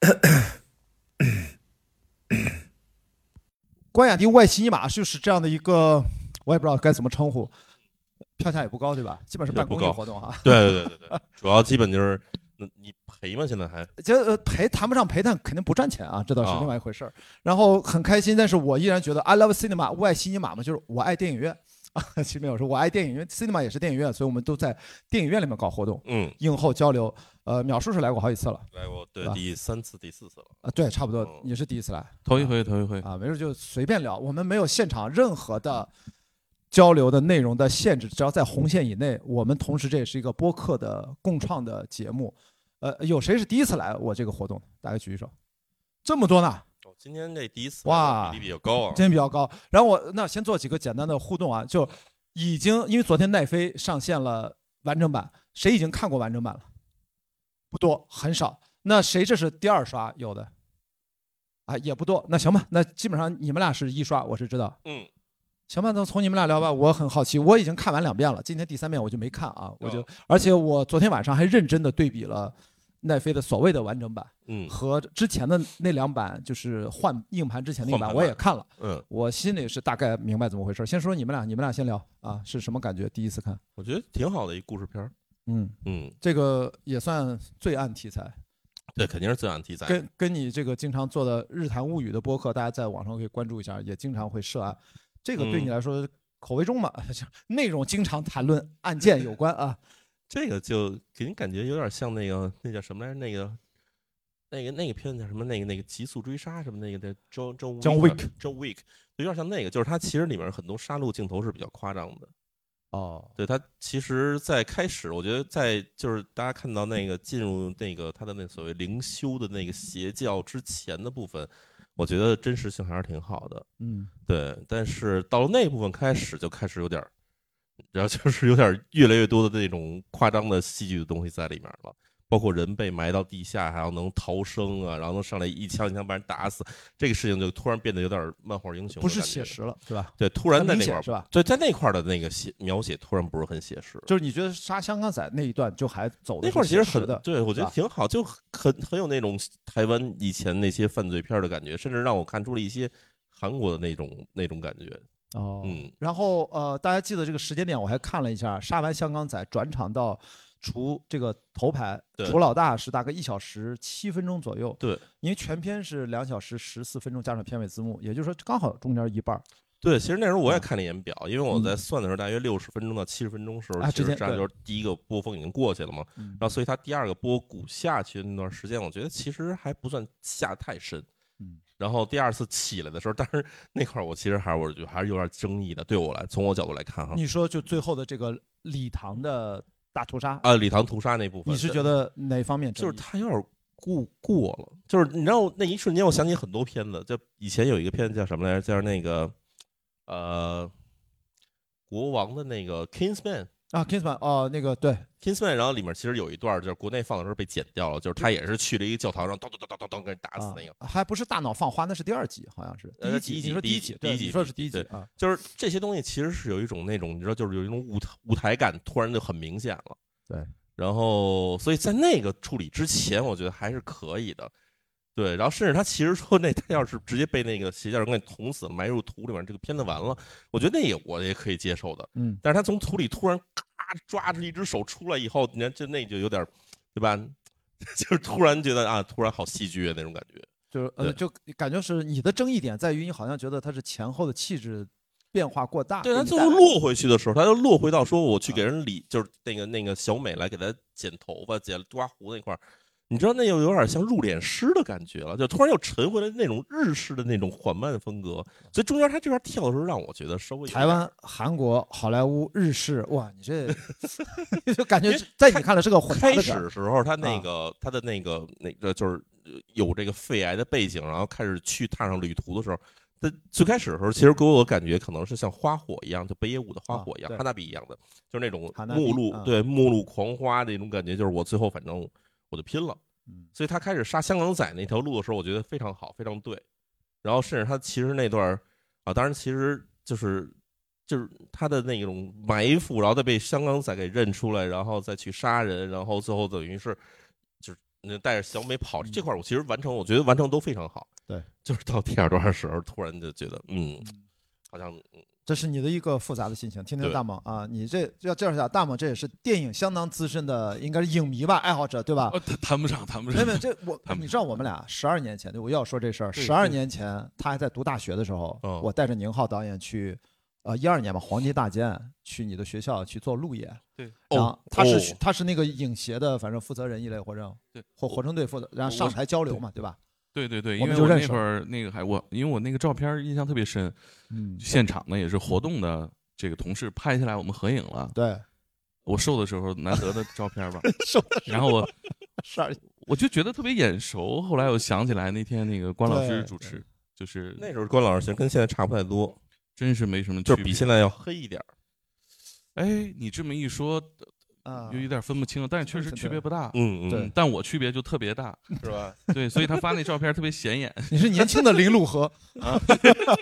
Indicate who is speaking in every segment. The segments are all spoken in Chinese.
Speaker 1: 关雅迪、外西尼马就是这样的一个，我也不知道该怎么称呼，票价也不高，对吧？基本是
Speaker 2: 也
Speaker 1: 办
Speaker 2: 不
Speaker 1: 公益
Speaker 2: 高
Speaker 1: 活动哈。
Speaker 2: 对对对 对对，主要基本就是，那你赔吗？现在还
Speaker 1: 就呃赔谈不上赔，但肯定不赚钱啊，这倒是
Speaker 2: 啊
Speaker 1: 另外一回事儿。然后很开心，但是我依然觉得 I love cinema，我爱西尼玛嘛，就是我爱电影院 啊。其实没有说我爱电影院，cinema 也是电影院，所以我们都在电影院里面搞活动，
Speaker 2: 嗯
Speaker 1: 映后交流。呃，淼叔是来过好几次了，
Speaker 2: 来过对
Speaker 1: 吧
Speaker 2: 第三次第四次了，
Speaker 1: 啊，对，差不多，也是第一次来，
Speaker 3: 嗯头一回，头一回
Speaker 1: 啊，没事就随便聊，我们没有现场任何的交流的内容的限制，只要在红线以内，我们同时这也是一个播客的共创的节目。呃，有谁是第一次来我这个活动？大家举一手，这么多呢？
Speaker 2: 哦今天这第一次
Speaker 1: 哇，
Speaker 2: 比例比较高啊
Speaker 1: 今，天比较高。然后我那先做几个简单的互动啊，就已经因为昨天奈飞上线了完整版，谁已经看过完整版了？不多，很少。那谁这是第二刷有的？啊，也不多。那行吧，那基本上你们俩是一刷，我是知道。
Speaker 2: 嗯，
Speaker 1: 行吧，那从你们俩聊吧。我很好奇，我已经看完两遍了，今天第三遍我就没看啊，我就，而且我昨天晚上还认真的对比了奈飞的所谓的完整版，
Speaker 2: 嗯
Speaker 1: 和之前的那两版，就是换硬盘之前那个
Speaker 2: 换
Speaker 1: 版，
Speaker 2: 盘
Speaker 1: 我也
Speaker 2: 版
Speaker 1: 看了，
Speaker 2: 嗯，
Speaker 1: 我心里是大概明白怎么回事。先说你们俩，你们俩先聊啊，是什么感觉？第一次看，
Speaker 2: 我觉得挺好的一故事片儿，
Speaker 1: 嗯，
Speaker 2: 嗯，
Speaker 1: 这个也算罪案题材，
Speaker 2: 对，肯定是自然题材，
Speaker 1: 跟跟你这个经常做的《日谈物语》的播客，大家在网上可以关注一下，也经常会涉案。这个对
Speaker 2: 嗯
Speaker 1: 你来说口味重 嘛？内容经常谈论案件有关啊。
Speaker 2: 这个就给人感觉有点像那个那叫什么来着？那个那个那个片子叫什么？那个那个《极速追杀》什么那个的周周
Speaker 1: John Wick
Speaker 2: John Wick，有点像那个，就是它其实里面很多杀戮镜头是比较夸张的。
Speaker 1: 哦，
Speaker 2: 对，它其实，在开始，我觉得在就是大家看到那个进入那个它的那所谓灵修的那个邪教之前的部分，我觉得真实性还是挺好的。
Speaker 1: 嗯，
Speaker 2: 对，但是到了那部分开始就开始有点儿，然后就是有点儿越来越多的那种夸张的戏剧的东西在里面了，包括人被埋到地下，还要能逃生啊，然后能上来一枪一枪把人打死，这个事情就突然变得有点儿漫画英雄，
Speaker 1: 不是写，实了，是吧？
Speaker 2: 对，突然
Speaker 1: 很
Speaker 2: 在
Speaker 1: 明
Speaker 2: 那
Speaker 1: 显
Speaker 2: 块儿
Speaker 1: 是吧？
Speaker 2: 对，在那块儿的那个写描写突然不是很写实。
Speaker 1: 就是你觉得杀香港仔那一段就还走的
Speaker 2: 那块儿其实
Speaker 1: 很
Speaker 2: 很
Speaker 1: 的，
Speaker 2: 对，我觉
Speaker 1: 是
Speaker 2: 得
Speaker 1: 吧
Speaker 2: 挺好，就很很有那种台湾以前那些犯罪片儿的感觉，甚至让我看出了一些韩国的那种那种感觉。
Speaker 1: 哦，
Speaker 2: 嗯，
Speaker 1: 然后呃，大家记得这个时间点，我还看了一下，杀完香港仔转场到除这个头牌
Speaker 2: 对
Speaker 1: 除老大是大概一小时七分钟左右，
Speaker 2: 对，
Speaker 1: 因为全片是两小时十四分钟加上片尾字幕，也就是说刚好中间一半儿。
Speaker 2: 对，其实那时候我也
Speaker 1: 啊
Speaker 2: 看了一眼表，因为我在算的时候，大约六十分钟到七十分钟时候，
Speaker 1: 啊
Speaker 2: 其
Speaker 1: 之
Speaker 2: 实
Speaker 1: 前
Speaker 2: 这样
Speaker 1: 对
Speaker 2: 就是第一个波峰已经过去了嘛。
Speaker 1: 嗯
Speaker 2: 然后，所以它第二个波谷下去那段时间，我觉得其实还不算下太深。
Speaker 1: 嗯，
Speaker 2: 然后第二次起来的时候，但是 那块儿我其实还是我觉得还是有点争议的，对我来从我角度来看哈。
Speaker 1: 你说就最后的这个礼堂的大屠杀，
Speaker 2: 啊，礼堂屠杀那部分，
Speaker 1: 你是
Speaker 2: 对
Speaker 1: 觉得呃哪方面
Speaker 2: 就
Speaker 1: 争
Speaker 2: 是
Speaker 1: 议？
Speaker 2: 他有点过过了，就是你知道那一瞬间，我想起很多片子，就以前有一个片子叫什么来着，叫那个呃国王的那个 Kingsman。
Speaker 1: 啊，Kingsman 哦，那个对，
Speaker 2: Kingsman，然后里面其实有一段就是国内放的时候被剪掉了，就是他也是去了一个教堂，然后咚咚咚咚咚咚给人打死
Speaker 1: 啊
Speaker 2: 那个。，
Speaker 1: 还不是大脑放花，那是第二集，好像是
Speaker 2: 呃
Speaker 1: 第
Speaker 2: 第一
Speaker 1: 一集，
Speaker 2: 集
Speaker 1: 你说
Speaker 2: 第
Speaker 1: 第
Speaker 2: 一
Speaker 1: 集
Speaker 2: 集，第
Speaker 1: 对，
Speaker 2: 一
Speaker 1: 你
Speaker 2: 集
Speaker 1: 说是第一集
Speaker 2: 对
Speaker 1: 啊，
Speaker 2: 就是这些东西其实是有一种那种你知道，就是有一种舞台舞台感突然就很明显了。
Speaker 1: 对，
Speaker 2: 然后所以在那个处理之前，我觉得还是可以的。对，然后甚至他其实说那他要是直接被那个邪教人给捅死埋入土里面，这个片子完了，我觉得那也我也可以接受的。
Speaker 1: 嗯，
Speaker 2: 但是他从土里突然咔抓着一只手出来以后，你看这那就有点儿，对吧？ 就是突然觉得啊，突然好戏剧啊那种感觉。
Speaker 1: 就是
Speaker 2: 对
Speaker 1: 呃，就感觉是你的争议点在于你好像觉得它是前后的气质变化过大，
Speaker 2: 对他
Speaker 1: 给你
Speaker 2: 最
Speaker 1: 带
Speaker 2: 后
Speaker 1: 来嗯
Speaker 2: 落回去的时候，他又落回到说我去给人理，就是那个那个小美来给他剪头发、剪刮胡那块儿，你知道那又有点像入殓师的感觉了，就突然又沉回来那种日式的那种缓慢风格。所以中间他这边跳的时候，让我觉得稍微有点
Speaker 1: 台湾、韩国、好莱坞、日式，哇，你这 就感
Speaker 2: 因
Speaker 1: 觉
Speaker 2: 为
Speaker 1: 是在你看来是个混杂
Speaker 2: 开
Speaker 1: 的啊
Speaker 2: 始
Speaker 1: 梗
Speaker 2: 的时候，他那个、他的那个那个就是有这个肺癌的背景，然后开始去踏上旅途的时候，他最开始的时候，其实给我感觉可能是像花火一样，就北野武的花火一样，
Speaker 1: 啊对
Speaker 2: 哈纳比一样的，就是那种
Speaker 1: 哈纳比
Speaker 2: 末路、
Speaker 1: 啊
Speaker 2: 对末路狂花的那种感觉，就是我最后反正我就拼了。
Speaker 1: 嗯
Speaker 2: 所以他开始杀香港仔那条路的时候，我觉得非常好，非常对。然后甚至他其实那段儿啊，当然其实就是就是他的那种埋伏，然后再被香港仔给认出来，然后再去杀人，然后最后等于是就是那带着小美跑这块，我其实完成，我觉得完成都非常好。
Speaker 1: 嗯对，
Speaker 2: 就是到第二段的时候，突然就觉得，嗯，好像嗯
Speaker 1: 这是你的一个复杂的心情。听听
Speaker 2: 对
Speaker 1: 大猛啊，你这要这样讲，大猛这也是电影相当资深的，应该是影迷吧，爱好者对吧？
Speaker 3: 哦谈谈不上，谈不
Speaker 1: 没有
Speaker 3: 上
Speaker 1: 没。有，这我
Speaker 3: 他们
Speaker 1: 你知道我们俩十二年前，我又要说这事儿。
Speaker 3: 对
Speaker 1: 十二年前他还在读大学的时候，
Speaker 2: 嗯
Speaker 1: 我带着宁浩导演去，呃，一二年吧，黄金大街去你的学校去做路演。
Speaker 3: 对
Speaker 1: 然后
Speaker 2: 哦
Speaker 1: 他是、
Speaker 2: 哦
Speaker 1: 他是那个影协的，反正负责人一类或者
Speaker 3: 对
Speaker 1: 或活成队负责，然后上台交流嘛，对吧？
Speaker 3: 对对对，
Speaker 1: 我
Speaker 3: 因
Speaker 1: 们
Speaker 3: 为
Speaker 1: 就
Speaker 3: 我
Speaker 1: 认
Speaker 3: 那
Speaker 1: 识
Speaker 3: 会儿那个还我，因为我那个照片印象特别深，
Speaker 1: 嗯，
Speaker 3: 现场呢也是活动的这个同事拍下来，我们合影了。
Speaker 1: 对，
Speaker 3: 我瘦的时候难得的照 片吧，
Speaker 1: 受的
Speaker 3: 然后我
Speaker 1: 十二
Speaker 3: 我就觉得特别眼熟，后来我想起来那天那个关老
Speaker 1: 对
Speaker 3: 师主持，就是
Speaker 2: 那时候关老师其实跟现在差不太多，
Speaker 3: 真是没什么区
Speaker 2: 就
Speaker 3: 别，
Speaker 2: 是比现在要黑一点儿。
Speaker 3: 哎，你这么一说，
Speaker 1: 啊
Speaker 3: 又，有点分不清了，但是确实区别不大。
Speaker 2: 嗯
Speaker 1: 对
Speaker 2: 嗯，
Speaker 3: 嗯但我区别就特别大，
Speaker 2: 是吧？
Speaker 3: 对，所以他发那照片特别显眼。
Speaker 1: 你是年 轻的林路和啊。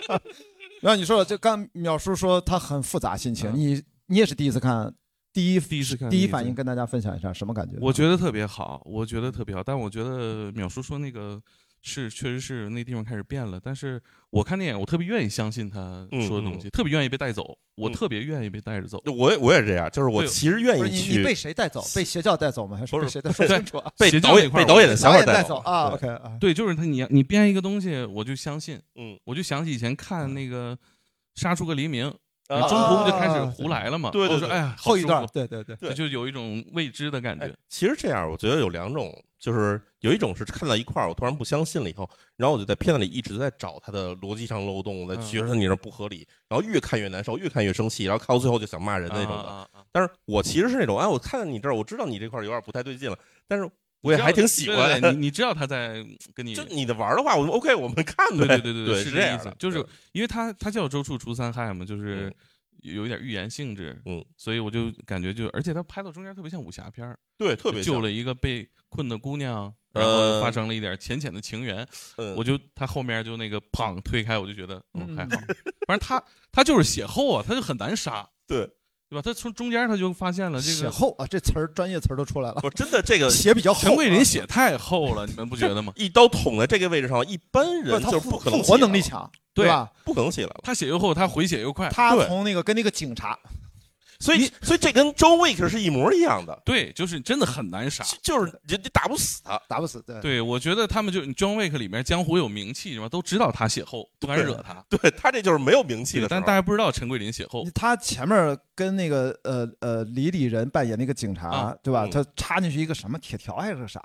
Speaker 1: 然后你说这刚淼叔说他很复杂心
Speaker 2: 啊
Speaker 1: 情，
Speaker 3: 嗯
Speaker 1: 你你也是第一次看，第一
Speaker 3: 第一次看，
Speaker 1: 第一反应，跟大家分享一下什么感觉？
Speaker 3: 我觉得特别好，我觉得特别好。但我觉得淼叔说那个是，确实是那地方开始变了。但是我看电影，我特别愿意相信他说的东西，特别愿意被带走，我
Speaker 2: 嗯
Speaker 3: 特别愿意被带着走。
Speaker 2: 我也我也这样，就是我
Speaker 3: 对
Speaker 2: 其实愿
Speaker 1: 不是
Speaker 2: 意
Speaker 1: 你你
Speaker 2: 去
Speaker 1: 被谁带走？被邪教带走吗？还是
Speaker 2: 不
Speaker 1: 被
Speaker 2: 是
Speaker 1: 谁带走？说清楚啊！
Speaker 2: 被
Speaker 3: 邪教
Speaker 2: 导演
Speaker 3: 那块儿
Speaker 2: 被导演的想
Speaker 1: 导
Speaker 2: 法
Speaker 1: 演带
Speaker 2: 走
Speaker 1: 走啊
Speaker 2: 对
Speaker 1: ！OK 啊，
Speaker 3: 对，就是他，你你编一个东西，我就相信，
Speaker 2: 嗯，
Speaker 3: 我就想起以前看那个《杀出个黎明》，
Speaker 2: 啊
Speaker 3: 中途不就开始
Speaker 1: 啊
Speaker 3: 胡来了嘛？
Speaker 2: 对对
Speaker 3: 我说
Speaker 2: 对
Speaker 3: 哎呀，好
Speaker 1: 后一
Speaker 3: 舒
Speaker 1: 段
Speaker 3: 服，
Speaker 1: 对对对，
Speaker 2: 对
Speaker 3: 就有一种未知的感
Speaker 2: 哎
Speaker 3: 觉。
Speaker 2: 其实这样，我觉得有两种，就是有一种是看到一块儿，我突然不相信了以后，然后我就在片子里一直在找它的逻辑上漏洞，我在
Speaker 3: 嗯
Speaker 2: 觉得你这不合理，然后越看越难受，越看越生气，然后看到最后就想骂人那种的。
Speaker 3: 啊啊啊
Speaker 2: 但是我其实是那种，哎，我看到你这儿，我知道你这块儿有点不太对劲了，但是
Speaker 3: 你
Speaker 2: 我也
Speaker 3: 知道
Speaker 2: 还挺喜
Speaker 3: 对
Speaker 2: 欢。
Speaker 3: 对对你你知道他在跟你
Speaker 2: 就 你的玩儿的话，我们 OK，我们看
Speaker 3: 对
Speaker 2: 呗。
Speaker 3: 对对
Speaker 2: 对
Speaker 3: 对，
Speaker 2: 是
Speaker 3: 是
Speaker 2: 这
Speaker 3: 意
Speaker 2: 样
Speaker 3: 思
Speaker 2: 的，，
Speaker 3: 就是
Speaker 2: 对
Speaker 3: 因为他他叫周处除三害嘛，就
Speaker 2: 嗯
Speaker 3: 是有一点预言性质，
Speaker 2: 嗯，
Speaker 3: 所以我就感觉就，而且他拍到中间特别像武侠片儿，
Speaker 2: 对特别
Speaker 3: 救
Speaker 2: 像
Speaker 3: 了一个被 困的姑娘，
Speaker 2: 呃
Speaker 3: 然后发生了一点浅浅的情缘，
Speaker 2: 嗯，
Speaker 3: 我就他后面就那个砰推开，我就觉得
Speaker 1: 嗯
Speaker 3: 嗯 还好，反正他他就是血厚啊，他就很难杀，
Speaker 2: 对
Speaker 3: 对吧？他从中间他就发现了这
Speaker 1: 血
Speaker 3: 个
Speaker 1: 厚啊，这词儿专业词儿都出来了，
Speaker 2: 我真的这个？
Speaker 1: 血比较厚啊。
Speaker 3: 陈桂林血太厚了，你们不觉得吗
Speaker 2: 一刀捅在这个位置上，一般
Speaker 1: 不是
Speaker 2: 人
Speaker 1: 他
Speaker 2: 就是不
Speaker 1: 复
Speaker 2: 可能
Speaker 1: 复
Speaker 2: 起来
Speaker 1: 活
Speaker 2: 了
Speaker 1: 能力，强，
Speaker 3: 对
Speaker 1: 吧？
Speaker 2: 不可能起来了。
Speaker 3: 他血又厚，他回血又快，
Speaker 1: 他
Speaker 2: 对
Speaker 1: 从那个跟那个警察
Speaker 2: 所以，所以这跟 John Wick 是一模一样的，
Speaker 3: 对，就是真的很难杀。
Speaker 2: 就就是你你打不死他。
Speaker 1: 打不死，对
Speaker 3: 对，我觉得他们就《John Wick》里面江湖有名气什么都知道他血厚，不敢
Speaker 2: 对
Speaker 3: 惹他。
Speaker 2: 对他这就是没有名气
Speaker 3: 对
Speaker 2: 的时候
Speaker 3: 但大家不知道陈桂林血厚
Speaker 1: 你，他前面跟那个呃呃李李仁扮演那个警察，
Speaker 3: 啊
Speaker 1: 对吧？
Speaker 2: 嗯
Speaker 1: 他插进去一个什么铁条还是个啥？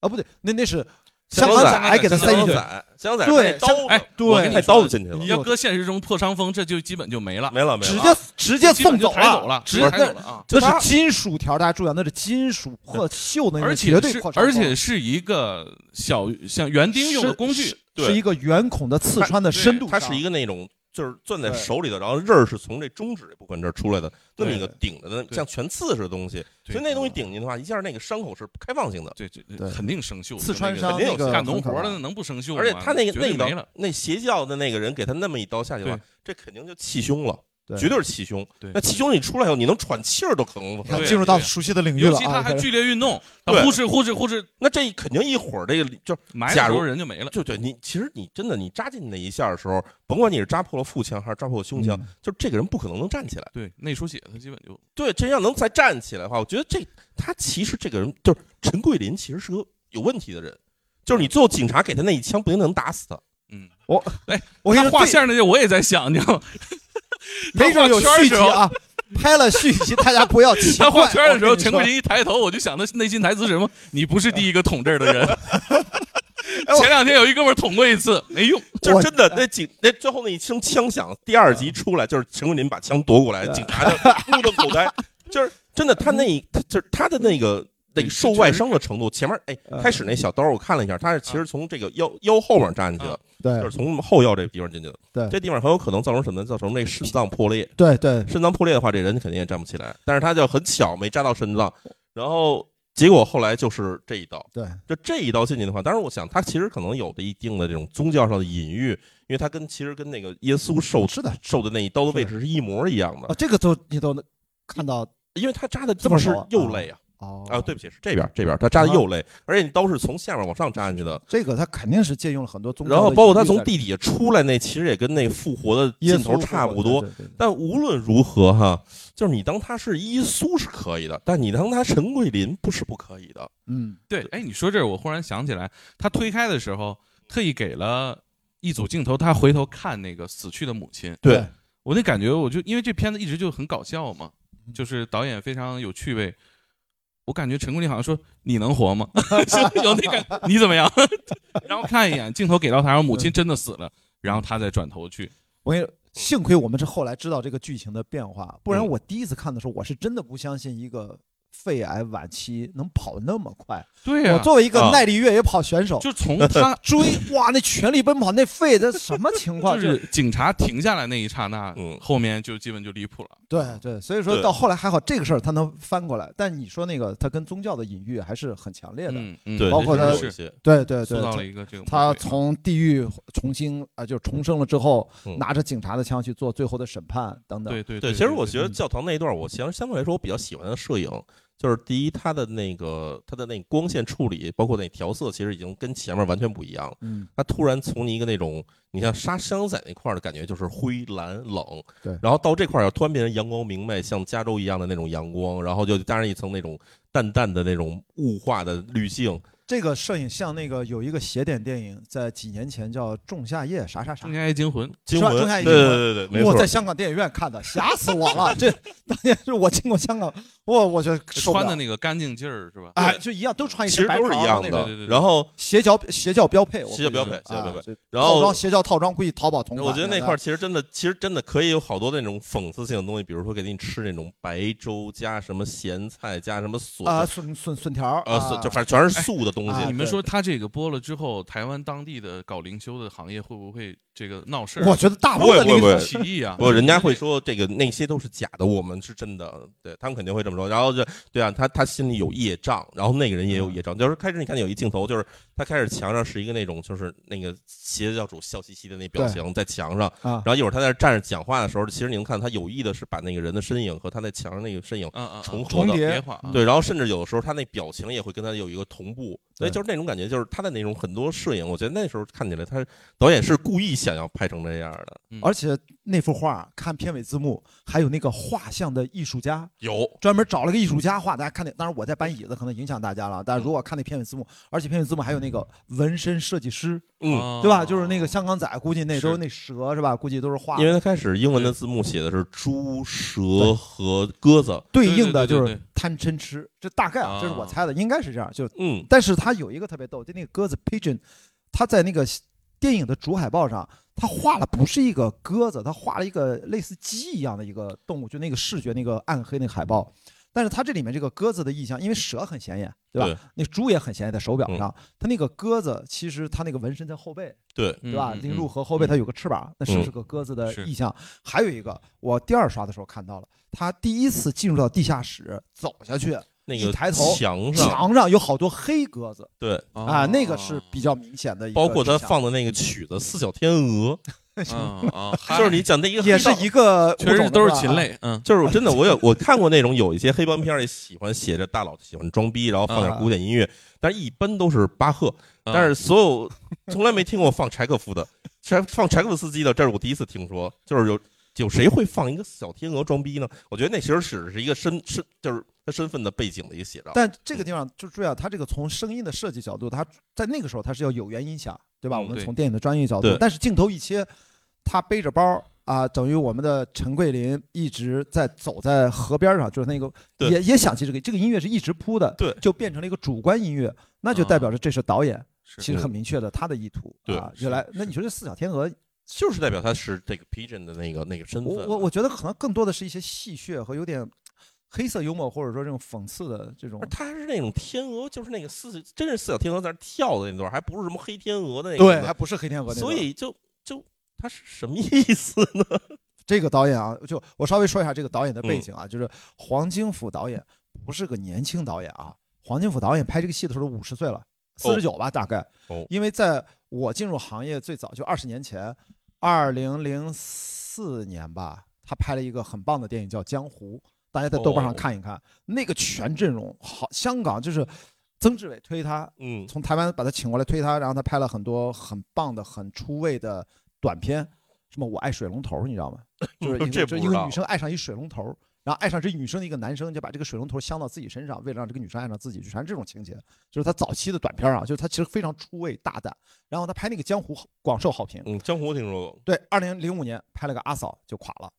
Speaker 1: 啊，不对，那那是
Speaker 2: 香
Speaker 1: 港
Speaker 2: 港仔
Speaker 1: 还给他
Speaker 3: 香
Speaker 1: 塞
Speaker 2: 香
Speaker 1: 进
Speaker 2: 港
Speaker 1: 去，
Speaker 2: 仔，香港仔
Speaker 1: 对
Speaker 2: 那刀，
Speaker 3: 哎，我跟
Speaker 1: 对
Speaker 3: 你
Speaker 2: 太
Speaker 3: 说
Speaker 2: 刀进去了
Speaker 1: 你，
Speaker 3: 要搁现实中破伤风，这就基本就没了，
Speaker 2: 没了没
Speaker 1: 直
Speaker 2: 了。
Speaker 1: 接直接
Speaker 3: 基本
Speaker 1: 送
Speaker 3: 就
Speaker 1: 走
Speaker 3: 抬走了，直接
Speaker 1: 不
Speaker 3: 抬
Speaker 1: 是
Speaker 3: 走了啊！嗯
Speaker 2: 就
Speaker 1: 那
Speaker 2: 他
Speaker 1: 那是金属条，大家注意啊，那是金属或锈的那种，
Speaker 3: 而
Speaker 1: 绝
Speaker 3: 且
Speaker 1: 对
Speaker 3: 是
Speaker 1: 扩张
Speaker 3: 而且是一个小像园丁用的
Speaker 1: 是
Speaker 3: 工具
Speaker 1: 是，
Speaker 2: 对
Speaker 1: 是一个圆孔的刺穿的
Speaker 3: 它对
Speaker 1: 深度
Speaker 2: 它
Speaker 1: 伤，
Speaker 2: 是一个那种就是攥在
Speaker 1: 对
Speaker 2: 手里的，然后刃儿是从这中指这部分这儿出来的，那么一个
Speaker 1: 对嗯
Speaker 2: 顶着的
Speaker 3: 对
Speaker 2: 像全刺似的东西，
Speaker 3: 对
Speaker 2: 所以那东西顶进的话，一下那个伤口是开放性的，
Speaker 3: 对对
Speaker 1: 对
Speaker 3: 肯定生锈，
Speaker 1: 刺穿
Speaker 3: 那个
Speaker 1: 伤
Speaker 2: 肯定有
Speaker 1: 那个
Speaker 3: 干农活
Speaker 1: 很
Speaker 3: 的
Speaker 1: 可怕
Speaker 3: 那能不生锈吗？
Speaker 2: 而且他那个
Speaker 3: 绝
Speaker 2: 那
Speaker 3: 对
Speaker 2: 一
Speaker 3: 没了
Speaker 2: 刀，，那邪教的那个人给他那么一刀下去的话
Speaker 3: 对，
Speaker 2: 这肯定就气胸了，
Speaker 1: 对
Speaker 2: 绝对是气胸
Speaker 3: 对。
Speaker 2: 那气胸你出来以后，你能喘气儿都可能不可能
Speaker 3: 对
Speaker 1: 进入到熟悉的领域
Speaker 3: 尤
Speaker 1: 了
Speaker 3: 其他
Speaker 1: 啊！
Speaker 3: 还
Speaker 1: 这
Speaker 3: 剧烈运动，他
Speaker 2: 对
Speaker 3: 呼哧呼哧呼哧，
Speaker 2: 那这肯定一会儿这个就
Speaker 3: 埋
Speaker 2: 假
Speaker 3: 的时
Speaker 2: 如
Speaker 3: 候人就没了。
Speaker 2: 就对你，其实你真的你扎进那一下的时候，甭管你是扎破了腹腔还是扎破了胸腔，
Speaker 1: 嗯
Speaker 2: 就这个人不可能能站起来。
Speaker 3: 对，内出血他基本就
Speaker 2: 对，真要能再站起来的话，我觉得这他其实这个人就是陈桂林，其实是个有问题的人。就是你最后警察给他那一枪，不一定能打死他。
Speaker 3: 嗯，
Speaker 1: 我跟
Speaker 3: 他
Speaker 1: 你说，
Speaker 3: 画
Speaker 1: 这
Speaker 3: 线儿那些我也在想，你知道吗？
Speaker 1: 没准有
Speaker 3: 他画圈儿
Speaker 1: 续集
Speaker 3: 的时候
Speaker 1: 啊，拍了续集，大家不要奇 怪。
Speaker 3: 他画圈儿的时候，
Speaker 1: 我跟你
Speaker 3: 陈
Speaker 1: 说
Speaker 3: 桂林一抬头，我就想他内心台词是什么：“你不是第一个捅这儿 的人。
Speaker 2: 哎”我
Speaker 3: 前两天有一哥们儿捅过一次，没用。
Speaker 2: 就
Speaker 1: 我哎
Speaker 2: 真的那警那最后那一声枪响，第二集出来就是陈桂林把枪夺过来，警察就目瞪口呆。就是真的，他那一他就是他的那个那个受外伤的程度，前面哎
Speaker 1: 嗯
Speaker 2: 开始那小刀我看了一下，他是其实从这个腰腰后面扎进去的，就
Speaker 1: 嗯对
Speaker 2: 是从后腰这地方进去的。
Speaker 1: 对
Speaker 2: 这地方很有可能造成什么呢？造成那肾脏破裂。
Speaker 1: 对对，
Speaker 2: 肾脏破裂的话，这人肯定也站不起来。但是他就很巧，没扎到肾脏，然后结果后来就是这一刀。
Speaker 1: 对，
Speaker 2: 就这一刀进去的话，当然我想他其实可能有着一定的这种宗教上的隐喻，因为他跟其实跟那个耶稣受
Speaker 1: 是的，哦
Speaker 2: 受的那一刀的位置是一模一样的
Speaker 1: 啊，，这个都你都能看到
Speaker 2: 因为他扎的地方是右肋啊，
Speaker 1: 哦啊
Speaker 2: 啊，对不起，是这边儿这边儿，他扎的右肋，而且你刀是从下面往上扎进去的。
Speaker 1: 这个他肯定是借用了很多宗教的
Speaker 2: 然后包括他
Speaker 1: 隐喻
Speaker 2: 从
Speaker 1: 在
Speaker 2: 地底下出来那，其实也跟那复活的
Speaker 1: 耶
Speaker 2: 劲
Speaker 1: 稣
Speaker 2: 头
Speaker 1: 复
Speaker 2: 差
Speaker 1: 活
Speaker 2: 不
Speaker 1: 的
Speaker 2: 多
Speaker 1: 对对对。
Speaker 2: 但无论如何哈，就是你当他是耶稣是可以的，但你当他陈桂林不是不可以的。
Speaker 1: 嗯，
Speaker 3: 对，哎，你说这儿，我忽然想起来，他推开的时候特意给了一组镜头，他回头看那个死去的母亲。
Speaker 1: 对，
Speaker 3: 我那感觉，我就因为这片子一直就很搞笑嘛，
Speaker 1: 嗯
Speaker 3: 就是导演非常有趣味。我感觉陈桂林好像说：“你能活吗？” 就有那个你怎么样？ 然后看一眼镜头给到他，然后母亲真的死了，然后他再转头去。
Speaker 1: 我跟你说，幸亏我们是后来知道这个剧情的变化，不然
Speaker 2: 嗯
Speaker 1: 我第一次看的时候，我是真的不相信一个肺癌晚期能跑那么快。
Speaker 3: 对呀、
Speaker 1: 我作为一个
Speaker 2: 啊
Speaker 1: 耐力越野跑选手，
Speaker 3: 就从他
Speaker 1: 追哇，那全力奔跑，那肺这什么情况？
Speaker 3: 就
Speaker 1: 这
Speaker 3: 是警察停下来那一刹那，
Speaker 2: 嗯
Speaker 3: 后面就基本就离谱了。
Speaker 1: 对对，所以说
Speaker 2: 对
Speaker 1: 到后来还好，这个事儿他能翻过来。但你说那个他跟宗教的隐喻还是很强烈的，
Speaker 3: 嗯嗯，
Speaker 2: 对，
Speaker 1: 包括
Speaker 2: 这
Speaker 1: 他
Speaker 2: 是有一
Speaker 3: 是
Speaker 2: 些
Speaker 1: 对对对
Speaker 3: 塑，造了一个这个
Speaker 1: 他
Speaker 3: 魔鬼
Speaker 1: 从地狱重新啊、就重生了之后，
Speaker 2: 嗯
Speaker 1: 拿着警察的枪去做最后的审判等等。
Speaker 3: 对对
Speaker 2: 对，其实我觉得
Speaker 1: 嗯
Speaker 2: 教堂那一段，我相相对来说我比较喜欢的摄影，就是第一，它的那个它的那光线处理，包括那调色，其实已经跟前面完全不一样了。
Speaker 1: 嗯，
Speaker 2: 它突然从你一个那种，你像沙香仔那块儿的感觉，就是灰蓝冷，
Speaker 1: 对
Speaker 2: 然后到这块儿要突然变成阳光明媚，像加州一样的那种阳光，然后就加上一层那种淡淡的那种雾化的滤镜，
Speaker 1: 这个摄影像那个有一个邪典电影，在几年前叫《仲夏夜啥啥啥
Speaker 3: 中》，间还惊魂，
Speaker 2: 惊
Speaker 1: 吧
Speaker 2: 魂，
Speaker 1: 中下
Speaker 2: 对
Speaker 1: 一
Speaker 2: 对
Speaker 1: 惊魂
Speaker 2: 对对，没错
Speaker 1: 我在，香港电影院看的，吓死我了。这当年是我经过香港，我我就受不
Speaker 3: 穿
Speaker 1: 了
Speaker 3: 的那个干净劲儿是吧？
Speaker 1: 哎，就一样，都穿一
Speaker 2: 其
Speaker 1: 身
Speaker 2: 实
Speaker 1: 白
Speaker 2: 都是
Speaker 1: 袍
Speaker 2: 一样
Speaker 1: 那
Speaker 3: 个
Speaker 2: 的
Speaker 1: 种
Speaker 3: 对对。对
Speaker 2: 然后
Speaker 1: 邪教邪教标配，我
Speaker 2: 邪教标
Speaker 1: 估计
Speaker 2: 配
Speaker 1: 是
Speaker 2: 邪教标配
Speaker 1: 啊这
Speaker 2: 然后
Speaker 1: 套装邪教套装估计淘宝同款。
Speaker 2: 我觉得那块儿其实真的，其实真的可以有好多那种讽刺性的东西，比如说给你吃那种白粥加什么咸菜加什么笋
Speaker 1: 啊，笋笋笋条儿
Speaker 2: 呃，
Speaker 1: 啊
Speaker 2: 是就反正全是素的东
Speaker 1: 哎
Speaker 2: 西
Speaker 1: 啊
Speaker 3: 你。们
Speaker 1: 对
Speaker 3: 说他这个播了之后，台湾当地的搞灵修的行业会不会这个闹事儿？
Speaker 1: 我觉得大
Speaker 2: 不
Speaker 1: 陆
Speaker 2: 会
Speaker 1: 的
Speaker 2: 不会
Speaker 1: 那
Speaker 2: 不
Speaker 1: 个
Speaker 2: 会
Speaker 3: 起义啊！
Speaker 2: 不，人家会说这个那些都是假的，我们是真的，对他们肯定会这么说。然后就对啊，他他心里有业障，然后那个人也有业
Speaker 1: 嗯
Speaker 2: 障。就是开始你看有一镜头，就是他开始墙上是一个那种就是那个邪教主笑嘻嘻的那表情在墙上，
Speaker 1: 啊
Speaker 2: 然，后一会儿他在那站着讲话的时候，其实你能看他有意的是把那个人的身影和他在墙上那个身影
Speaker 3: 嗯嗯，嗯
Speaker 2: 重合
Speaker 1: 重
Speaker 2: 的。
Speaker 1: 叠嗯
Speaker 3: 别晃啊！
Speaker 2: 对，然后甚至有的时候他那表情也会跟他有一个同步，所以
Speaker 1: 对
Speaker 2: 就是那种感觉，就是他的那种很多摄影，我觉得那时候看起来他导演是故意想要拍成这样的。
Speaker 3: 嗯
Speaker 1: 而且那幅画看片尾字幕，还有那个画像的艺术家，
Speaker 2: 有，
Speaker 1: 专门找了个艺术家画，大家看那。当然我在搬椅子，可能影响大家了。但
Speaker 2: 嗯
Speaker 1: 是如果看那片尾字幕，而且片尾字幕还有那个纹身设计师，
Speaker 2: 嗯，
Speaker 3: 哦
Speaker 1: 对吧？就是那个
Speaker 3: 像
Speaker 1: 香港仔，估计那
Speaker 3: 是
Speaker 1: 都是那蛇是吧？估计都是画
Speaker 2: 因为他开始英文的字幕写的是猪、蛇和鸽子，
Speaker 1: 对应的就
Speaker 3: 对对对对
Speaker 1: 是贪嗔痴，这大概啊，这是我
Speaker 3: 啊
Speaker 1: 猜的，应该是这样。就
Speaker 2: 嗯，
Speaker 1: 但是它有一个特别逗，就那个鸽子 pigeon，它在那个电影的主海报上，它画了不是一个鸽子，它画了一个类似鸡一样的一个动物，就那个视觉那个暗黑那个海报。但是它这里面这个鸽子的意象，因为蛇很显眼，对吧？
Speaker 2: 对
Speaker 1: 那猪也很显眼，在手表上。它那个鸽子其实它那个纹身在后背，
Speaker 2: 对，
Speaker 1: 对吧？
Speaker 3: 嗯
Speaker 1: 那个入河后背它有个翅膀，那
Speaker 2: 嗯
Speaker 1: 是不是个鸽子的
Speaker 3: 是
Speaker 1: 意象？还有一个，我第二刷的时候看到了，它第一次进入到地下室，走下去，
Speaker 2: 那
Speaker 1: 一
Speaker 2: 个
Speaker 1: 抬头
Speaker 2: 墙上，
Speaker 1: 墙上有好多黑鸽子。
Speaker 2: 对，
Speaker 3: 哦
Speaker 2: 哦
Speaker 1: 啊，那个是比较明显的一个嗯
Speaker 2: 包括他
Speaker 1: 指向，
Speaker 2: 放的那个曲子《四小天鹅
Speaker 3: 啊啊，》，
Speaker 2: 就是你讲的一个
Speaker 1: 也
Speaker 2: 黑
Speaker 1: 是
Speaker 2: 道
Speaker 1: 一个物
Speaker 3: 确
Speaker 1: 种
Speaker 3: 实
Speaker 1: 的
Speaker 3: 都是
Speaker 1: 吧
Speaker 3: 禽。类，嗯，
Speaker 2: 就是真的，我有我看过那种有一些黑帮片儿里喜欢写着大佬喜欢装逼，然后
Speaker 1: 啊
Speaker 2: 放点古典音乐，但是一般都是巴赫，
Speaker 3: 嗯
Speaker 2: 但是所有从来没听过放柴可夫的，柴放柴可夫斯基的，这是我第一次听说，就是有有谁会放一个小天鹅装逼呢？我觉得那其实只是一个身身就是他身份的背景的一个写照。
Speaker 1: 但这个地方就注意啊，它这个从声音的设计角度，它在那个时候它是要有源音响，对吧？
Speaker 2: 嗯
Speaker 1: 我们
Speaker 3: 对
Speaker 1: 从电影的专业角度
Speaker 2: 对，
Speaker 1: 但是镜头一切，他背着包啊，等于我们的陈桂林一直在走在河边上，就是那个
Speaker 2: 对
Speaker 1: 也也想起这个这个音乐是一直铺的，
Speaker 2: 对
Speaker 1: 就变成了一个主观音乐，那就代表着这是导演
Speaker 3: 是
Speaker 1: 其实很明确的他的意图
Speaker 2: 对
Speaker 1: 啊。原来
Speaker 3: 是
Speaker 1: 那你说这四小天鹅
Speaker 2: 就是代表他是这个 pigeon 的那个那个身份。啊
Speaker 1: 我我我觉得可能更多的是一些戏谑和有点黑色幽默，或者说这种讽刺的这种
Speaker 2: 而。他是那种天鹅，就是那个四，真是四小天鹅在那跳的那段，还不是什么黑天鹅的那个
Speaker 1: 对，
Speaker 2: 段
Speaker 1: 还不是黑天鹅那个。
Speaker 2: 所以就就他是什么意思呢？ 嗯
Speaker 1: 这个导演啊，就我稍微说一下这个导演的背景啊，就是黄金甫导演不是个年轻导演啊，黄金甫导演拍这个戏的时候五十岁了，四十九吧大概。
Speaker 2: 哦
Speaker 1: 因为在我进入行业最早就二十年前，二零零四年吧，他拍了一个很棒的电影叫《江湖》，大家在豆瓣
Speaker 2: 哦
Speaker 1: 上看一看，那个全阵容好，香港就是曾志伟推他，
Speaker 2: 嗯，
Speaker 1: 从台湾把他请过来推他，然后他拍了很多很棒的、很出位的短片，什么我爱水龙头，你知 道吗？就是一
Speaker 2: 这
Speaker 1: 个
Speaker 2: 不知
Speaker 1: 就是一个
Speaker 2: 道
Speaker 1: 女生爱上一水龙头，然后爱上这女生的一个男生，就把这个水龙头镶到自己身上，为了让这个女生爱上自己，就全是这种情节。就是他早期的短片啊，就是他其实非常出位大胆，然后他拍那个江湖广受好评。
Speaker 2: 嗯，江湖我听说过，
Speaker 1: 对，二零零五年拍了个阿嫂就垮了。
Speaker 2: 啊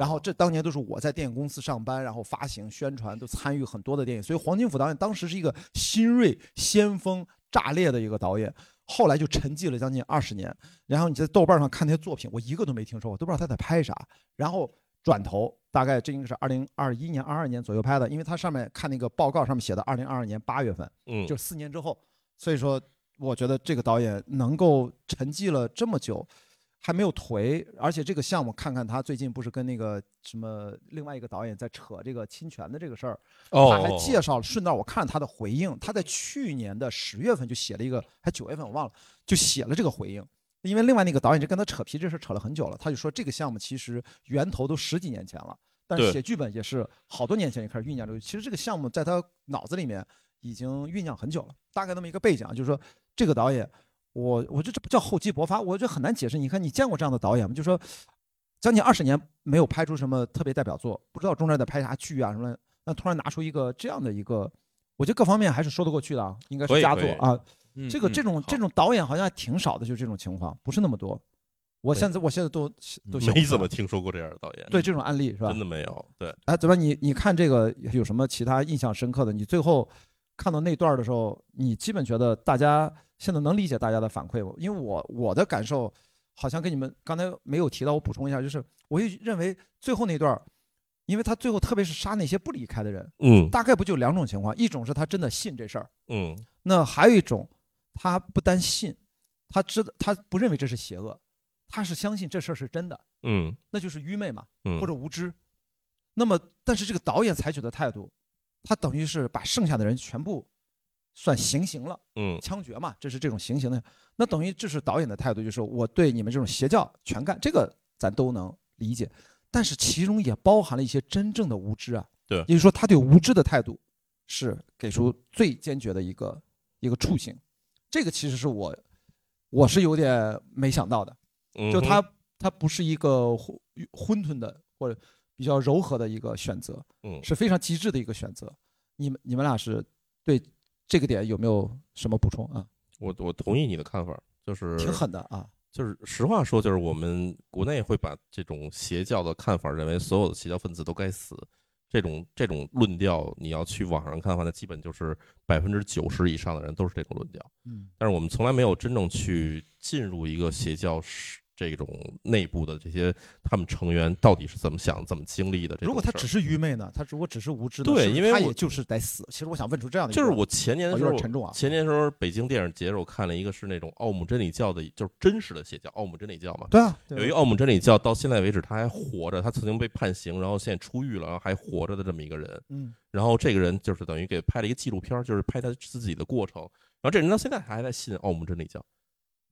Speaker 1: 然后这当年都是我在电影公司上班，然后发行、宣传都参与很多的电影，所以黄金甫导演当时是一个新锐、先锋、炸裂的一个导演，后来就沉寂了将近二十年。然后你在豆瓣上看那些作品，我一个都没听说过，都不知道他在拍啥。然后转头，大概这应该是二零二一年、二二年左右拍的，因为他上面看那个报告上面写的二零二二年八月份，
Speaker 2: 嗯，
Speaker 1: 就是四年之后。所以说，我觉得这个导演能够沉寂了这么久，还没有颓，而且这个项目，看看他最近不是跟那个什么另外一个导演在扯这个侵权的这个事儿，他还介绍了，顺道我看了他的回应，他在去年的十月份就写了一个，还九月份我忘了，就写了这个回应。因为另外那个导演就跟他扯皮这事儿扯了很久了，他就说这个项目其实源头都十几年前了，但是
Speaker 2: 对
Speaker 1: 写剧本也是好多年前就开始酝酿这个。其实这个项目在他脑子里面已经酝酿很久了，大概那么一个背景啊，就是说这个导演，我我觉得这不叫厚积薄发，我觉得很难解释。你看你见过这样的导演吗？就说将近二十年没有拍出什么特别代表作，不知道中间在拍啥剧啊什么的，那突然拿出一个这样的一个，我觉得各方面还是说得过去的啊，应该
Speaker 2: 可
Speaker 1: 是
Speaker 2: 以
Speaker 1: 佳
Speaker 2: 可
Speaker 1: 作
Speaker 2: 以
Speaker 1: 啊。
Speaker 3: 嗯
Speaker 1: 这个这
Speaker 3: 嗯
Speaker 1: 种这种导演好像还挺少的，就这种情况不是那么多。我
Speaker 2: 对
Speaker 1: 现在我现在都都想不
Speaker 2: 嗯没
Speaker 1: 出
Speaker 2: 怎
Speaker 1: 来
Speaker 2: 么听说过这样的导演，
Speaker 1: 对这种案例是吧
Speaker 2: 真？的没有，对，
Speaker 1: 哎，怎么你你看这个有什么其他印象深刻的？你最后看到那段儿的时候，你基本觉得大家现在能理解大家的反馈吗？因为我我的感受好像跟你们刚才没有提到，我补充一下，就是我就认为最后那段儿，因为他最后特别是杀那些不离开的人，
Speaker 2: 嗯
Speaker 1: 大概不就两种情况，一种是他真的信这事儿，
Speaker 2: 嗯
Speaker 1: 那还有一种，他不单信，他知道他不认为这是邪恶，他是相信这事儿是真的，
Speaker 2: 嗯
Speaker 1: 那就是愚昧嘛，
Speaker 2: 嗯，
Speaker 1: 或者无知。那么，但是这个导演采取的态度，他等于是把剩下的人全部算行刑了，
Speaker 2: 嗯
Speaker 1: 枪决嘛，这是这种行刑的。那等于这是导演的态度，就是我对你们这种邪教全干，这个咱都能理解。但是其中也包含了一些真正的无知啊，
Speaker 2: 对
Speaker 1: 也就是说他对无知的态度是给出最坚决的一个一个处刑，这个其实是我我是有点没想到的，
Speaker 2: 嗯
Speaker 1: 就
Speaker 2: 哼
Speaker 1: 他他不是一个昏昏沌的或者比较柔和的一个选择，
Speaker 2: 嗯
Speaker 1: 是非常极致的一个选择。你们你们俩是对这个点有没有什么补充啊？
Speaker 2: 我我同意你的看法，就是
Speaker 1: 挺狠的啊，
Speaker 2: 就是实话说，就是我们国内会把这种邪教的看法认为所有的邪教分子都该死，这种这种论调，你要去网上看的话，那基本就是百分之九十以上的人都是这种论调。
Speaker 1: 嗯
Speaker 2: 但是我们从来没有真正去进入一个邪教是这种内部的这些他们成员到底是怎么想、怎么经历的这种事儿。
Speaker 1: 如果他只是愚昧呢？他如果只是无知呢？
Speaker 2: 对
Speaker 1: 是不是
Speaker 2: 因为
Speaker 1: 他
Speaker 2: 我
Speaker 1: 也就是得死。其实我想问出这样的一个，
Speaker 2: 就是我前年的
Speaker 1: 哦
Speaker 2: 时
Speaker 1: 有
Speaker 2: 候
Speaker 1: 点，沉重啊。
Speaker 2: 前年时候北京电影节的时候，我看了一个是那种奥姆真理教的，就是真实的邪教，奥姆真理教嘛。
Speaker 1: 对啊，对啊
Speaker 2: 有一个奥姆真理教，到现在为止他还活着，他曾经被判刑，然后现在出狱了，然后还活着的这么一个人。
Speaker 1: 嗯
Speaker 2: 然后这个人就是等于给拍了一个纪录片儿，就是拍他自己的过程。然后这人到现在还在信奥姆真理教，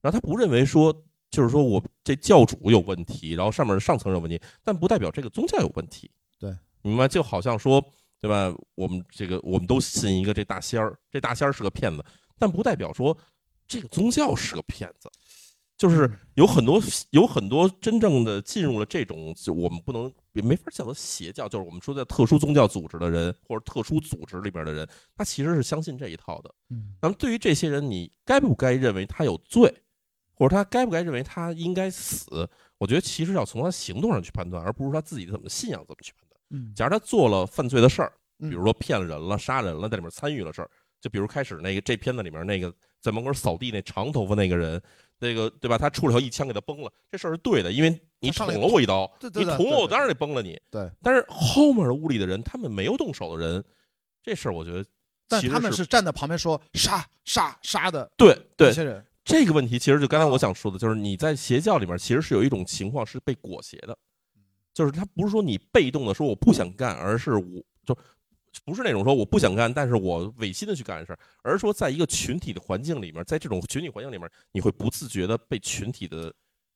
Speaker 2: 然后他不认为说就是说我这教主有问题，然后上面上层有问题，但不代表这个宗教有问题。
Speaker 1: 对，
Speaker 2: 明白？就好像说对吧？我们这个我们都信一个这大仙儿，这大仙儿是个骗子，但不代表说这个宗教是个骗子。就是有很多有很多真正的进入了这种，就我们不能也没法叫做邪教，就是我们说在特殊宗教组织的人或者特殊组织里边的人，他其实是相信这一套的。
Speaker 1: 嗯
Speaker 2: 那么对于这些人，你该不该认为他有罪，或者他该不该认为他应该死？我觉得其实要从他行动上去判断，而不是他自己怎么信仰怎么去判断。
Speaker 1: 嗯，
Speaker 2: 假如他做了犯罪的事儿，
Speaker 1: 嗯
Speaker 2: 比如说骗了人了、杀人了，在里面参与了事儿，就比如开始那个这片子里面那个在门口扫地那长头发那个人，那个对吧？他出了条一枪给他崩了，这事儿是对的，因为你
Speaker 1: 他上
Speaker 2: 捅了
Speaker 1: 来
Speaker 2: 我一刀，
Speaker 1: 对对
Speaker 2: 你
Speaker 1: 对
Speaker 2: 捅
Speaker 1: 对
Speaker 2: 我，我
Speaker 1: 对
Speaker 2: 当然得崩了你。
Speaker 1: 对，
Speaker 2: 但是后面屋里的人，他们没有动手的人，这事儿我觉得
Speaker 1: 但
Speaker 2: 其实
Speaker 1: 他们
Speaker 2: 是
Speaker 1: 是站在旁边说杀杀杀的
Speaker 2: 对对
Speaker 1: 这些人，
Speaker 2: 这个问题，其实就刚才我想说的，就是你在邪教里面，其实是有一种情况是被裹挟的，就是他不是说你被动的说我不想干，而是我就不是那种说我不想干，但是我违心的去干的事儿，而是说在一个群体的环境里面，在这种群体环境里面，你会不自觉的被群体的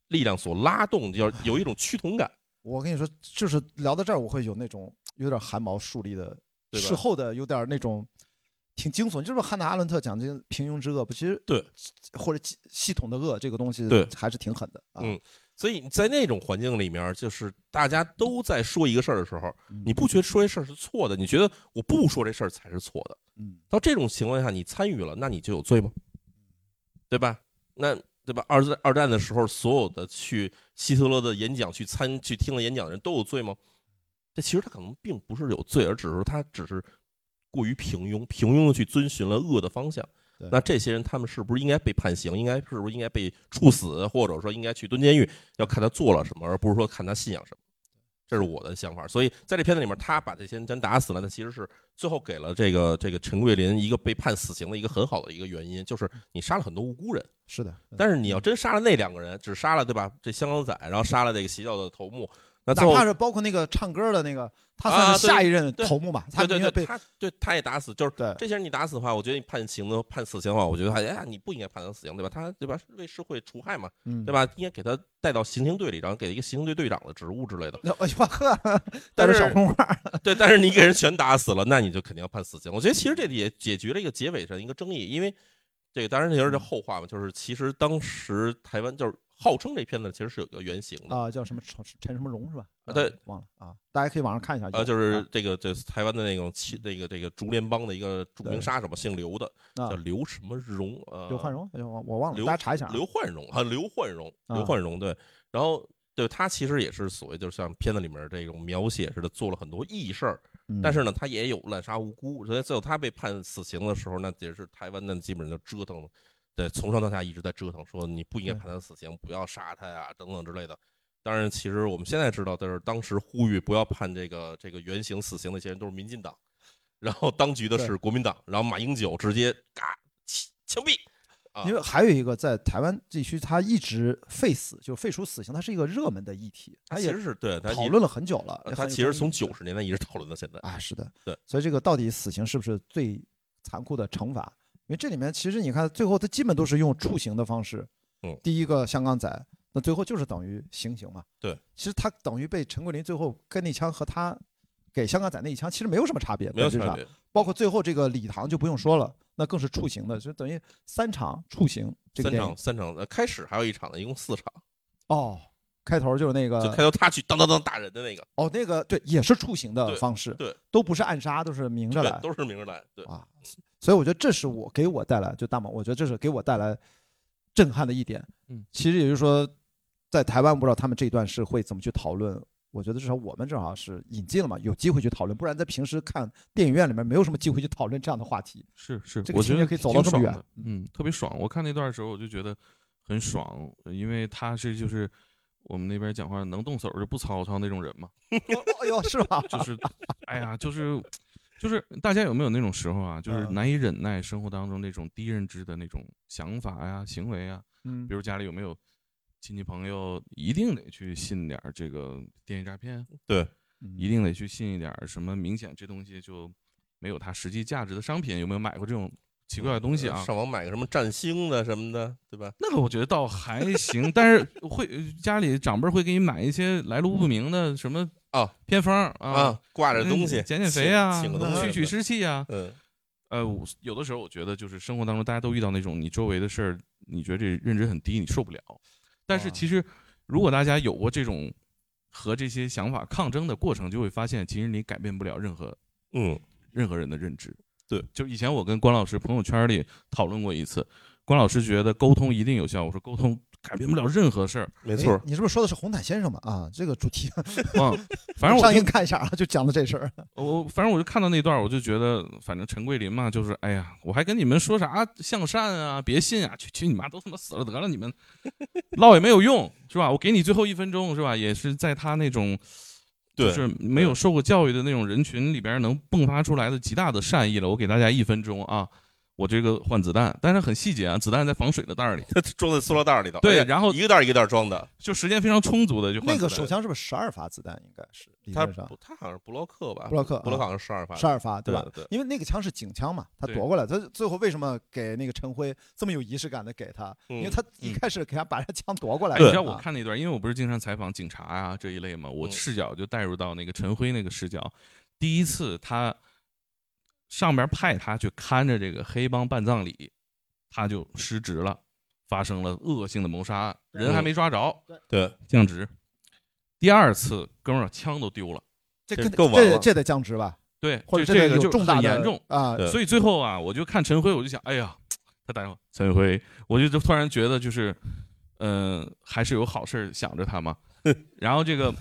Speaker 2: 力量所拉动，要有一种趋同感。
Speaker 1: 我跟你说，就是聊到这儿，我会有那种有点汗毛竖立的，
Speaker 2: 对吧
Speaker 1: 事后的有点那种挺惊悚。就是汉娜·阿伦特讲这个平庸之恶，不，其实
Speaker 2: 对
Speaker 1: 或者系系统的恶这个东西，
Speaker 2: 对
Speaker 1: 还是挺狠的啊。
Speaker 2: 嗯，所以你在那种环境里面，就是大家都在说一个事儿的时候，
Speaker 1: 嗯
Speaker 2: 你不觉得说这事儿是错的，你觉得我不说这事儿才是错的。
Speaker 1: 嗯
Speaker 2: 到这种情况下，你参与了，那你就有罪吗？对吧？那对吧？二战二战的时候，所有的去希特勒的演讲去参去听了演讲的人都有罪吗？这其实他可能并不是有罪，而只是他只是过于平庸，平庸的去遵循了恶的方向
Speaker 1: 对。
Speaker 2: 那这些人，他们是不是应该被判刑？应该是不是应该被处死，或者说应该去蹲监狱？要看他做了什么，而不是说看他信仰什么。这是我的想法。所以在这片子里面，他把这些人全打死了，那其实是最后给了这个这个陈桂林一个被判死刑的一个很好的一个原因，就是你杀了很多无辜人，
Speaker 1: 是的，嗯
Speaker 2: 但是你要真杀了那两个人，只杀了对吧？这香港仔，然后杀了这个邪教的头目，那最
Speaker 1: 哪
Speaker 2: 后
Speaker 1: 怕是包括那个唱歌的那个，他算是
Speaker 2: 啊对
Speaker 1: 下一任
Speaker 2: 对
Speaker 1: 头目嘛，他
Speaker 2: 对
Speaker 1: 宁
Speaker 2: 对对，
Speaker 1: 愿被
Speaker 2: 他对他也打死，就是
Speaker 1: 对
Speaker 2: 这些人你打死的话，我觉得你判刑的判死刑的话，我觉得哎呀，你不应该判他死刑对吧？他对吧为社会除害嘛，
Speaker 1: 嗯
Speaker 2: 对吧？应该给他带到刑警队里，然后给一个刑警队队长的职务之类的。
Speaker 1: 那哎呦我呵，
Speaker 2: 但
Speaker 1: 带着
Speaker 2: 是
Speaker 1: 小红花，
Speaker 2: 对，但是你给人全打死了，那你就肯定要判死刑。我觉得其实这也解决了一个结尾上一个争议，因为这个当然也
Speaker 1: 嗯
Speaker 2: 是这后话嘛，就是其实当时台湾就是号称这片子其实是有个原型的，
Speaker 1: 啊、叫什么陈陈什么荣是吧？
Speaker 2: 啊对，
Speaker 1: 忘了啊，大家可以网上看一下。
Speaker 2: 呃，就
Speaker 1: 有啊
Speaker 2: 是这个这台湾的那种七那个这个竹联帮的一个著名杀手嘛，姓刘的
Speaker 1: 啊
Speaker 2: 叫刘什么荣，呃，
Speaker 1: 刘焕荣，哎呦我我忘了，
Speaker 2: 刘
Speaker 1: 大家查一下啊。
Speaker 2: 刘焕荣啊，刘焕荣，
Speaker 1: 啊
Speaker 2: 刘焕荣对，然后对他其实也是所谓就是像片子里面这种描写似的，做了很多义事儿，
Speaker 1: 嗯
Speaker 2: 但是呢，他也有滥杀无辜，所以最后他被判死刑的时候，那也是台湾那基本上就折腾，对，从上到下一直在折腾，说你不应该
Speaker 1: 对
Speaker 2: 判他死刑，不要杀他呀，等等之类的。当然，其实我们现在知道，但是当时呼吁不要判这个这个原刑死刑那些人都是民进党，然后当局的
Speaker 1: 对
Speaker 2: 是国民党，然后马英九直接嘎枪枪毙，啊
Speaker 1: 因为还有一个在台湾地区，他一直废死，就废除死刑，它是一个热门的议题，
Speaker 2: 他
Speaker 1: 它
Speaker 2: 其
Speaker 1: 也
Speaker 2: 实是对他一
Speaker 1: 讨论了很久了。
Speaker 2: 呃
Speaker 1: 也
Speaker 2: 他
Speaker 1: 很有
Speaker 2: 其实
Speaker 1: 争
Speaker 2: 从
Speaker 1: 议
Speaker 2: 九十年代一直讨论到现在，
Speaker 1: 啊，是的，
Speaker 2: 对，
Speaker 1: 所以这个到底死刑是不是最残酷的惩罚？因为这里面其实你看，最后他基本都是用处刑的方式，
Speaker 2: 嗯
Speaker 1: 第一个香港仔，那最后就是等于行刑嘛，
Speaker 2: 对，
Speaker 1: 其实他等于被陈桂林最后跟那枪和他给香港仔那一枪其实没有什么差别，
Speaker 2: 没有
Speaker 1: 本质
Speaker 2: 差
Speaker 1: 上
Speaker 2: 别。
Speaker 1: 包括最后这个礼堂就不用说了，那更是处刑的，就等于三场处刑这个
Speaker 2: 三
Speaker 1: 电
Speaker 2: 场
Speaker 1: 影
Speaker 2: 三场，呃，开始还有一场呢，一共四场，
Speaker 1: 哦，开头就是那
Speaker 2: 就
Speaker 1: 个
Speaker 2: 开头他去当当当打人的那个。
Speaker 1: 哦，那个对，也是处刑的
Speaker 2: 对
Speaker 1: 方式，
Speaker 2: 对
Speaker 1: 都不是暗杀，都是明着
Speaker 2: 对，
Speaker 1: 来，
Speaker 2: 都是明着来。对，
Speaker 1: 啊，所以我觉得这是我给我带来就大毛，我觉得这是给我带来震撼的一点。
Speaker 3: 嗯，
Speaker 1: 其实也就是说，在台湾不知道他们这一段是会怎么去讨论。我觉得至少我们正好是引进了嘛，有机会去讨论，不然在平时看电影院里面没有什么机会去讨论这样的话题。
Speaker 3: 是是
Speaker 1: 这，个
Speaker 3: 我
Speaker 1: 情
Speaker 3: 觉
Speaker 1: 节
Speaker 3: 得
Speaker 1: 可以走
Speaker 3: 挺
Speaker 1: 到这
Speaker 3: 爽
Speaker 1: 么远
Speaker 3: 的，嗯，特别爽。我看那段的时候，我就觉得很爽，因为他是就是我们那边讲话能动手就不曹操那种人嘛，
Speaker 1: 哦哎呦，是吧？
Speaker 3: 就是哎呀，就是就是大家有没有那种时候啊，就是
Speaker 1: 嗯
Speaker 3: 难以忍耐生活当中那种低认知的那种想法呀、行为啊，
Speaker 1: 嗯
Speaker 3: 比，如家里有没有亲戚朋友，一定得去信点儿这个电信诈骗，一
Speaker 1: 嗯
Speaker 3: 定得去信一点儿什么明显这东西就没有它实际价值的商品，有没有买过这种奇怪的东西啊？
Speaker 2: 呃上网买个什么占星的什么的，对吧？
Speaker 3: 那个我觉得倒还行，但是会呃家里长辈儿会给你买一些来路不明的什么
Speaker 2: 哦
Speaker 3: 偏方儿啊，，
Speaker 2: 挂着东西，
Speaker 3: 减减肥
Speaker 2: 请
Speaker 3: 啊
Speaker 2: 请个东，西，
Speaker 3: 去去
Speaker 2: 对
Speaker 3: 湿气啊。
Speaker 2: 嗯，
Speaker 3: 呃，我有的时候我觉得就是生活当中大家都遇到那种你周围的事儿，你觉得这认知很低，你受不了。但是
Speaker 1: 哇
Speaker 3: 其实如果大家有过这种和这些想法抗争的过程，就会发现其实你改变不了任何
Speaker 2: 嗯，
Speaker 3: 任何人的认知。
Speaker 2: 对，
Speaker 3: 就以前我跟关老师朋友圈里讨论过一次，关老师觉得沟通一定有效，我说沟通改变不了任何事儿。
Speaker 2: 没
Speaker 1: 哎
Speaker 2: 错，
Speaker 1: 你是不是说的是红毯先生嘛？啊，这个 主题，
Speaker 3: 嗯，反正我
Speaker 1: 上
Speaker 3: 就
Speaker 1: 映看一下啊，就讲的这事儿。
Speaker 3: 我反正我就看到那段儿，我就觉得，反正陈桂林嘛，就是哎呀，我还跟你们说啥向善啊，别信啊，去去你妈，都他妈死了得了，你 们唠也没有用，是吧？我给你最后一分钟，是吧？也是在他那种就
Speaker 2: 对，
Speaker 3: 是没有受过教育的那种人群里边儿能迸发出来的极大的善意了。我给大家一分钟啊，我这个换子弹，但是很细节啊，子弹在防水的袋儿里，
Speaker 2: 它 装在塑料袋里头，
Speaker 3: 对
Speaker 2: 而且
Speaker 3: 然后
Speaker 2: 一个袋儿一个袋儿装的，
Speaker 3: 就时间非常充足的就换
Speaker 1: 那
Speaker 3: 子
Speaker 1: 个
Speaker 3: 弹。
Speaker 1: 手枪是不是十二发子弹？应该是理
Speaker 2: 它
Speaker 1: 论上
Speaker 2: 不，它好像是布洛克吧，
Speaker 1: 布洛克啊
Speaker 2: 布洛克好像是十二发，
Speaker 1: 十二发，
Speaker 2: 对
Speaker 1: 吧？
Speaker 2: 对，
Speaker 1: 因为那个枪是警枪嘛，他
Speaker 3: 对
Speaker 1: 夺过来，他最后为什么给那个陈辉这么有仪式感的给他？
Speaker 2: 嗯
Speaker 1: 因为他一开始给他把他枪夺过来，
Speaker 3: 哎，
Speaker 2: 对
Speaker 3: 你知道我
Speaker 1: 啊
Speaker 3: 看那段，因为我不是经常采访警察啊这一类嘛，我
Speaker 2: 嗯
Speaker 3: 视角就带入到那个陈辉那个视角。第一次他上边派他去看着这个黑帮办葬礼，他就失职了，发生了恶性的谋杀案，人还没抓着，
Speaker 2: 对，
Speaker 3: 降职。第二次，哥们儿枪都丢了，
Speaker 1: 这
Speaker 2: 这
Speaker 1: 更
Speaker 2: 更晚
Speaker 1: 这
Speaker 2: 了
Speaker 1: 这得降职吧？
Speaker 3: 对，
Speaker 1: 或者
Speaker 3: 这
Speaker 1: 得
Speaker 3: 这个
Speaker 1: 有
Speaker 3: 就
Speaker 1: 重大
Speaker 3: 很
Speaker 1: 的
Speaker 3: 严重。
Speaker 1: 啊
Speaker 2: 对
Speaker 3: 所以最后啊，我就看陈辉，我就想，哎呀，他打电话，陈辉，我就突然觉得就是，嗯，还是有好事儿想着他嘛。然后这个，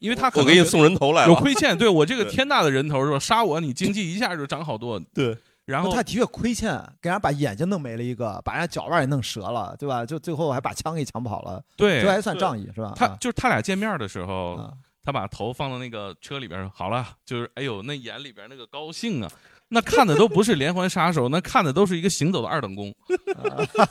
Speaker 3: 因为他可
Speaker 2: 我
Speaker 3: 能
Speaker 2: 给
Speaker 3: 觉
Speaker 2: 你
Speaker 3: 得
Speaker 2: 送人头来
Speaker 3: 有
Speaker 2: 了，
Speaker 3: 亏欠，对我这个
Speaker 2: 对
Speaker 3: 天大的人头是吧？杀我，你经济一下就涨好多。
Speaker 2: 对，
Speaker 3: 然
Speaker 1: 那
Speaker 3: 后
Speaker 1: 他的确亏欠，啊给人家把眼睛弄没了一个，把人家脚腕也弄折了，对吧？就最后还把枪给抢跑了，
Speaker 3: 对
Speaker 1: 这还算仗义是吧？
Speaker 3: 他
Speaker 1: 啊
Speaker 3: 就是他俩见面的时候，
Speaker 1: 啊
Speaker 3: 他把头放到那个车里边儿，好了，就是哎呦，那眼里边那个高兴啊，那看的都不是连环杀手，那看的都是一个行走的二等功。
Speaker 1: 啊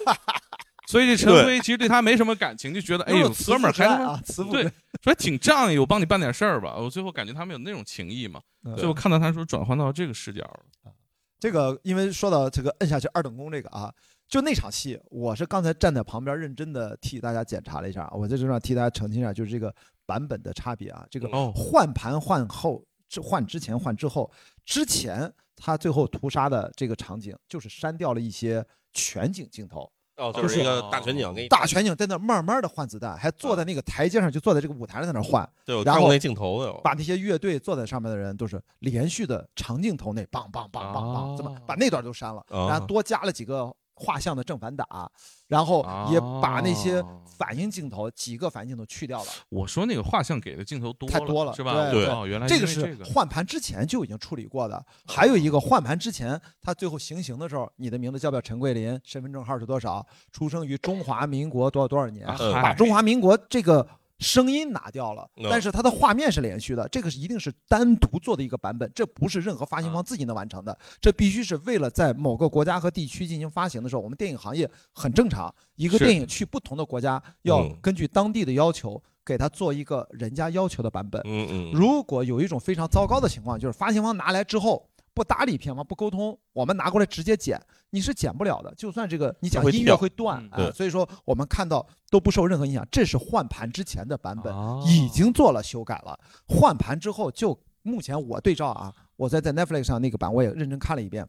Speaker 3: 所以这陈辉其实对他没什么感情，就觉得哎呦，哥们儿还他妈
Speaker 1: 啊，慈父之
Speaker 3: 对
Speaker 1: 爱，
Speaker 3: 说挺仗义，我帮你办点事儿吧。我最后感觉他们有那种情谊嘛，
Speaker 1: 嗯
Speaker 3: 所以我看到他说转换到这个视角了，
Speaker 1: 啊这个因为说到这个摁下去二等功这个啊，就那场戏，我是刚才站在旁边认真的替大家检查了一下啊，我在这上替大家澄清一下，就是这个版本的差别啊，这个
Speaker 3: 哦
Speaker 1: 换盘换后，之换之前换之后，之前他最后屠杀的这个场景就是删掉了一些全景镜头，
Speaker 2: 哦，
Speaker 3: 就
Speaker 2: 就是是一个大全景给你
Speaker 1: 大全景在那慢慢的换子弹，还坐在那个台阶上，就坐在这个舞台上在那换，
Speaker 2: 对我
Speaker 1: 然
Speaker 2: 看过
Speaker 1: 后
Speaker 2: 那镜头的，
Speaker 1: 把那些乐队坐在上面的人都是连续的长镜头内梆梆梆梆
Speaker 3: 哦
Speaker 1: 梆，怎么把那段都删了，
Speaker 2: 哦
Speaker 1: 然后多加了几个画像的正反打，然后也把那些
Speaker 2: 啊
Speaker 3: 哦
Speaker 1: 反应镜头几个反应镜头去掉了。
Speaker 3: 我说那个画像给的镜头多
Speaker 1: 太多了
Speaker 3: 了，是吧？
Speaker 1: 对
Speaker 2: 对
Speaker 3: 哦，原来
Speaker 1: 这
Speaker 3: 因
Speaker 1: 个
Speaker 3: 为
Speaker 1: 是
Speaker 3: 这个
Speaker 1: 换盘之前就已经处理过的，还有一个换盘之前，他最后行刑的时候，你的名字叫不叫陈桂林，身份证号是多少，出生于中华民国多少多少年，
Speaker 3: 啊
Speaker 2: 嗯
Speaker 1: 把中华民国这个声音拿掉了，
Speaker 2: 嗯
Speaker 1: 但是它的画面是连续的，这个是一定是单独做的一个版本，这不是任何发行
Speaker 2: 嗯
Speaker 1: 方自己能完成的，这必须是为了在某个国家和地区进行发行的时候，我们电影行业很正常，一个
Speaker 3: 是
Speaker 1: 电影去不同的国家，要
Speaker 2: 嗯
Speaker 1: 根据当地的要求给它做一个人家要求的版本。
Speaker 2: 嗯嗯，
Speaker 1: 如果有一种非常糟糕的情况，就是发行方拿来之后不搭理片方，不沟通，我们拿过来直接剪，你是剪不了的。就算这个你讲
Speaker 2: 会
Speaker 1: 音乐
Speaker 2: 掉
Speaker 1: 会断
Speaker 3: 嗯
Speaker 1: 啊、
Speaker 2: 对
Speaker 1: 所以说我们看到都不受任何影响。这是换盘之前的版本，
Speaker 3: 哦
Speaker 1: 已经做了修改了。换盘之后，就目前我对照啊，我在在 Netflix 上那个版我也认真看了一遍，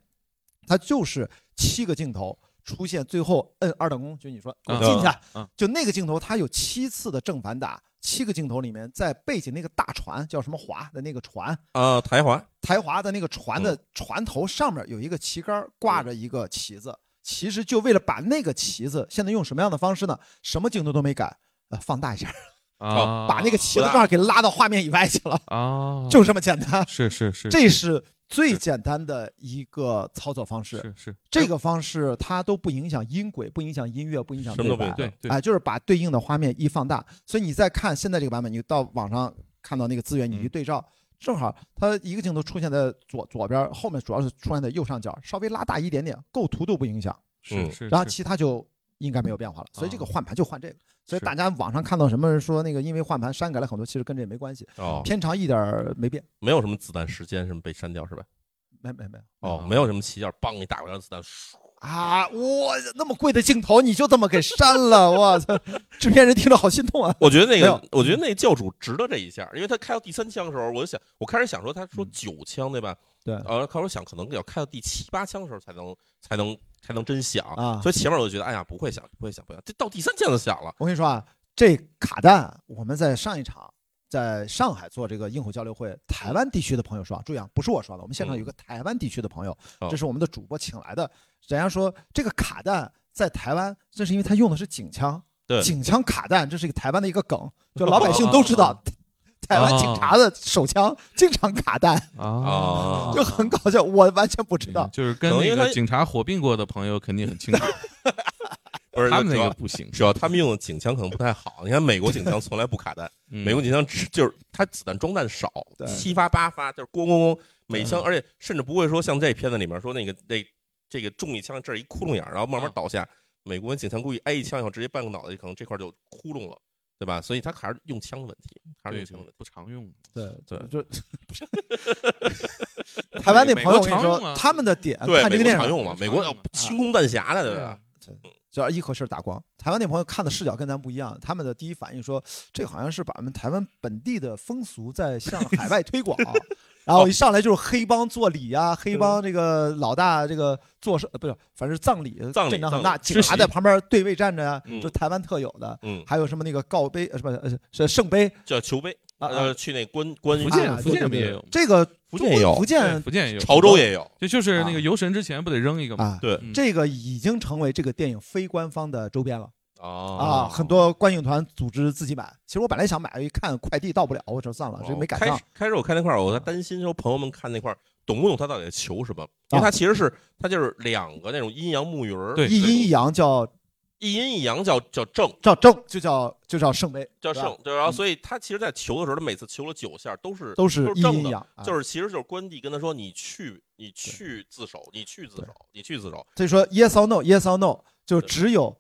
Speaker 1: 它就是七个镜头。出现最后摁二等功，就你说给我
Speaker 3: 嗯
Speaker 1: 进去，啊
Speaker 3: 嗯
Speaker 1: 就那个镜头，它有七次的正反打，七个镜头里面，在背景那个大船叫什么华的那个船，
Speaker 2: 啊，台华
Speaker 1: 台华的那个船
Speaker 2: 嗯
Speaker 1: 的船头上面有一个旗杆，挂着一个旗子，其实就为了把那个旗
Speaker 2: 嗯
Speaker 1: 子，现在用什么样的方式呢？什么镜头都没改，呃，放大一下，
Speaker 3: 啊，
Speaker 1: 把那个旗
Speaker 2: 不
Speaker 1: 子
Speaker 2: 大哦
Speaker 1: 盖给拉到画面以外去了，
Speaker 3: 啊，
Speaker 1: 就这么简单。
Speaker 3: 是是是，
Speaker 1: 这是最简单的一个操作方式。
Speaker 3: 是是
Speaker 1: 这个方式它都不影响音轨，不影响音乐，不影响
Speaker 2: 什么都
Speaker 1: 对白，
Speaker 2: 不
Speaker 3: 影响对对
Speaker 1: 哎，就是把对应的画面一放大。所以你再看现在这个版本，你到网上看到那个
Speaker 3: 嗯
Speaker 1: 资源，你一对照，正好它一个镜头出现在左左边，后面主要是出现在右上角，稍微拉大一点点，构图都不影响，
Speaker 3: 是
Speaker 2: 嗯
Speaker 3: 是，
Speaker 1: 然后
Speaker 3: 是
Speaker 1: 其他就。应该没有变化了，所以这个
Speaker 3: 啊
Speaker 1: 换盘就换这个，所以
Speaker 3: 是
Speaker 1: 大家网上看到什么人说那个因为换盘删改了很多，其实跟这也没关系，
Speaker 2: 哦，
Speaker 1: 片长一点儿没变，
Speaker 2: 没有什么子弹时间什么被删掉是吧？
Speaker 1: 没没没
Speaker 2: 哦
Speaker 3: 啊，
Speaker 2: 没有什么起角，梆一大管子弹，唰
Speaker 1: 啊！我那么贵的镜头你就这么给删 了，我操！制片人听着好心痛啊。
Speaker 2: 我觉得那
Speaker 1: 没
Speaker 2: 个
Speaker 1: 有，嗯
Speaker 2: 我觉得那教主值得这一下，因为他开到第三枪的时候，我就想，我开始想说，他说九枪对吧？
Speaker 1: 嗯对
Speaker 2: 呃，开始想可能要开到第七八枪的时候才能才能才能真响
Speaker 1: 啊
Speaker 2: 所以前面我就觉得，哎呀，不会响，不会响，不会响，这到第三枪就响了。
Speaker 1: 我跟你说啊，这卡弹我们在上一场在上海做这个硬核交流会，台湾地区的朋友说啊，注意啊，不是我说的，我们现场有个台湾地区的朋友，
Speaker 2: 哦
Speaker 1: 这是我们的主播请来的，人家说这个卡弹在台湾，这是因为他用的是警枪，
Speaker 2: 对
Speaker 1: 警枪卡弹，这是一个台湾的一个梗， 就老百姓都知
Speaker 2: 哦
Speaker 1: 道。台湾警察的手枪经常卡弹，
Speaker 3: 啊
Speaker 2: 啊， 嗯
Speaker 1: 就很搞笑。我完全不知道，
Speaker 3: 就是跟
Speaker 2: 可能
Speaker 3: 那
Speaker 2: 因为
Speaker 3: 个
Speaker 2: 他
Speaker 3: 警察火并过的朋友肯定很清楚，
Speaker 2: 不是
Speaker 3: 他们
Speaker 2: 主
Speaker 3: 那
Speaker 2: 要
Speaker 3: 个不行，
Speaker 2: 主要他们用的警枪可能不太好。你看美国警枪从来不卡弹，
Speaker 3: 嗯
Speaker 2: 美国警枪只就是它子弹装弹少
Speaker 1: 对，
Speaker 2: 七发八发，就是咣咣咣每枪，而且甚至不会说像这片子里面说那个那这个中一枪这儿一窟窿眼儿，然后慢慢
Speaker 3: 嗯
Speaker 2: 倒下。美国人警枪故意挨一枪以后直接半个脑袋，可能这块就窟窿了，对吧？所以他还是用枪的问题，还是
Speaker 3: 对
Speaker 2: 用枪的问
Speaker 3: 不常用，
Speaker 1: 对
Speaker 2: 对
Speaker 1: 就 台湾那朋友，我
Speaker 3: 美国
Speaker 1: 跟你
Speaker 3: 常用
Speaker 1: 说，
Speaker 3: 啊
Speaker 1: 他们的点
Speaker 2: 题。对，
Speaker 1: 看这
Speaker 2: 美国
Speaker 1: 个电
Speaker 2: 常
Speaker 1: 影，啊嗯
Speaker 2: 用嘛，美国要轻功弹匣的，对吧？嗯
Speaker 1: 只要一合适打光。台湾那朋友看的视角跟咱不一样，他们 的第一反应说，这好像是把我们台湾本地的风俗在向海外推广。然
Speaker 2: 哦
Speaker 1: 后一上来就是黑帮做礼呀、黑
Speaker 2: 嗯
Speaker 1: 帮这个老大这个做事呃不是，反正是葬礼，
Speaker 2: 葬礼
Speaker 1: 阵仗很
Speaker 2: 葬
Speaker 1: 大，
Speaker 2: 礼
Speaker 1: 警
Speaker 2: 吃
Speaker 1: 察
Speaker 2: 席
Speaker 1: 在旁边对位站着呀、
Speaker 2: 嗯
Speaker 1: 就台湾特有的，
Speaker 2: 嗯
Speaker 1: 还有什么那个告杯呃什么呃是圣杯
Speaker 2: 叫球杯，
Speaker 1: 啊啊
Speaker 2: 呃，去那关关
Speaker 3: 福建
Speaker 1: 啊
Speaker 3: 福
Speaker 1: 对
Speaker 3: 建不
Speaker 1: 对
Speaker 3: 也
Speaker 1: 对
Speaker 3: 有吗？
Speaker 1: 这个
Speaker 2: 福建也有
Speaker 1: 福
Speaker 3: 对
Speaker 1: 建
Speaker 3: 福建也有，
Speaker 2: 潮州也有，
Speaker 3: 这就是那
Speaker 1: 啊
Speaker 3: 个游神之前不得扔一个吗？
Speaker 1: 啊，
Speaker 2: 对
Speaker 3: 嗯
Speaker 1: 这个已经成为这个电影非官方的周边了啊，
Speaker 2: 啊
Speaker 1: 很多观影团组织自己买。其实我本来想买，一看快递到不了，我说算了，这没赶
Speaker 2: 哦开
Speaker 1: 上
Speaker 2: 始。开始我看那块儿，我在担心说朋友们看那块儿懂不懂他到底求什么，因为
Speaker 1: 啊
Speaker 2: 他其实是他就是两个那种阴阳木鱼儿，
Speaker 3: 对
Speaker 1: 一阴一
Speaker 2: 阳，
Speaker 1: 阳叫
Speaker 2: 一阴一阳叫叫正
Speaker 1: 叫正，就叫就叫圣杯，
Speaker 2: 叫
Speaker 1: 是吧
Speaker 2: 圣，对，然后
Speaker 1: 嗯
Speaker 2: 所以他其实在求的时候，他每次求了九下都是
Speaker 1: 都是一
Speaker 2: 正
Speaker 1: 阴
Speaker 2: 的
Speaker 1: 一，阳，啊
Speaker 2: 就是其实就是关帝跟他说你去你去自首，你去自首，你去自首，
Speaker 1: 所以说 yes or no，yes or no，就
Speaker 2: 对
Speaker 1: 只有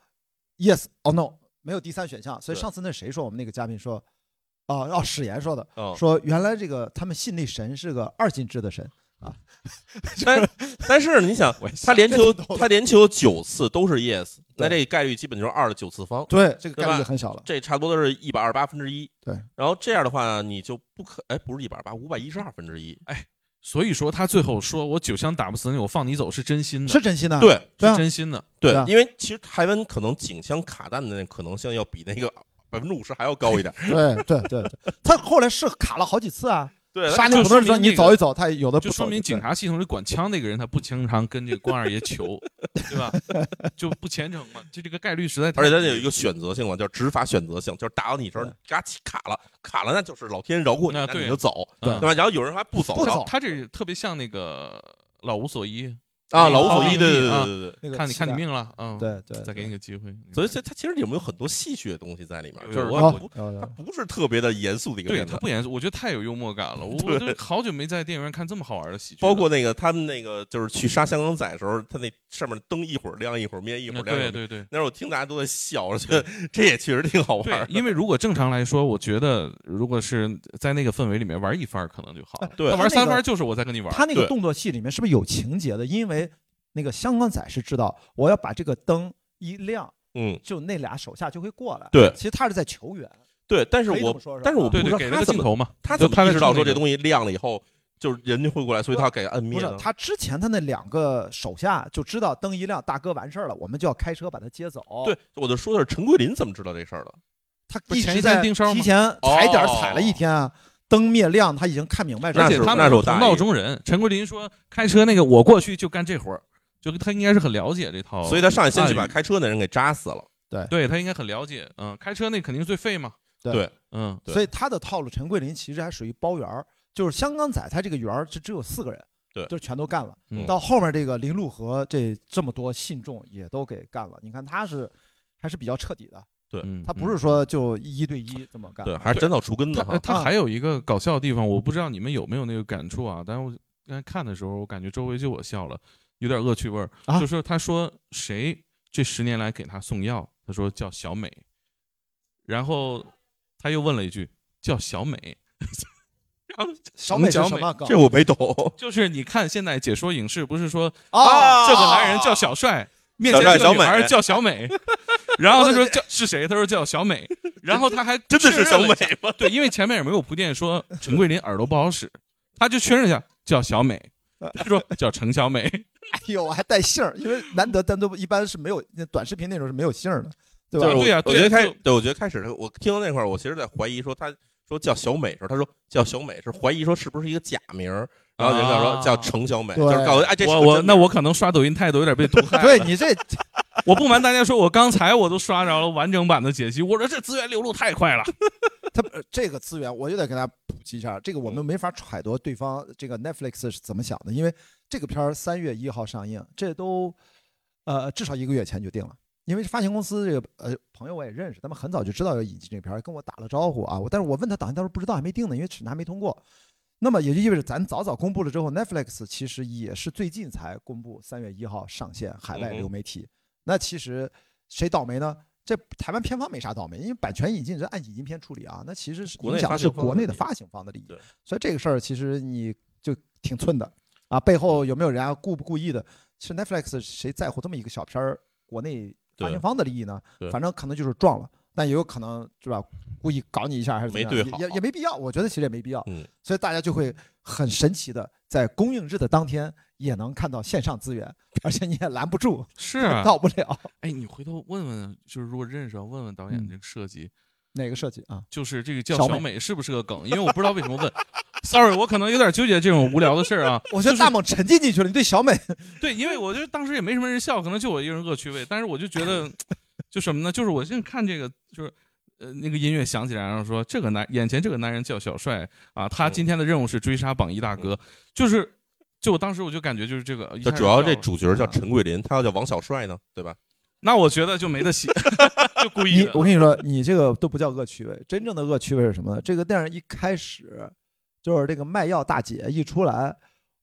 Speaker 1: yes or no，没有第三选项。所以
Speaker 2: 对
Speaker 1: 上次那谁说我们那个嘉宾说，啊、哦，史岩说的，
Speaker 2: 嗯，
Speaker 1: 说原来这个他们信那神是个二进制的神，
Speaker 2: 但但是你想，
Speaker 3: 我也是
Speaker 2: 他连球
Speaker 1: 这都懂
Speaker 2: 他连球九次都是 yes，那这
Speaker 1: 对
Speaker 2: 概率基本就是二的九次方，
Speaker 1: 对，这个
Speaker 2: 对
Speaker 1: 概率
Speaker 2: 吧
Speaker 1: 很小了。
Speaker 2: 这差不多都是一百二十八分之一。
Speaker 1: 对，
Speaker 2: 然后这样的话，你就不可哎，不是一百八，五百一十二分之一。
Speaker 1: 哎
Speaker 3: 所以说他最后说我九枪打不死你，我放你走是真心的，
Speaker 1: 是真心的，
Speaker 2: 对
Speaker 1: 对啊
Speaker 3: 是真心的。
Speaker 2: 对
Speaker 1: 对啊
Speaker 2: 因为其实台湾可能警枪卡弹的那可能性要比那个百分之五十还要高一点。
Speaker 1: 对 对对对，他后来是卡了好几次啊，
Speaker 2: 对，
Speaker 1: 杀
Speaker 3: 就
Speaker 2: 那
Speaker 1: 那很多人
Speaker 3: 说
Speaker 1: 说
Speaker 3: 明那个
Speaker 1: 你走一走，他有的不
Speaker 3: 就说
Speaker 1: 走
Speaker 3: 明警察系统里管枪那个人，他不经常跟这个关二爷 求，对吧？就不虔诚嘛，就这个概率实在太
Speaker 2: 而
Speaker 3: 低
Speaker 2: 且
Speaker 3: 了。
Speaker 2: 它有一个选择性嘛，叫执法选择性，就是打到你这儿，嘎起卡了，卡了那就是老天饶过你，
Speaker 3: 那
Speaker 2: 那
Speaker 3: 对
Speaker 2: 你就走，
Speaker 3: 嗯
Speaker 2: 对吧？然后有人还不走，
Speaker 1: 不
Speaker 3: 他
Speaker 1: 走
Speaker 3: 他这特别像那个老无所依，
Speaker 2: 啊，老无所
Speaker 1: 啊
Speaker 2: 依，对对
Speaker 3: 啊
Speaker 2: 对对对。
Speaker 1: 那个
Speaker 3: 看你
Speaker 1: 期
Speaker 3: 看你
Speaker 1: 待，
Speaker 3: 命了，嗯，，
Speaker 1: 对对，
Speaker 3: 再给你个机会。嗯
Speaker 2: 所以这它其实里面有很多戏谑的东西在里面，
Speaker 3: 有
Speaker 2: 就是
Speaker 3: 有
Speaker 2: 它
Speaker 1: 好
Speaker 3: 我
Speaker 2: 不，
Speaker 1: 有
Speaker 2: 它
Speaker 1: 有
Speaker 2: 不是特别的严肃的一个
Speaker 3: 对
Speaker 2: 片
Speaker 3: 他
Speaker 2: 子。
Speaker 3: 不严肃，我觉得太有幽默感 了。我我都好久没在电影院看这么好玩的喜剧了，
Speaker 2: 包括那个他们那个就是去杀香港仔的时候，他那上面灯一会儿亮一会儿灭，一会儿
Speaker 3: 嗯
Speaker 2: 亮一
Speaker 3: 对
Speaker 2: 会儿灭。
Speaker 3: 对对
Speaker 2: 那时候我听大家都在笑， 我觉得这也确实挺好玩
Speaker 3: 对
Speaker 2: 儿，的。
Speaker 3: 因为如果正常来说，我觉得如果是在那个氛围里面玩一番儿可能就好了。
Speaker 2: 对
Speaker 3: 他玩
Speaker 1: 他那
Speaker 3: 三
Speaker 1: 个
Speaker 3: 番儿就是我在跟你玩儿。
Speaker 1: 他那个
Speaker 2: 对
Speaker 1: 动作戏里面是不是有情节的？因为那个香港仔是知道，我要把这个灯一亮，
Speaker 2: 嗯，
Speaker 1: 就那俩手下就会过来。
Speaker 2: 对
Speaker 1: 其实他是在求援。
Speaker 2: 对。但是
Speaker 1: 可以这
Speaker 2: 我
Speaker 1: 么说是吧啊
Speaker 2: 但是我不
Speaker 3: 对
Speaker 2: 知
Speaker 3: 对，
Speaker 2: 道
Speaker 3: 给了
Speaker 2: 他
Speaker 3: 个
Speaker 2: 怎
Speaker 3: 镜
Speaker 2: 么
Speaker 3: 头嘛，
Speaker 2: 他
Speaker 3: 就
Speaker 2: 怎
Speaker 3: 拍
Speaker 2: 么
Speaker 3: 了
Speaker 2: 意识到
Speaker 3: 这
Speaker 2: 说这
Speaker 3: 个
Speaker 2: 东西亮了以后，就是人就会过来，所以他要给摁
Speaker 1: 不
Speaker 2: 灭
Speaker 1: 是
Speaker 2: 呢。
Speaker 1: 他之前他那两个手下就知道灯一亮，大哥完事儿了，我们就要开车把他接走。
Speaker 2: 对，，我就说的是陈桂林怎么知道这事儿的？
Speaker 1: 他
Speaker 3: 不
Speaker 1: 一
Speaker 3: 是前
Speaker 1: 直
Speaker 3: 一天
Speaker 1: 在
Speaker 3: 盯梢吗
Speaker 1: 提前踩点儿踩了一天啊，灯灭亮，他已经看明白
Speaker 2: 哦
Speaker 1: 这
Speaker 2: 那
Speaker 3: 而
Speaker 1: 个
Speaker 3: 且
Speaker 1: 事儿
Speaker 2: 是
Speaker 1: 了。
Speaker 3: 他们
Speaker 2: 那是我
Speaker 3: 是
Speaker 2: 大
Speaker 3: 同
Speaker 2: 意
Speaker 3: 道中人。陈桂林说开车那个我过去就干这活儿，就他应该是很了解这套，
Speaker 2: 所以他上去先去
Speaker 3: 暗
Speaker 2: 把
Speaker 3: 语
Speaker 2: 开车那人给扎死了。
Speaker 3: 对他应该很了解。嗯，开车那肯定最废嘛。
Speaker 1: 对
Speaker 2: 对，
Speaker 3: 嗯，
Speaker 2: 对
Speaker 1: 所以他的套路，陈桂林其实还属于包圆儿，就是香港仔他这个圆儿就只有四个人，
Speaker 2: 对
Speaker 1: 就全都干了。
Speaker 3: 嗯
Speaker 1: 到后面这个林路和这这么多信众也都给干了。你看他是还是比较彻底的，
Speaker 3: 嗯
Speaker 1: 他不是说就一对一这么干。
Speaker 2: 对，还是斩草除根的
Speaker 3: 他
Speaker 2: 哈。
Speaker 3: 他
Speaker 1: 啊
Speaker 3: 还有一个搞笑的地方，我不知道你们有没有那个感触啊？但是我刚才看的时候，我感觉周围就我笑了，有点恶趣味儿。
Speaker 1: 啊
Speaker 3: 就是他说谁这十年来给他送药，他说叫小美，然后他又问了一句叫小美，然后
Speaker 1: 小美是
Speaker 3: 小
Speaker 1: 什
Speaker 3: 美
Speaker 1: 么啊梗？
Speaker 2: 这我没懂。
Speaker 3: 就是你看现在解说影视不是说
Speaker 1: 啊，
Speaker 3: 这个男人叫小帅，面前
Speaker 2: 小帅
Speaker 3: 这个女
Speaker 2: 小美
Speaker 3: 孩儿叫小 美，然后他说叫是谁？他说叫小美，然后他还
Speaker 2: 真的
Speaker 3: 确
Speaker 2: 是
Speaker 3: 认
Speaker 2: 小
Speaker 3: 了
Speaker 2: 美
Speaker 3: 一下
Speaker 2: 吗？
Speaker 3: 对，因为前面也没有铺垫说陈桂林耳朵不好使，他就确认一下叫小美，
Speaker 1: 呃
Speaker 3: 他说叫程小美，
Speaker 1: 哎呦，我还带姓儿，因为难得单独一般是没有那短视频那种是没有姓儿的，对
Speaker 2: 就是
Speaker 1: 吧？
Speaker 2: 我
Speaker 3: 对呀
Speaker 2: 我
Speaker 3: 对
Speaker 2: 觉
Speaker 3: 呀
Speaker 2: 得开
Speaker 3: 就，
Speaker 2: 对，我觉得开始我听到那块儿，我其实在怀疑说他说叫小美的时候，他说叫小美是怀疑说是不是一个假名儿， 然后人家说
Speaker 3: 啊
Speaker 2: 叫程小美，
Speaker 1: 对
Speaker 2: 就是告诉哎这是
Speaker 3: 我
Speaker 2: 个
Speaker 3: 我
Speaker 2: 真
Speaker 3: 那
Speaker 2: 名儿
Speaker 3: 我可能刷抖音太多，有点被毒害了。
Speaker 1: 对你这
Speaker 3: 我不瞒大家说，我刚才我都刷着了完整版的解析，我说这资源流入太快了。
Speaker 1: 他呃这个资源，我就得给大家普及一下，这个我们没法揣度对方这个 Netflix 是怎么想的，因为这个片儿三月一号上映，这都呃至少一个月前就定了。因为发行公司这个呃朋友我也认识，他们很早就知道要引进这个片儿，跟我打了招呼啊。我但是我问他档期，他说不知道，还没定呢，因为审查没通过。那么也就意味着咱早早公布了之后，Netflix 其实也是最近才公布三月一号上线海外
Speaker 2: 嗯哼
Speaker 1: 流媒体。那其实谁倒霉呢？这台湾片方没啥倒霉，因为版权引进是按引进片处理啊，那其实是
Speaker 2: 国内
Speaker 1: 影响的
Speaker 2: 发行
Speaker 1: 是
Speaker 2: 方的
Speaker 1: 国内的
Speaker 2: 利益
Speaker 1: 发行方的利益
Speaker 2: 对。
Speaker 1: 所以这个事儿其实你就挺寸的啊，背后有没有人家故不故意的？是 Netflix 谁在乎这么一个小片儿国内发行方的利益呢
Speaker 2: 对？对
Speaker 1: 反正可能就是撞了。但也有可能是吧，故意搞你一下还是怎么样，
Speaker 2: 没对好
Speaker 1: 也也也没必要，我觉得其实也没必要。
Speaker 2: 嗯，
Speaker 1: 所以大家就会很神奇的在公映日的当天也能看到线上资源，而且你也拦不住，
Speaker 3: 是啊
Speaker 1: 到不了
Speaker 3: 哎，你回头问问，就是如果认识啊，问问导演
Speaker 1: 嗯
Speaker 3: 这个设计，
Speaker 1: 哪个设计啊。
Speaker 3: 就是这个叫
Speaker 1: 小
Speaker 3: 小
Speaker 1: 美
Speaker 3: 美是不是个梗？因为我不知道为什么问，sorry，我可能有点纠结这种无聊的事儿啊。
Speaker 1: 我觉得大猛沉浸进去了，你对小美
Speaker 3: 对，因为我就当时也没什么人笑，可能就我一个人恶趣味，但是我就觉 得，就什么呢？就是我现在看这个，就是。呃，那个音乐响起来，然后说这个男眼前这个男人叫小帅啊，
Speaker 1: 哦
Speaker 3: 他今天的任务是追杀榜一大
Speaker 1: 嗯
Speaker 3: 哥，就是，就我当时我就感觉就是这个，一
Speaker 2: 这
Speaker 3: 下
Speaker 2: 主
Speaker 3: 就
Speaker 2: 要
Speaker 3: 笑
Speaker 2: 这
Speaker 3: 了
Speaker 2: 主角叫陈桂林，他要叫王小帅呢，对吧？
Speaker 3: 那我觉得就没得写，就故意
Speaker 1: 你，
Speaker 3: 的
Speaker 1: 我跟你说，你这个都不叫恶趣味，真正的恶趣味是什么呢？这个电影一开始就是这个卖药大姐一出来，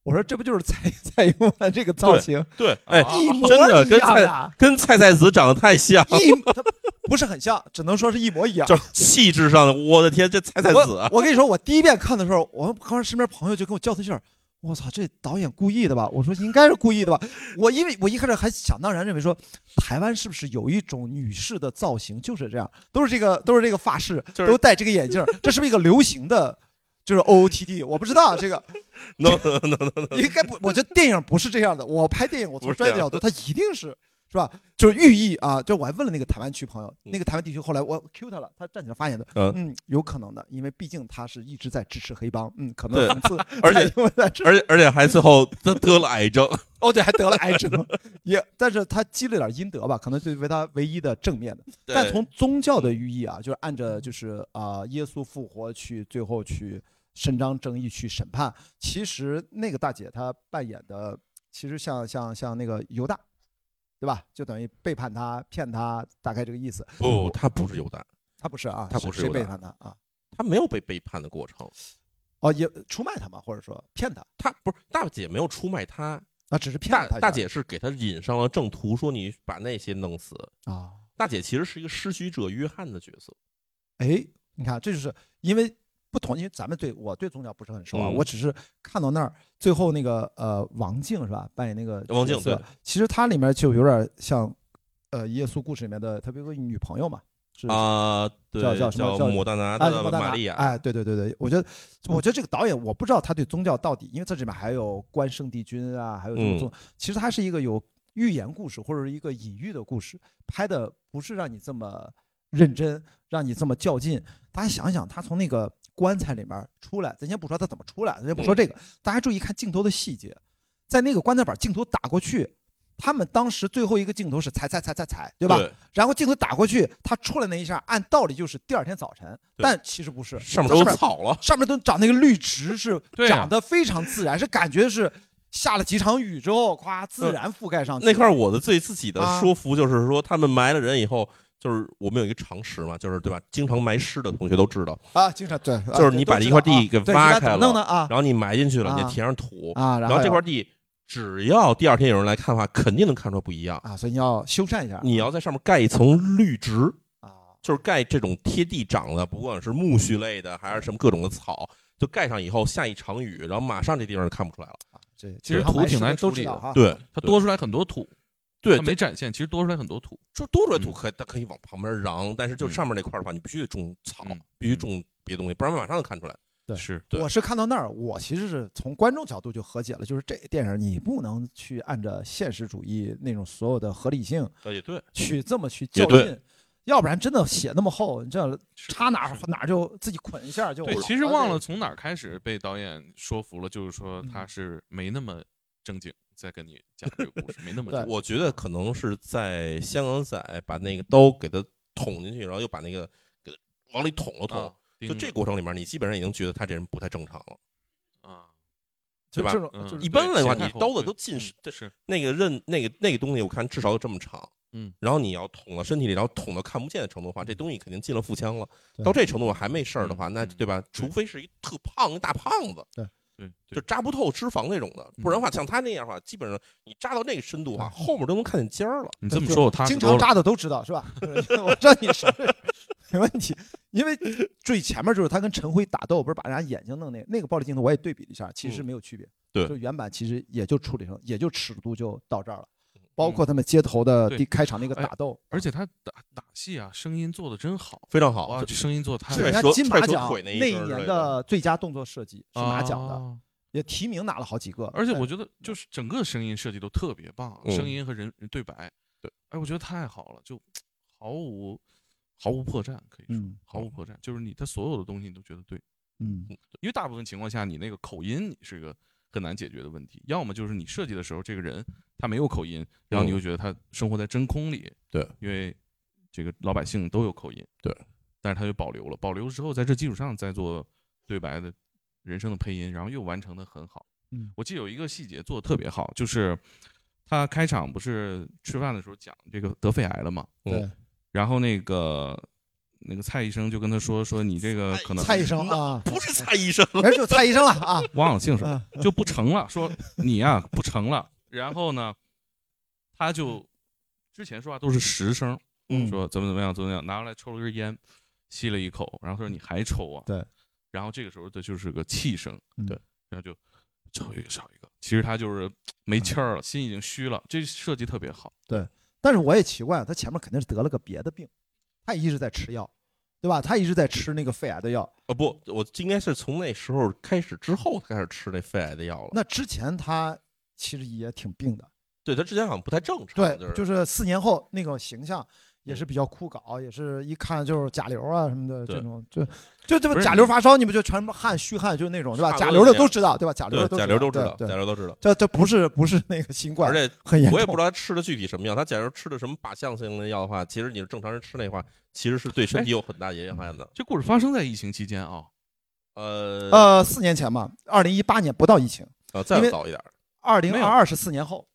Speaker 1: 我说这不就是蔡 蔡英文这个造型
Speaker 2: 对，哎，
Speaker 3: 啊
Speaker 1: 一模
Speaker 2: 真的
Speaker 1: 一
Speaker 2: 跟
Speaker 1: 样
Speaker 2: 蔡
Speaker 1: 呀，
Speaker 2: 跟蔡蔡子长得太像，
Speaker 1: 一它不是很像，只能说是一模一样。
Speaker 2: 就是 气质上的，我的天，这蔡蔡子
Speaker 1: 我
Speaker 2: 啊，
Speaker 1: 我跟你说，我第一遍看的时候，我刚身边朋友就跟我交头接耳。我操，这导演故意的吧？我说应该是故意的吧。我因为我一开始还想当然认为说，台湾是不是有一种女士的造型就是这样，都是这个呃都是这个发饰，
Speaker 2: 就是
Speaker 1: 都戴这个眼镜儿，这是不是一个流行的？就是 O O T D，我不知道啊这个
Speaker 2: no no no no，
Speaker 1: 应该不，我觉得电影不是这样的。我拍电影，我从
Speaker 2: 不是
Speaker 1: 专业的角度，它一定是是吧？就是寓意啊，就我还问了那个台湾区朋友，
Speaker 2: 嗯
Speaker 1: 那个台湾地区后来我 Q 他了，他站起来发言的，
Speaker 2: 嗯，
Speaker 1: 嗯，有可能的，因为毕竟他是一直在支持黑帮，嗯， 可
Speaker 2: 对
Speaker 1: 能讽刺蔡英文在支持，
Speaker 2: 而 且而且而且还最后他得了癌症，
Speaker 1: 哦对，还得了癌症， 也，但是他积累点阴德吧，可能作为他唯一的正面的。但
Speaker 2: 对嗯
Speaker 1: 从宗教的寓意啊，就是按着就是啊、耶稣复活去最后去伸张正义去审判，其实那个大姐她扮演的，其实像像像那个犹大，对吧？就等于背叛他、骗他，大概这个意思。
Speaker 2: 不，他哦不是犹大，
Speaker 1: 他不是啊，
Speaker 2: 她不是
Speaker 1: 谁
Speaker 2: 犹
Speaker 1: 背
Speaker 2: 大
Speaker 1: 叛他啊？
Speaker 2: 他没有被背叛的过程，
Speaker 1: 哦，也出卖他嘛，或者说骗他
Speaker 2: 他不是大姐没有出卖他，
Speaker 1: 啊，只是骗
Speaker 2: 大
Speaker 1: 了他一
Speaker 2: 大
Speaker 1: 下
Speaker 2: 姐是给他引上了正途，说你把那些弄死。
Speaker 1: 啊。
Speaker 2: 大姐其实是一个施许者约翰的角色，
Speaker 1: 哎，你看，这就是因为不同，因为咱们对我对宗教不是很熟啊，
Speaker 2: 嗯
Speaker 1: 我只是看到那儿最后那个呃王静是吧，扮演那个
Speaker 2: 王
Speaker 1: 角
Speaker 2: 静
Speaker 1: 色
Speaker 2: 对，
Speaker 1: 其实它里面就有点像呃耶稣故事里面的，特别有个女朋友嘛，是
Speaker 2: 啊，对，
Speaker 1: 叫叫什么
Speaker 2: 叫
Speaker 1: 叫
Speaker 2: 摩大拿
Speaker 1: 哎，
Speaker 2: 的
Speaker 1: 莫大拿
Speaker 2: 玛利亚，嗯
Speaker 1: 哎，对对对对，我觉得，我觉得这个导演，我不知道他对宗教到底，因为这里面还有关圣帝君啊，还有什
Speaker 2: 嗯
Speaker 1: 么宗，其实它是一个有寓言故事或者是一个隐喻的故事，拍的不是让你这么认真，让你这么较劲。大家想想，他从那个棺材里面出来，咱先不说他怎么出来，咱先不说
Speaker 2: 嗯
Speaker 1: 这个，大家注意看镜头的细节，在那个棺材板镜头打过去。他们当时最后一个镜头是踩踩踩踩踩，对吧？然后镜头打过去，他出来那一下，按道理就是第二天早晨，
Speaker 2: 对
Speaker 1: 但其实不是，
Speaker 2: 上面
Speaker 1: 上
Speaker 2: 都
Speaker 1: 面
Speaker 2: 草了，
Speaker 1: 上面都长那个绿植 是
Speaker 3: 对啊
Speaker 1: 长得非常自然，是感觉是下了几场雨之后，夸自然覆盖上去。
Speaker 2: 呃那块儿我的最自己的
Speaker 1: 啊
Speaker 2: 说服就是说，他们埋了人以后，就是我们有一个常识嘛，就是对吧？经常埋尸的同学都知道，
Speaker 1: 啊，经常对，
Speaker 2: 就是你把这一块地给挖开了
Speaker 1: 了，对你把它怎么弄的啊
Speaker 2: 然后你埋进去了，
Speaker 1: 啊
Speaker 2: 你填上土，
Speaker 1: 啊，
Speaker 2: 然
Speaker 1: 后
Speaker 2: 后这
Speaker 1: 有
Speaker 2: 块地只要第二天有人来看的话，肯定能看出来不一样。
Speaker 1: 啊，所以你要修缮一下
Speaker 2: 你要在上面盖一层绿植，
Speaker 1: 啊，
Speaker 2: 就是盖这种贴地长的，不管是苜蓿类的还是什么各种的草，就盖上以后下一场雨，然后马上这地方就看不出来了。
Speaker 1: 啊这
Speaker 3: 其实土挺难处理的
Speaker 1: 哈。
Speaker 2: 对，
Speaker 3: 它多出来很多土，
Speaker 2: 对
Speaker 3: 它没展现，其实多出来很多土。
Speaker 2: 就多出
Speaker 1: 嗯
Speaker 2: 来土可以它可以往旁边瓤，但是就
Speaker 3: 嗯
Speaker 2: 上面那块儿的话，你必须得种草
Speaker 3: 嗯，
Speaker 2: 必须种别的东西，不然马上就看出来。
Speaker 1: 对
Speaker 3: 是
Speaker 2: 对
Speaker 1: 我是看到那儿，我其实是从观众角度就和解了，就是这电影你不能去按照现实主义那种所有的合理性
Speaker 2: 也对，
Speaker 1: 去这么去
Speaker 2: 也
Speaker 1: 较
Speaker 2: 对
Speaker 1: 劲，要不然真的写那么厚，你这插哪儿哪儿就自己捆一下就。
Speaker 3: 对，其实忘了从哪儿开始被导演说服了，就是说
Speaker 1: 嗯
Speaker 3: 他是没那么正经，在跟你讲这个故事，没那么正
Speaker 1: 对
Speaker 3: 经。
Speaker 2: 我觉得可能是在香港仔把那个刀给它捅进去，然后又把那个给它往里捅了捅
Speaker 3: 啊。
Speaker 2: 就这过程里面，你基本上已经觉得他这人不太正常了。
Speaker 3: 啊，
Speaker 1: 就
Speaker 2: 对吧
Speaker 1: 这种
Speaker 3: 嗯
Speaker 1: 就是
Speaker 2: 一般来
Speaker 3: 对
Speaker 2: 话，
Speaker 3: 前
Speaker 2: 你
Speaker 3: 后
Speaker 2: 刀子
Speaker 3: 对
Speaker 2: 都进是
Speaker 3: 嗯是
Speaker 2: 那个刃，那个那个东西，我看至少有这么长。
Speaker 3: 嗯，
Speaker 2: 然后你要捅到身体里，然后捅到看不见的程度的话，这东西肯定进了腹腔了。
Speaker 1: 对
Speaker 2: 到这程度还没事儿的话，
Speaker 3: 嗯
Speaker 2: 那
Speaker 3: 嗯
Speaker 2: 对吧？除非是一特胖一大胖子，
Speaker 3: 对
Speaker 2: 就
Speaker 3: 对
Speaker 2: 扎不透脂肪那种的，
Speaker 3: 嗯
Speaker 2: 不然的话，像他那样的话，基本上你扎到那个深度啊，
Speaker 1: 对
Speaker 2: 后面都能看见尖儿了。
Speaker 3: 你这么说，我踏实
Speaker 1: 经
Speaker 3: 多
Speaker 1: 常
Speaker 3: 了。
Speaker 1: 扎的都知道是吧？ 我知道你是没问题， 因为最前面就是他跟陈辉打斗，不是把人家眼睛弄那那个暴力镜头，我也对比了一下，其实
Speaker 2: 嗯
Speaker 1: 没有区别。
Speaker 2: 对
Speaker 1: 就原版其实也就处理成，
Speaker 2: 嗯
Speaker 1: 也就尺度就到这儿了。包括他们街头的
Speaker 3: 对哎
Speaker 1: 第开场那个打斗，
Speaker 3: 而且他打打戏啊，声音做的真好，
Speaker 2: 非常好
Speaker 3: 哇，这声音做的太
Speaker 1: 是
Speaker 2: 对
Speaker 1: 人家
Speaker 2: 说
Speaker 1: 金马
Speaker 2: 踹
Speaker 1: 奖
Speaker 2: 腿那一
Speaker 1: 那一
Speaker 2: 根儿
Speaker 1: 年
Speaker 2: 对
Speaker 1: 的最佳动作设计是拿奖的，
Speaker 3: 啊
Speaker 1: 也提名拿了好几个。
Speaker 3: 而且
Speaker 1: 但
Speaker 3: 我觉得就是整个声音设计都特别棒，
Speaker 2: 嗯
Speaker 3: 声音和人对白，
Speaker 2: 对，
Speaker 3: 哎，我觉得太好了，就毫无毫无破绽，可以说
Speaker 1: 嗯
Speaker 3: 毫无破绽，就是你他所有的东西你都觉得对，
Speaker 1: 嗯
Speaker 3: 因为大部分情况下你那个口音你是个很难解决的问题，要么就是你设计的时候这个人他没有口音，然后你
Speaker 2: 嗯
Speaker 3: 就觉得他生活在真空里，
Speaker 2: 对，
Speaker 3: 因为这个老百姓都有口音，
Speaker 2: 对，
Speaker 3: 但是他就保留了，保留之后在这基础上再做对白的人声的配音，然后又完成的很好。
Speaker 1: 嗯
Speaker 3: 我记得有一个细节做的特别好，就是他开场不是吃饭的时候讲这个得肺癌了嘛，
Speaker 2: 嗯
Speaker 1: 对，
Speaker 3: 然后那个那个蔡医生就跟他说说你这个可能
Speaker 1: 蔡医生啊，
Speaker 2: 不是蔡医生，
Speaker 1: 人就蔡医生了啊。
Speaker 3: 忘了姓什么
Speaker 1: 嗯，
Speaker 3: 就不成了，说你呀、不成了。然后呢， 他就之前说话都是实声，
Speaker 1: 嗯
Speaker 3: 说怎么怎么样怎么样，拿过来抽了根烟，吸了一口，然后说你还抽啊？
Speaker 1: 对。
Speaker 3: 然后这个时候的就是个气声，
Speaker 1: 嗯
Speaker 2: 对，
Speaker 3: 然后就抽一个少一个。其实他就是没气
Speaker 1: 嗯
Speaker 3: 儿了，心已经虚了。这设计特别好，
Speaker 1: 但是我也奇怪，他前面肯定是得了个别的病，他一直在吃药，对吧？他一直在吃那个肺癌的药。
Speaker 2: 呃，不，我应该是从那时候开始之后开始吃那肺癌的药了。
Speaker 1: 那之前他其实也挺病的，
Speaker 2: 对他之前好像不太正常，
Speaker 1: 对
Speaker 2: 就，是
Speaker 1: 就是四年后那个形象也是比较枯槁，也是一看就是甲流啊什么的
Speaker 2: 对
Speaker 1: 这种，就就这
Speaker 3: 不
Speaker 1: 不
Speaker 3: 是
Speaker 1: 甲流发烧，你不就全部汗虚汗就是那种对吧？
Speaker 2: 差不
Speaker 1: 甲
Speaker 2: 多
Speaker 1: 流的
Speaker 2: 这
Speaker 1: 都
Speaker 2: 样
Speaker 1: 知道对吧？甲流的
Speaker 2: 对
Speaker 1: 都
Speaker 2: 甲流都知道，
Speaker 1: 对
Speaker 2: 甲。流都知道。
Speaker 1: 这这不是不是那个新冠，
Speaker 2: 而且
Speaker 1: 很严重。
Speaker 2: 我也不知道他吃的具体什么药，他假如吃的什么靶向性的药的话，其实你正常人吃那话，其实是对身体有很大影响的。
Speaker 3: 哎嗯这故事发生在疫情期间啊、
Speaker 2: 呃
Speaker 1: 呃，四年前嘛，二零一八年不到疫情，
Speaker 2: 呃，再
Speaker 1: 因为
Speaker 2: 早一点儿，
Speaker 1: 二零
Speaker 3: 没
Speaker 1: 二
Speaker 3: 有
Speaker 1: 二是四年后，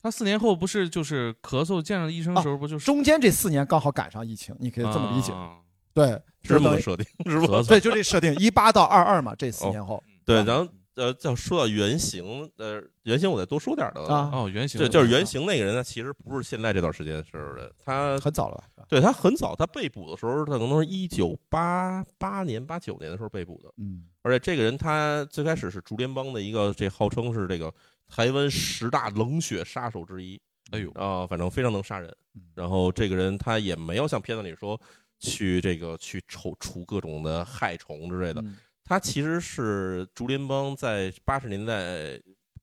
Speaker 3: 他四年后不是就是咳嗽见着医生的时候不就是
Speaker 1: 中间这四年刚好赶上疫情，你可以这么理解。
Speaker 3: 啊
Speaker 1: 对，
Speaker 2: 是这么
Speaker 1: 等
Speaker 2: 个
Speaker 1: 于
Speaker 2: 设定，是吧？
Speaker 1: 对，就这设定，一八到二二嘛，这四
Speaker 2: 哦
Speaker 1: 年后，嗯
Speaker 2: 对，然后呃，再说到原型，呃，原型我再多说点儿的
Speaker 1: 啊
Speaker 3: 哦，原型
Speaker 2: 对，就是
Speaker 1: 原
Speaker 2: 原型那个人呢，其实不是现在这段时间的事儿的，他
Speaker 1: 很早了吧？是吧
Speaker 2: 对他很早，他被捕的时候，他可能是一九八八年、八九年的时候被捕的。
Speaker 1: 嗯
Speaker 2: 而且这个人他最开始是竹联帮的一个，这号称是这个台湾十大冷血杀手之一
Speaker 3: 哎呦
Speaker 2: 啊、反正非常能杀人
Speaker 1: 嗯。
Speaker 2: 然后这个人他也没有像片子里说去这个去除除各种的害虫之类的，
Speaker 1: 嗯
Speaker 2: 他其实是竹联帮在八十年代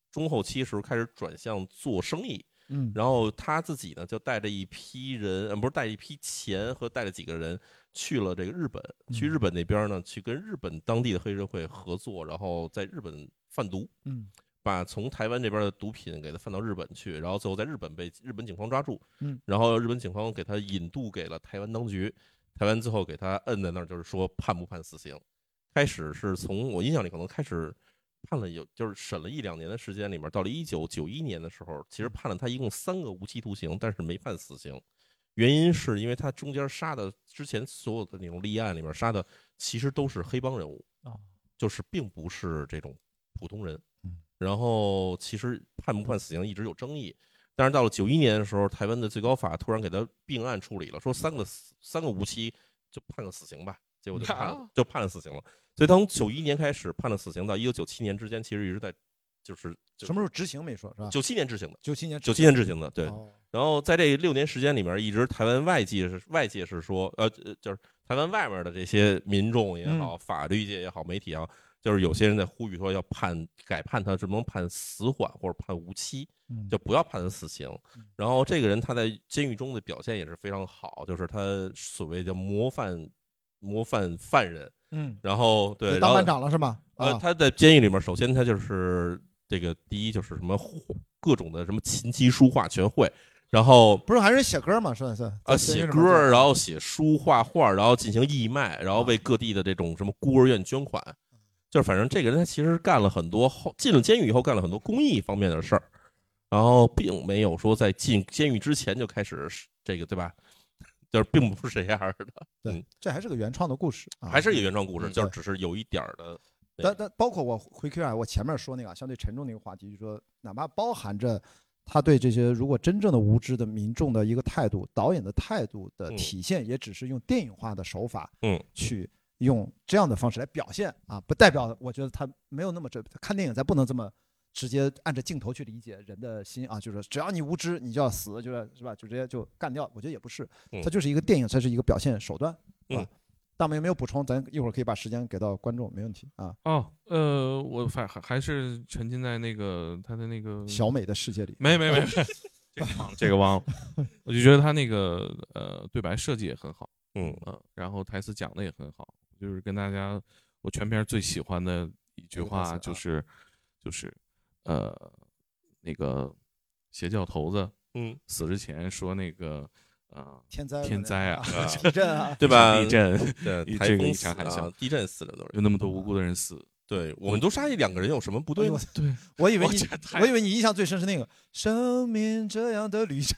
Speaker 2: 中后期时候开始转向做生意，
Speaker 1: 嗯
Speaker 2: 然后他自己呢就带着一批人，呃，不是带着一批钱和带着几个人去了这个日本，
Speaker 1: 嗯
Speaker 2: 去日本那边呢去跟日本当地的黑社会合作，然后在日本贩毒，
Speaker 1: 嗯
Speaker 2: 把从台湾这边的毒品给他贩到日本去，然后最后在日本被日本警方抓住，
Speaker 1: 嗯，
Speaker 2: 然后日本警方给他引渡给了台湾当局，台湾最后给他摁在那儿，就是说判不判死刑。开始是从我印象里可能开始判了有就是审了一两年的时间里面，到了一九九一年的时候，
Speaker 1: 嗯
Speaker 2: 其实判了他一共三个无期徒刑，但是没判死刑。原因是因为他中间杀的之前所有的那种立案里面杀的，其实都是黑帮人物
Speaker 1: 哦，
Speaker 2: 就是并不是这种普通人
Speaker 1: 嗯。
Speaker 2: 然后其实判不判死刑一直有争议，但是到了九一年的时候，台湾的最高法突然给他并案处理了，说三个死三个无期就判个死刑吧，结果就判了
Speaker 3: 啊
Speaker 2: 就判了死刑了。所以从九一年开始判了死刑，到一九九七年之间，其实一直在就是
Speaker 1: 什么时候执行没说是吧？
Speaker 2: 九七年执行的，
Speaker 1: 九七年
Speaker 2: 九七年执行的，对。
Speaker 1: 哦
Speaker 2: 然后在这六年时间里面，一直台湾外界是外界是说，呃，呃就是台湾外面的这些民众也
Speaker 1: 嗯
Speaker 2: 好，法律界也好，媒体也好，就是有些人在呼吁说要判改判他，只能判死缓或者判无期，
Speaker 1: 嗯
Speaker 2: 就不要判他死刑
Speaker 1: 嗯。
Speaker 2: 然后这个人他在监狱中的表现也是非常好，就是他所谓的模范模范犯人。
Speaker 1: 嗯，
Speaker 2: 然后对，
Speaker 1: 就
Speaker 2: 然
Speaker 1: 当
Speaker 2: 后
Speaker 1: 班长了是吗？
Speaker 2: 呃，
Speaker 1: 啊，
Speaker 2: 他在监狱里面，首先他就是这个第一就是什么各种的什么琴棋书画全会，然后
Speaker 1: 不是还是写歌嘛？是是
Speaker 2: 啊
Speaker 1: 在监狱
Speaker 2: 写
Speaker 1: 里面
Speaker 2: 歌儿，
Speaker 1: 做啊
Speaker 2: 然后写书、画画儿，然后进行义卖，然后为各地的这种什么孤儿院捐款，就是反正这个人他其实干了很多后进了监狱以后干了很多公益方面的事儿，然后并没有说在进监狱之前就开始是这个对吧？ 就是并不是这样儿的，嗯
Speaker 1: 对，这还是个原创的故事啊，
Speaker 2: 还是一个原创故事，
Speaker 3: 嗯
Speaker 2: 就是
Speaker 1: 对
Speaker 2: 只是有一点儿的那
Speaker 1: 但
Speaker 2: 个
Speaker 1: 但包括我回 Q 啊，我前面说那个啊相对沉重的一个话题，就是说，哪怕包含着他对这些如果真正的无知的民众的一个态度，导演的态度的
Speaker 2: 嗯
Speaker 1: 体现，也只是用电影化的手法，
Speaker 2: 嗯，
Speaker 1: 去用这样的方式来表现啊，不代表我觉得他没有那么这看电影咱不能这么直接按着镜头去理解人的心啊，就是只要你无知，你就要死，就是是吧？就直接就干掉。我觉得也不是
Speaker 2: 嗯，
Speaker 1: 它就是一个电影，它是一个表现手段，是吧
Speaker 2: 嗯？
Speaker 1: 大美有没有补充？咱一会儿可以把时间给到观众，没问题啊。
Speaker 3: 哦，呃，我反还还是沉浸在那个他的那个
Speaker 1: 小美的世界里，
Speaker 3: 没没 没，这个忘了，这个忘了。 我就觉得他那个呃对白设计也很好，
Speaker 2: 嗯
Speaker 3: 嗯、然后台词讲的也很好，就是跟大家我全片儿最喜欢的一句
Speaker 1: 个台词
Speaker 3: 话
Speaker 1: 啊
Speaker 3: 就是、就是呃那个邪教头子
Speaker 2: 嗯，
Speaker 3: 死之前说那个呃
Speaker 1: 天灾
Speaker 3: 天灾啊，
Speaker 1: 地震啊，
Speaker 2: 对吧？
Speaker 3: 地震
Speaker 2: 对，
Speaker 3: 一
Speaker 2: 台
Speaker 3: 这个
Speaker 2: 风
Speaker 3: 一
Speaker 2: 死
Speaker 3: 场海
Speaker 2: 啊
Speaker 3: 啸，
Speaker 2: 地震死了都
Speaker 3: 有
Speaker 2: 是。
Speaker 3: 那么多无辜的人死，
Speaker 2: 对我们都杀一两个人有什么不对
Speaker 1: 哎呦
Speaker 2: 吗
Speaker 1: 我？ 我以为你
Speaker 3: 我觉得，太
Speaker 1: 我以为你印象最深是那个《生命这样的旅程》。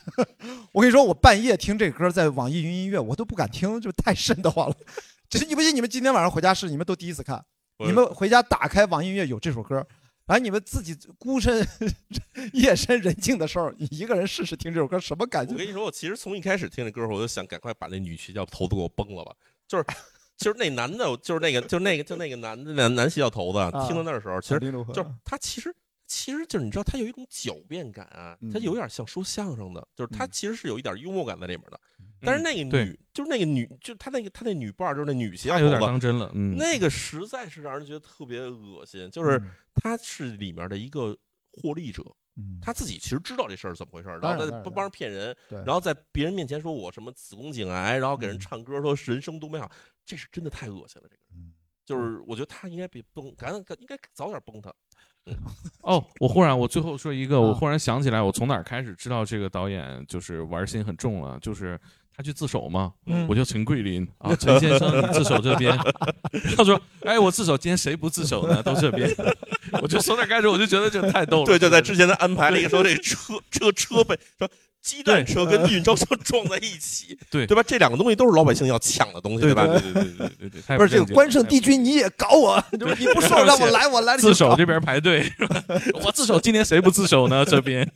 Speaker 1: 我跟你说，我半夜听这歌，在网易云音乐，我都不敢听，就太瘆得慌了。这你不信？你们今天晚上回家是你们都第一次看，
Speaker 2: 我
Speaker 1: 你们回家打开网易云音乐有这首歌，然后你们自己孤身 夜深人静的时候，你一个人试试听这首歌，什么感
Speaker 2: 我
Speaker 1: 觉？
Speaker 2: 跟你说，我其实从一开始听这歌儿，我就想赶快把那女邪教头子给我崩了吧。就是，就是那男的，就是那个，就是那个，就那个男的，男男邪教头子，听到那儿的时候，其实
Speaker 1: 啊林如啊何
Speaker 2: 就是他其实其实就是你知道，他有一种狡辩感啊，他
Speaker 1: 嗯
Speaker 2: 有点像说相声的，就是他
Speaker 1: 嗯
Speaker 2: 其实是有一点幽默感在里面的。但是那个
Speaker 3: 对
Speaker 2: 女，就是那个女，就是他那个他那女伴儿，就是那女邪教
Speaker 3: 他有点
Speaker 2: 头子，
Speaker 3: 当真了，嗯，
Speaker 2: 那个实在是让人觉得特别恶心。就是
Speaker 1: 嗯
Speaker 2: 他是里面的一个获利者，
Speaker 1: 嗯
Speaker 2: 他自己其实知道这事儿是怎么回事儿，
Speaker 1: 当
Speaker 2: 然后
Speaker 1: 然当
Speaker 2: 他
Speaker 1: 然
Speaker 2: 不
Speaker 1: 当
Speaker 2: 帮人骗人，
Speaker 1: 对
Speaker 2: 然后在别人面前说我什么子宫颈癌，然后给人
Speaker 1: 嗯
Speaker 2: 唱歌说人生多美好，这是真的太恶心了。这个人
Speaker 1: 嗯
Speaker 2: 就是我觉得他应该被崩，赶赶应该早点崩他。
Speaker 3: 哦，我忽然，我最后说一个，我
Speaker 1: 啊
Speaker 3: 忽然想起来，我从哪儿开始知道这个导演就是玩心很重了，就是他去自首嘛。
Speaker 1: 嗯
Speaker 3: 我叫陈桂 林啊，陈先生，你自首这边。 他说：“哎，我自首，今天谁不自首呢？都这边。” 我就从那儿开始，我就觉得这太逗了。
Speaker 2: 对，就在之前他安排了一个说这个车车车被说鸡蛋车跟 运钞车撞在一起，
Speaker 3: 对
Speaker 2: 对吧？这两个东西都是老百姓要抢的东西，对 吧？
Speaker 3: 对对 对对对对，
Speaker 1: 不是这个关圣
Speaker 2: 哎
Speaker 1: 帝君，你也搞我， 就是你 不爽让我来，我来了
Speaker 3: 自
Speaker 1: 就
Speaker 3: 首
Speaker 1: 搞
Speaker 3: 这边排队， 我自首，今天谁不自首呢？这 边。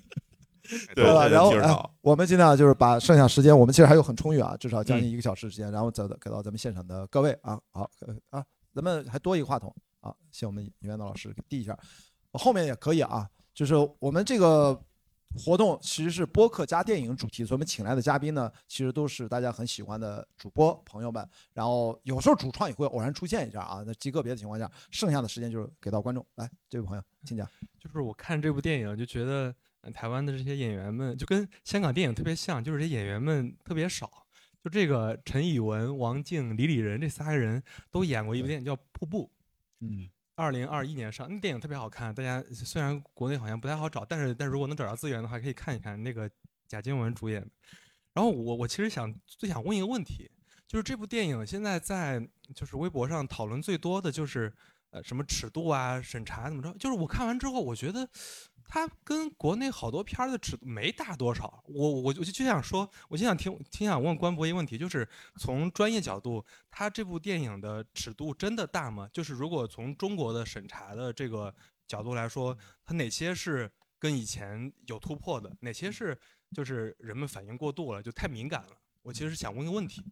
Speaker 2: 对
Speaker 1: 吧？
Speaker 2: 对
Speaker 1: 然后、
Speaker 2: 接着
Speaker 1: 哎
Speaker 2: 搞
Speaker 1: 我们尽量就是把剩下时间，我们其实还有很充裕啊，至少将
Speaker 4: 嗯
Speaker 1: 近一个小时时间，然后再给到咱们现场的各位啊，好呃啊，咱们还多一个话筒啊，谢我们袁导老师给递一下，后面也可以啊，就是我们这个活动其实是播客加电影主题，所以我们请来的嘉宾呢，其实都是大家很喜欢的主播朋友们，然后有时候主创也会偶然出现一下啊，那极个别的情况下，剩下的时间就是给到观众，来这位朋友，请讲，
Speaker 4: 就是我看这部电影就觉得，呃台湾的这些演员们就跟香港电影特别像，就是这演员们特别少。就这个陈以文、王静、李李仁这仨人都演过一部电影叫《瀑布》，
Speaker 1: 嗯。
Speaker 4: 二零二一年上，那电影特别好看。大家虽然国内好像不太好找，但是但如果能找到资源的话，可以看一看那个贾静雯主演的。然后我我其实想最想问一个问题，就是这部电影现在在就是微博上讨论最多的就是呃什么尺度啊、审查怎么着？就是我看完之后，我觉得它跟国内好多片儿的尺度没大多少。我我就就想说，我就想听挺想问关博一个问题，就是从专业角度，它这部电影的尺度真的大吗？就是如果从中国的审查的这个角度来说，它哪些是跟以前有突破的，哪些是就是人们反应过度了，就太敏感了？我其实是想问个问题，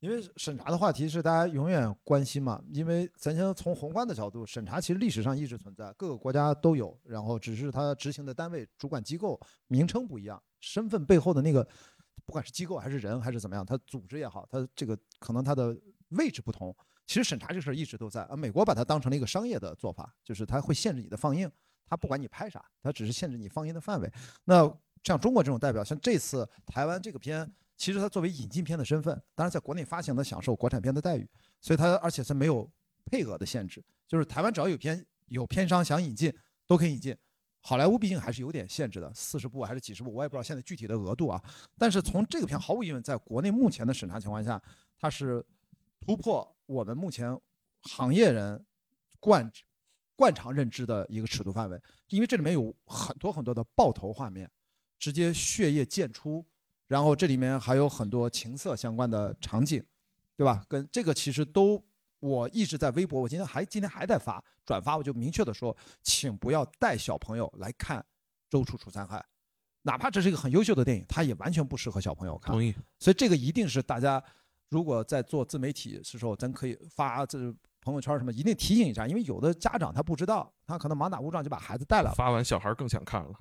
Speaker 1: 因为审查的话题是大家永远关心嘛，因为咱先从宏观的角度，审查其实历史上一直存在，各个国家都有，然后只是它执行的单位、主管机构名称不一样，身份背后的那个，不管是机构还是人还是怎么样，它组织也好，它这个可能它的位置不同。其实审查这事儿一直都在啊，美国把它当成了一个商业的做法，就是它会限制你的放映，它不管你拍啥，它只是限制你放映的范围。那像中国这种代表，像这次台湾这个片，其实它作为引进片的身份，当然在国内发行，它享受国产片的待遇，所以它而且它没有配额的限制，就是台湾只要有片有片商想引进都可以引进。好莱坞毕竟还是有点限制的，四十部还是几十部，我也不知道现在具体的额度啊。但是从这个片毫无疑问，在国内目前的审查情况下，它是突破我们目前行业人惯惯常认知的一个尺度范围，因为这里面有很多很多的爆头画面，直接血液溅出，然后这里面还有很多情色相关的场景，对吧？跟这个其实都我一直在微博，我今天还今天还在发转发，我就明确的说，请不要带小朋友来看《周处除三害》，哪怕这是一个很优秀的电影，它也完全不适合小朋友看。
Speaker 3: 意。
Speaker 1: 所以这个一定是大家如果在做自媒体的时候，咱可以发这朋友圈什么，一定提醒一下，因为有的家长他不知道，他可能盲打误撞就把孩子带来了。
Speaker 3: 发完小孩更想看了。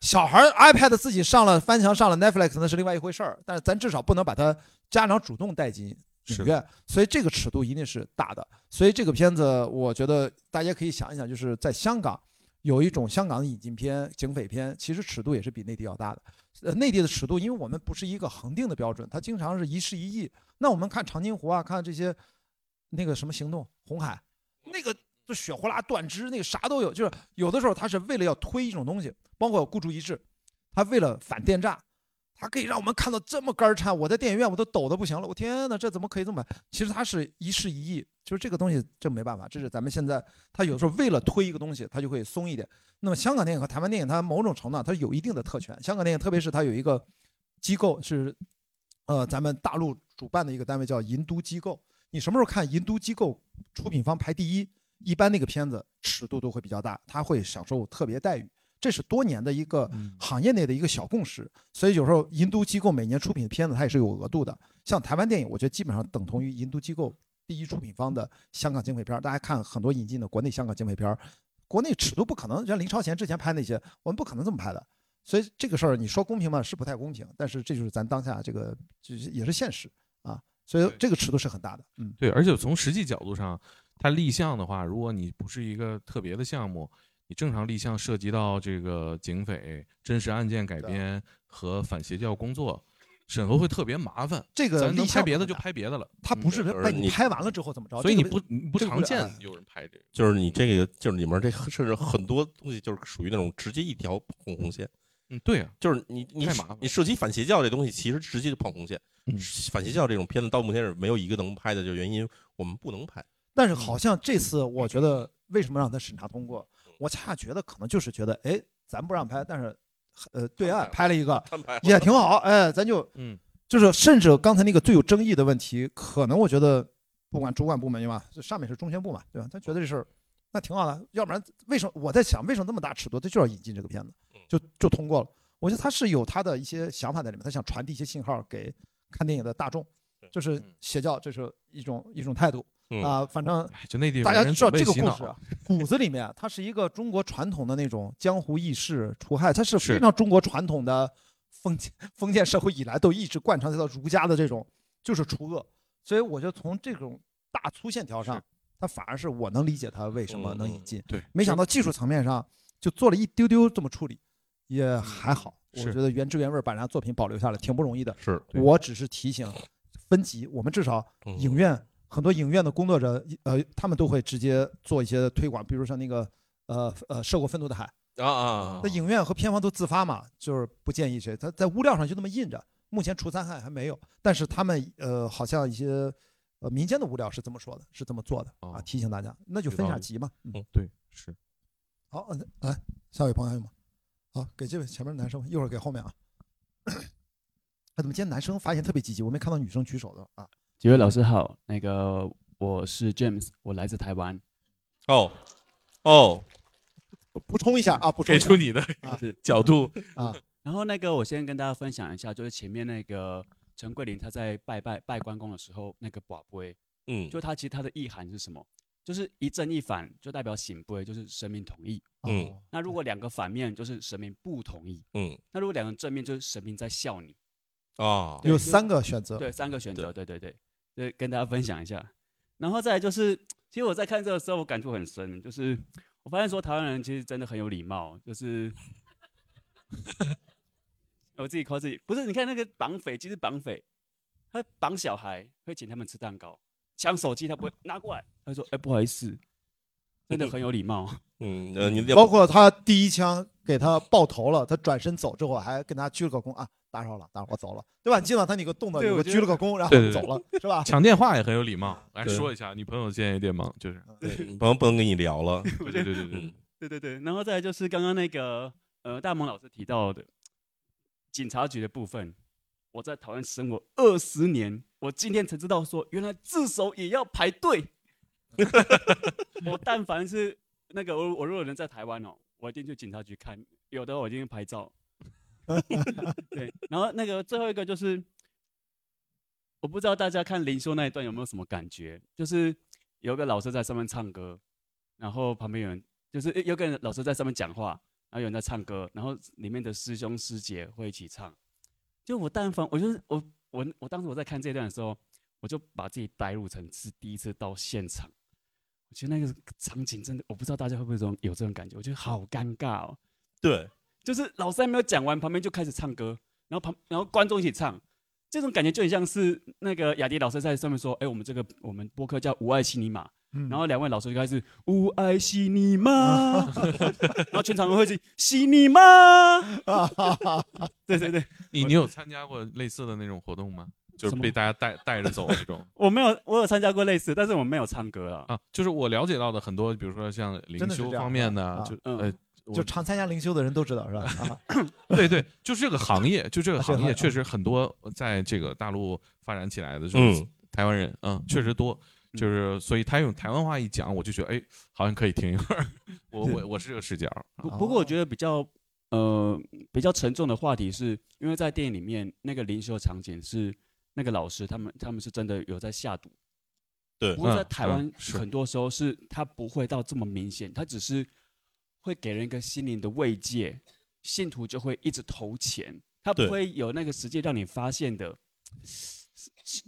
Speaker 1: 小孩儿 iPad 自己上了翻墙上了 Netflix 那是另外一回事儿，但是咱至少不能把他家长主动带进影院，所以这个尺度一定是大的。所以这个片子，我觉得大家可以想一想，就是在香港有一种香港的引进片、警匪片，其实尺度也是比内地要大的。呃，内地的尺度，因为我们不是一个恒定的标准，它经常是一事一议。那我们看长津湖啊，看这些那个什么行动、红海，那个就血呼啦断肢，那个啥都有。就是有的时候他是为了要推一种东西，包括孤注一掷，他为了反电诈，他可以让我们看到这么肝儿颤。我在电影院我都抖得不行了，我天哪，这怎么可以这么买？其实他是一事一议，就是这个东西这没办法，这是咱们现在他有时候为了推一个东西，他就会松一点。那么香港电影和台湾电影，它某种程度上它有一定的特权。香港电影特别是它有一个机构是呃，咱们大陆主办的一个单位叫银都机构。你什么时候看银都机构出品方排第一，一般那个片子尺度都会比较大，它会享受特别待遇。这是多年的一个行业内的一个小共识，所以有时候银都机构每年出品的片子它也是有额度的。像台湾电影，我觉得基本上等同于银都机构第一出品方的香港警匪片儿。大家看很多引进的国内香港警匪片儿，国内尺度不可能，像林超贤之前拍那些，我们不可能这么拍的。所以这个事儿你说公平吗？是不太公平，但是这就是咱当下这个就是也是现实啊，所以这个尺度是很大的。嗯，
Speaker 3: 对，而且从实际角度上，它立项的话，如果你不是一个特别的项目，你正常立项涉及到这个警匪真实案件改
Speaker 1: 啊
Speaker 3: 编和反邪教工作，审核会特别麻烦。
Speaker 1: 这个
Speaker 3: 咱能
Speaker 1: 立项
Speaker 3: 拍别的
Speaker 1: 很
Speaker 3: 就
Speaker 1: 难
Speaker 3: 拍别的了，
Speaker 1: 他不是
Speaker 2: 嗯
Speaker 1: 被
Speaker 2: 就是
Speaker 1: 你
Speaker 2: 你
Speaker 1: 拍完了之后怎么着，
Speaker 3: 所以你
Speaker 1: 这个
Speaker 3: 不你不
Speaker 1: 这个
Speaker 3: 常
Speaker 1: 了
Speaker 3: 见
Speaker 1: 哎
Speaker 3: 有人拍这个。
Speaker 2: 就是你这个就是里面这甚至很多东西就是属于那种直接一条碰红线，
Speaker 3: 嗯，对啊，
Speaker 2: 就是你你
Speaker 3: 太麻烦
Speaker 2: 你涉及反邪教这东西，其实直接就碰红线。
Speaker 3: 嗯
Speaker 2: 反邪教这种片子到目前为止没有一个能拍的，就原因我们不能拍。
Speaker 1: 但
Speaker 2: 嗯
Speaker 1: 是好像这次我觉得为什么让他审查通过，我恰觉得可能就是觉得，哎，咱不让拍，但是呃，对岸拍了一个
Speaker 2: 他们拍
Speaker 1: 也挺好，哎，咱就
Speaker 3: 嗯，
Speaker 1: 就是甚至刚才那个最有争议的问题，可能我觉得不管主管部门对吧，这上面是中宣部嘛，对吧？他觉得这事儿那挺好的，要不然为什么我在想为什么那么大尺度，他就要引进这个片子，就就通过了。我觉得他是有他的一些想法在里面，他想传递一些信号给看电影的大众，就是邪教这是一种一种态度
Speaker 2: 嗯
Speaker 1: 啊、反正
Speaker 3: 哎就内地
Speaker 1: 大
Speaker 3: 人
Speaker 1: 家知
Speaker 3: 总
Speaker 1: 道
Speaker 3: 被
Speaker 1: 这个
Speaker 3: 洗
Speaker 1: 故
Speaker 3: 脑
Speaker 1: 事啊，骨子里面它是一个中国传统的那种江湖义士除害，它是
Speaker 3: 是
Speaker 1: 非常中国传统的封建封建社会以来都一直贯彻这套儒家的这种就是除恶，所以我觉得从这种大粗线条上，它反而是我能理解它为什么能引进。
Speaker 3: 嗯对，
Speaker 1: 没想到技术层面上就做了一丢丢这么处理，也还好。我
Speaker 3: 嗯是
Speaker 1: 觉得原汁原味儿把人家作品保留下来，挺不容易的。
Speaker 2: 是
Speaker 1: 我只是提醒分级，我们至少
Speaker 2: 嗯
Speaker 1: 影院、很多影院的工作者，呃，他们都会直接做一些推广，比如像那个呃呃涉过愤怒的海，
Speaker 2: 啊
Speaker 3: 哦
Speaker 2: 啊
Speaker 1: 那影院和片方都自发嘛，就是不建议谁，他在物料上就那么印着。目前除三害还没有，但是他们呃好像一些呃民间的物料是这么说的，是这么做的啊，
Speaker 3: 哦
Speaker 1: 提醒大家，那就
Speaker 3: 有
Speaker 1: 分
Speaker 3: 道
Speaker 1: 下
Speaker 3: 理
Speaker 1: 级嘛。嗯，
Speaker 3: 对，是
Speaker 1: 好，嗯来下一位朋友还有吗？好，给这位前面的男生，一会儿给后面啊。他怎么今天男生发言特别积极？我没看到女生举手的啊。
Speaker 5: 几位老师好，那个我是 James，我来自台湾。
Speaker 2: 哦哦，
Speaker 1: 补充一下啊，补充
Speaker 3: 给
Speaker 1: 一下
Speaker 3: 出你的
Speaker 1: 啊
Speaker 3: 角度，
Speaker 1: 啊，
Speaker 5: 然后那个我先跟大家分享一下，就是前面那个陈桂林他在拜拜拜关公的时候，那个“寡杯”，
Speaker 2: 嗯，
Speaker 5: 就他其实他的意涵是什么？就是一正一反，就代表醒杯，就是神明同意。
Speaker 2: 嗯
Speaker 1: 哦
Speaker 5: 那如果两个反面，就是神明不同意。
Speaker 2: 嗯
Speaker 5: 那如果两个正面，就是神明在笑你。
Speaker 2: 啊，
Speaker 1: 有三个选择，
Speaker 5: 对，三个选择，对对对，对，跟大家分享一下。然后再来就是，其实我在看这个时候，我感触很深，就是我发现说台湾人其实真的很有礼貌，就是 我自己夸自己，不是你看那个绑匪，其实绑匪他绑小孩会请他们吃蛋糕，抢手机他不会拿过来，他说哎、不好意思，真的很有礼貌。
Speaker 2: 嗯呃，你
Speaker 1: 包括他第一枪给他爆头了，他转身走之后还跟他鞠了个躬啊，打扰了，打扰我走了，对吧？你记得他那个动作，
Speaker 4: 对
Speaker 1: 有
Speaker 4: 我
Speaker 1: 个
Speaker 4: 觉
Speaker 1: 鞠
Speaker 4: 得
Speaker 1: 了个躬，然后
Speaker 3: 对对
Speaker 1: 啊走
Speaker 3: 对
Speaker 1: 了，是吧？
Speaker 3: 抢电话也很有礼貌。来
Speaker 2: 对
Speaker 3: 说一下，女朋友现在有点忙，就是
Speaker 1: 嗯
Speaker 2: 对不能不能跟你聊了，
Speaker 3: 对对对对对
Speaker 2: 嗯，
Speaker 5: 对对对，然后再来就是刚刚那个呃大萌老师提到的警察局的部分，我在台湾生活二十年，我今天才知道说原来自首也要排队。 我但凡是那个我我如果人在台湾哦，我一定去警察局看，有的我一定拍照。 对，然后那个最后一个就是，我不知道大家看林修那一段有没有什么感觉，就是有个老师在上面唱歌，然后旁边有人就是诶有个人老师在上面讲话，然后有人在唱歌，然后里面的师兄师姐会一起唱。就我但凡我就是我我我当时我在看这段的时候，我就把自己带入成是第一次到现场。我觉得那个场景真的，我不知道大家会不会这种有这种感觉，我觉得好尴尬哦。
Speaker 2: 对，
Speaker 5: 就是老师还没有讲完，旁边就开始唱歌，然后旁然后观众一起唱，这种感觉就很像是那个雅迪老师在上面说：“哎，我们这个我们播客叫无爱西尼玛。”
Speaker 1: 嗯
Speaker 5: 然后两位老师就开始“无爱西尼玛”， 然后全场都会去“西尼玛”。 对对对，
Speaker 3: 你你有参加过类似的那种活动吗？就是
Speaker 5: 什么
Speaker 3: 被大家带带着走那种
Speaker 5: 我没有，我有参加过类似，但是我没有唱歌啊。
Speaker 3: 啊？就是我了解到的很多，比如说像灵
Speaker 1: 真的是
Speaker 3: 修
Speaker 1: 这样
Speaker 3: 方面的，
Speaker 1: 啊
Speaker 3: 就
Speaker 5: 嗯
Speaker 3: 呃，我
Speaker 1: 就常参加灵修的人都知道是吧？啊，
Speaker 3: 对对，就这个行业，就这个
Speaker 1: 啊这个
Speaker 3: 行
Speaker 1: 行
Speaker 3: 业
Speaker 1: 业
Speaker 3: 确实很多，在这个大陆发展起来的，就是
Speaker 2: 嗯，
Speaker 3: 台湾人，嗯，确实多。
Speaker 5: 嗯
Speaker 3: 就是，所以他用台湾话一讲，我就觉得，哎，好像可以听一会儿。 我我我是这个视角，啊
Speaker 5: 不不过我觉得比较呃比较沉重的话题是，因为在电影里面那个灵修场景是那个老师他们他们是真的有在下毒。
Speaker 2: 对
Speaker 5: 不过在
Speaker 3: 嗯
Speaker 5: 台
Speaker 3: 嗯
Speaker 5: 湾
Speaker 3: 是
Speaker 5: 很多时候是他不会到这么明显，他只是会给人一个心灵的慰藉，信徒就会一直投钱，他不
Speaker 2: 对
Speaker 5: 会有那个实际让你发现的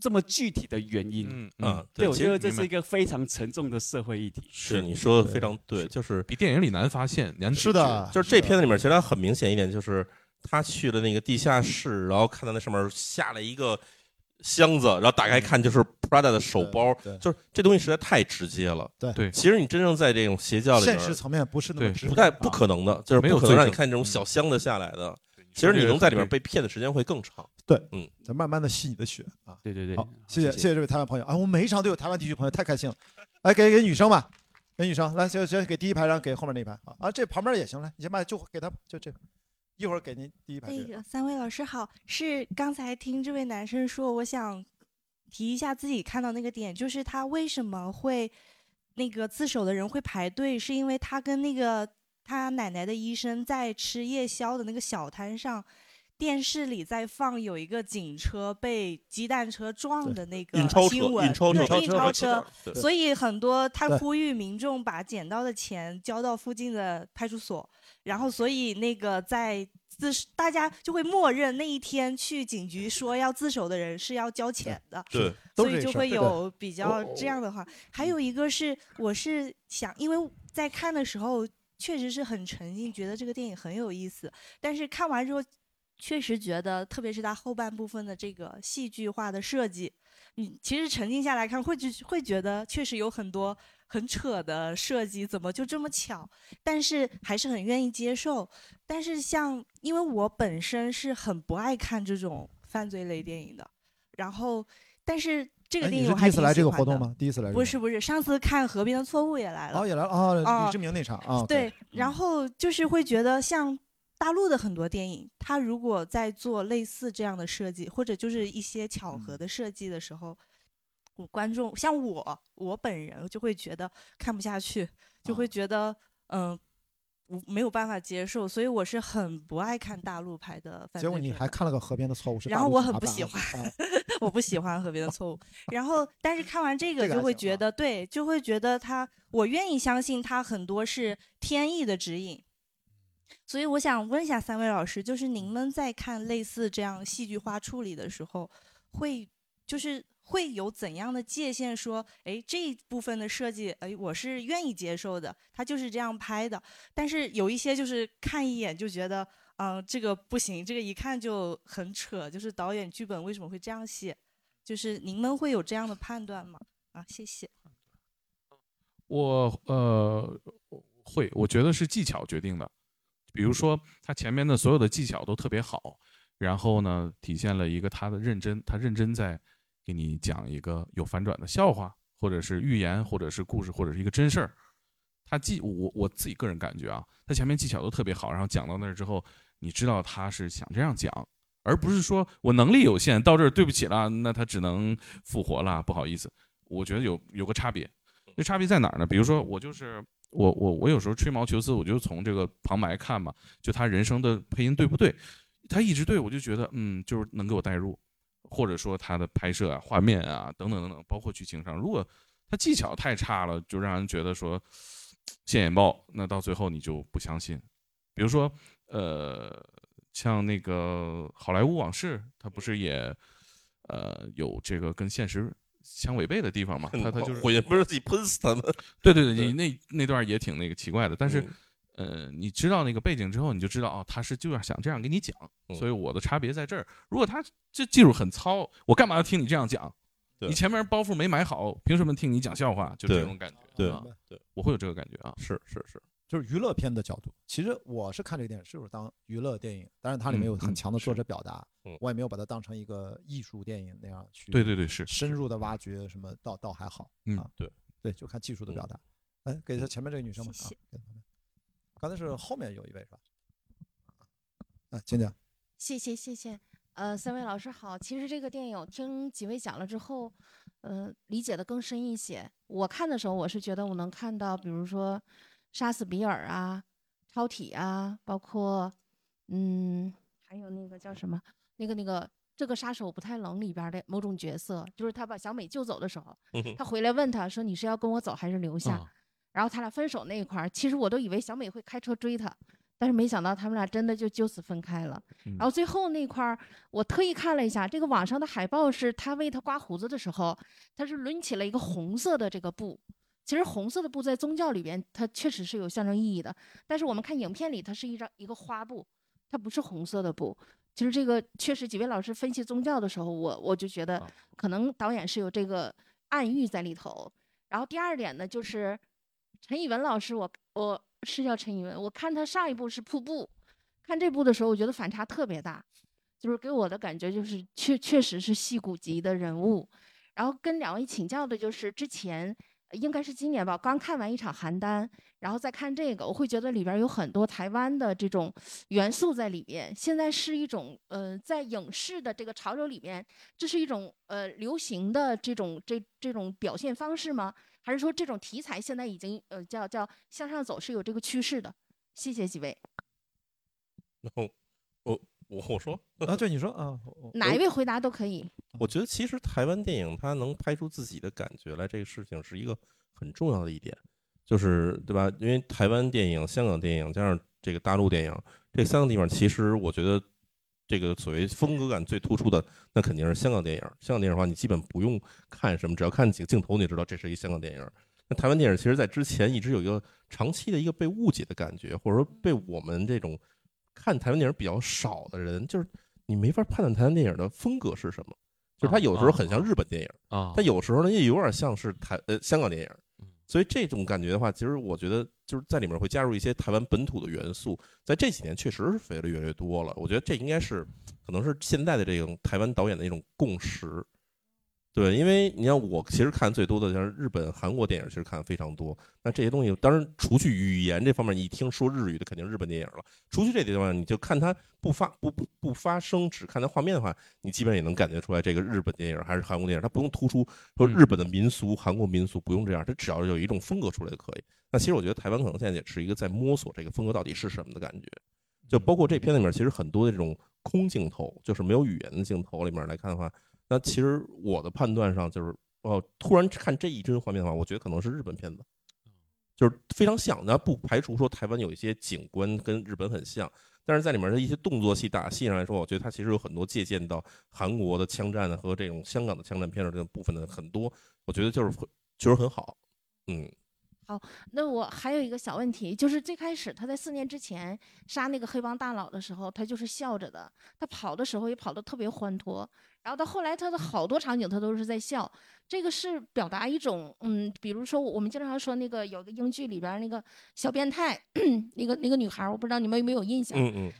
Speaker 5: 这么具体的原因。
Speaker 3: 嗯嗯，
Speaker 2: 嗯，
Speaker 5: 对，我
Speaker 2: 其
Speaker 5: 觉
Speaker 2: 实
Speaker 5: 得这
Speaker 3: 明白
Speaker 5: 是一个非常沉重的社会议题。
Speaker 2: 是你说的非常对，就是
Speaker 3: 比电影里难发现，难
Speaker 1: 是的，
Speaker 2: 就是这片子里面，其实它很明显一点就是他去了那个地下室，然后看到那上面下了一个箱子，然后打开看就是 Prada 的手包，
Speaker 1: 嗯对对
Speaker 2: 就是这东西实在太直接了。
Speaker 1: 对
Speaker 3: 对
Speaker 2: 其实你真正在这种邪教里
Speaker 1: 现
Speaker 2: 面，
Speaker 1: 实层面不是那么
Speaker 3: 对
Speaker 1: 直啊
Speaker 2: 不
Speaker 1: 白
Speaker 2: 太不可能的，就是
Speaker 3: 没有
Speaker 2: 不可能让你
Speaker 3: 罪证
Speaker 2: 看这种
Speaker 3: 嗯
Speaker 2: 小箱子下来的。
Speaker 3: 解。
Speaker 2: 其实你能在里面
Speaker 3: 对
Speaker 2: 被骗的时间会更长。
Speaker 1: 咱慢慢的吸你的血啊。
Speaker 5: 对对对，
Speaker 1: 好，谢谢
Speaker 5: 谢
Speaker 1: 谢这位台湾朋友啊，我每一场都有台湾地区朋友，太开心了。来给给女生吧，给女生来，行行，给第一排，然后给后面那一排啊啊，这旁边也行，来，你先把就给他就这，一会儿给您第一排这
Speaker 6: 那
Speaker 1: 个。
Speaker 6: 个哎三位老师好，是刚才听这位男生说，我想提一下自己看到那个点，就是他为什么会那个自首的人会排队，是因为他跟那个他奶奶的医生在吃夜宵的那个小摊上，电视里在放有一个警车被鸡蛋车撞
Speaker 1: 对
Speaker 6: 的那个
Speaker 2: 运钞车，
Speaker 6: 新闻，
Speaker 2: 运钞车，
Speaker 6: 对，运
Speaker 1: 运钞
Speaker 6: 钞车。，
Speaker 2: 对
Speaker 6: 所以很多
Speaker 1: 对
Speaker 6: 他呼吁民众把捡到的钱交到附近的派出所，然后所以那个在自大家就会默认那一天去警局说要自首的人是要交钱的，
Speaker 2: 对，
Speaker 1: 都
Speaker 6: 所
Speaker 1: 是
Speaker 6: 以
Speaker 1: 这
Speaker 6: 就
Speaker 1: 事儿
Speaker 6: 会
Speaker 1: 对
Speaker 6: 有比较这样的话。还有一个是，我是想，因为在看的时候确实是很沉浸，觉得这个电影很有意思，但是看完之后。确实觉得，特别是它后半部分的这个戏剧化的设计，你其实沉浸下来看，会觉会觉得确实有很多很扯的设计，怎么就这么巧？但是还是很愿意接受。但是像因为我本身是很不爱看这种犯罪类电影的，然后但是这个
Speaker 1: 哎，
Speaker 6: 电
Speaker 1: 你
Speaker 6: 影
Speaker 1: 是
Speaker 6: 我
Speaker 1: 第
Speaker 6: 还挺
Speaker 1: 一
Speaker 6: 喜
Speaker 1: 次
Speaker 6: 欢
Speaker 1: 来
Speaker 6: 的。
Speaker 1: 这个活动？吗？第一次来这个
Speaker 6: 不是不是，上次看《河边的错误》也来了。
Speaker 1: 活动？哦，也来了啊，
Speaker 6: 哦
Speaker 1: 李志明那场啊，
Speaker 6: 对，
Speaker 1: 嗯
Speaker 6: 然后就是会觉得像大陆的很多电影，它如果在做类似这样的设计，或者就是一些巧
Speaker 1: 嗯
Speaker 6: 合的设计的时候，我观众像我我本人就会觉得看不下去，就
Speaker 1: 啊
Speaker 6: 会觉得嗯、我没有办法接受，所以我是很不爱看大陆拍的犯罪片的。
Speaker 1: 结果你还看了个《河边的错误》，是
Speaker 6: 然
Speaker 1: 大
Speaker 6: 后
Speaker 1: 陆
Speaker 6: 我
Speaker 1: 警
Speaker 6: 很
Speaker 1: 察
Speaker 6: 不
Speaker 1: 办
Speaker 6: 喜
Speaker 1: 案的啊
Speaker 6: 我不喜欢《河边的错误》，然后但是看完这
Speaker 1: 这
Speaker 6: 个
Speaker 1: 个
Speaker 6: 就
Speaker 1: 还
Speaker 6: 会
Speaker 1: 行
Speaker 6: 觉
Speaker 1: 啊
Speaker 6: 得，对，就会觉得他，我愿意相信他很多是天意的指引。所以我想问一下三位老师，就是
Speaker 1: 嗯
Speaker 6: 您们在看类似这样戏剧化处理的时候，会就是会有怎样的界限？说，哎，这一部分的设计，哎，我是愿意接受的，他就是这样拍的。但是有一些就是看一眼就觉得，嗯、这个不行，这个一看就很扯，就是导演剧本为什么会这样写？就是您们会有这样的判断吗？啊，谢谢。
Speaker 3: 我呃会，我觉得是技巧决定的。比如说，他前面的所有的技巧都特别好，然后呢，体现了一个他的认真，他认真在给你讲一个有反转的笑话，或者是寓言，或者是故事，或者是一个真事儿。他技我我自己个人感觉啊，他前面技巧都特别好，然后讲到那儿之后，你知道他是想这样讲，而不是说我能力有限，到这儿对不起了，那他只能复活了，不好意思。我觉得有有个差别，那差别在哪儿呢？比如说我就是我我我有时候吹毛求疵，我就从这个旁白看嘛，就他人声的配音对不对？他一直对我就觉得嗯，就是能给我带入，或者说他的拍摄啊、画面啊等等等等，包括剧情上，如果他技巧太差了，就让人觉得说现眼报，那到最后你就不相信。比如说，呃，像那个《好莱坞往事》，它不是也呃有这个跟现实相违背的地方
Speaker 2: 嗯
Speaker 3: 嘛？它它就是
Speaker 2: 火焰哦不是自己喷死他们。
Speaker 3: 对对对，你那那段儿也挺那个奇怪的，但是。
Speaker 2: 嗯
Speaker 3: 呃，你知道那个背景之后，你就知道哦，他是就要想这样跟你讲，
Speaker 2: 嗯
Speaker 3: 所以我的差别在这儿。如果他这技术很糙，我干嘛要听你这样讲？
Speaker 2: 对
Speaker 3: 你前面包袱没买好，凭什么听你讲笑话？就这
Speaker 2: 对
Speaker 3: 种感觉，
Speaker 2: 对
Speaker 3: 啊
Speaker 2: 对，
Speaker 3: 我会有这个感觉啊。
Speaker 2: 是是是，
Speaker 1: 就是娱乐片的角度。其实我是看这个电影是不是当娱乐电影，当然它里面
Speaker 3: 嗯
Speaker 1: 有很
Speaker 3: 嗯
Speaker 1: 强的作
Speaker 3: 是
Speaker 1: 者表达，
Speaker 2: 嗯
Speaker 1: 我也没有把它当成一个艺术电影那样去
Speaker 3: 对对对，是
Speaker 1: 深入的挖掘什么，倒倒还好。
Speaker 3: 嗯
Speaker 1: 啊、
Speaker 2: 对
Speaker 1: 对，就看技术的表达。哎，给他前面这个女生吧。
Speaker 6: 嗯谢谢
Speaker 1: 啊给她旁边刚才是后面有一位是吧？啊，请讲。
Speaker 7: 谢谢谢谢，呃，三位老师好。其实这个电影我听几位讲了之后，呃，理解的更深一些。我看的时候，我是觉得我能看到，比如说杀死比尔啊、超体啊，包括嗯，还有那个叫什么，那个那个。这个杀手不太冷里边儿的某种角色，就是他把小美救走的时候，
Speaker 2: 嗯哼嗯
Speaker 7: 他回来问他说：“你是要跟我走还是留下？”
Speaker 3: 啊
Speaker 7: 然后他俩分手那一块儿，其实我都以为小美会开车追他，但是没想到他们俩真的就就此分开了。
Speaker 2: 嗯
Speaker 7: 然后最后那块儿，我特意看了一下，这个网上的海报是他为他刮胡子的时候，他是抡起了一个红色的这个布。其实红色的布在宗教里边，它确实是有象征意义的。但是我们看影片里，它是一张一个花布，它不是红色的布。其实这个确实，几位老师分析宗教的时候，我我就觉得
Speaker 3: 啊
Speaker 7: 可能导演是有这个暗喻在里头。然后第二点呢，就是陈以文老师，我我是叫陈以文，我看他上一部是《瀑布》，看这部的时候，我觉得反差特别大，就是给我的感觉就是确确实是戏骨级的人物。然后跟两位请教的就是之前呃应该是今年吧，刚看完一场邯郸，然后再看这个，我会觉得里边儿有很多台湾的这种元素在里边。现在是一种呃，在影视的这个潮流里面，这是一种呃流行的这种这这种表现方式吗？还是说这种题材现在已经呃叫叫向上走是有这个趋势的？谢谢几位，
Speaker 2: 然后我我我说，
Speaker 1: 啊，对，你说啊，我我
Speaker 7: 哪一位回答都可以。
Speaker 2: 我觉得其实台湾电影它能拍出自己的感觉来，这个事情是一个很重要的一点，就是对吧？因为台湾电影、香港电影加上这个大陆电影，这三个地方其实我觉得这个所谓风格感最突出的，那肯定是香港电影。香港电影的话，你基本不用看什么，只要看几个镜头，你就知道这是一香港电影。那台湾电影其实在之前一直有一个长期的一个被误解的感觉，或者说被我们这种看台湾电影比较少的人，就是你没法判断台湾电影的风格是什么。就是它有时候很像日本电影，
Speaker 4: 啊
Speaker 2: 它有时候呢也有点像是台呃香港电影
Speaker 4: 嗯，
Speaker 2: 所以这种感觉的话，其实我觉得就是在里面会加入一些台湾本土的元素，在这几年确实是肥的越来越多了。我觉得这应该是可能是现在的这种台湾导演的一种共识，对，因为你看我其实看最多的像是日本、韩国电影，其实看得非常多。那这些东西，当然除去语言这方面，你一听说日语的肯定是日本电影了。除去这地方，你就看它不发不不不发声，只看它画面的话，你基本也能感觉出来，这个日本电影还是韩国电影，它不用突出说日本的民俗、韩国民俗，不用这样，它只要有一种风格出来就可以。那其实我觉得台湾可能现在也是一个在摸索这个风格到底是什么的感觉，就包括这片里面其实很多的这种空镜头，就是没有语言的镜头里面来看的话，那其实我的判断上就是，哦，突然看这一帧画面的话，我觉得可能是日本片子。就是非常像，那不排除说台湾有一些景观跟日本很像，但是在里面的一些动作戏、打戏上来说，我觉得它其实有很多借鉴到韩国的枪战和这种香港的枪战片的这个部分的很多，我觉得就是会确实很好。嗯，
Speaker 7: 那我还有一个小问题，就是最开始他在四年之前杀那个黑帮大佬的时候，他就是笑着的，他跑的时候也跑得特别欢脱。然后到后来，他的好多场景他都是在笑，这个是表达一种，嗯，比如说我们经常说那个有个英剧里边儿那个小变态， 那个那个女孩儿，我不知道你们有没有印象，
Speaker 2: 嗯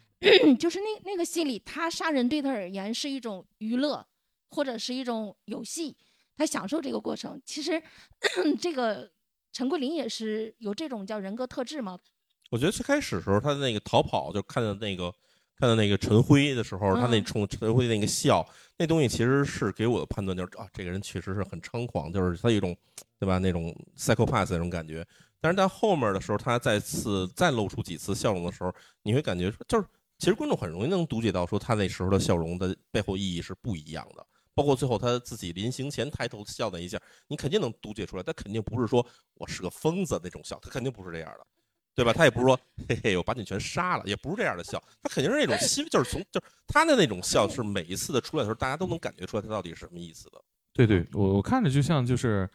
Speaker 2: 嗯，
Speaker 7: 就是那那个戏里，他杀人对他而言是一种娱乐，或者是一种游戏，他享受这个过程。其实， 这个陈桂林也是有这种叫人格特质嘛，
Speaker 2: 我觉得最开始的时候，他的那个逃跑，就看到那个看到那个陈辉的时候，他那
Speaker 7: 嗯
Speaker 2: 冲陈辉那个笑，那东西其实是给我的判断就是啊，这个人确实是很猖狂，就是他有一种对吧那种 psychopath 那种感觉。但是在后面的时候，他再次再露出几次笑容的时候，你会感觉说就是其实观众很容易能读解到说他那时候的笑容的背后意义是不一样的。包括最后他自己临行前抬头笑那一下，你肯定能读解出来。他肯定不是说我是个疯子那种笑，他肯定不是这样的，对吧？他也不是说嘿嘿，我把你全杀了，也不是这样的笑，他肯定是那种心，就是从就是他的那种笑，是每一次的出来的时候，大家都能感觉出来他到底是什么意思的。
Speaker 3: 对
Speaker 2: 嗯
Speaker 3: 对，我我看着就像就是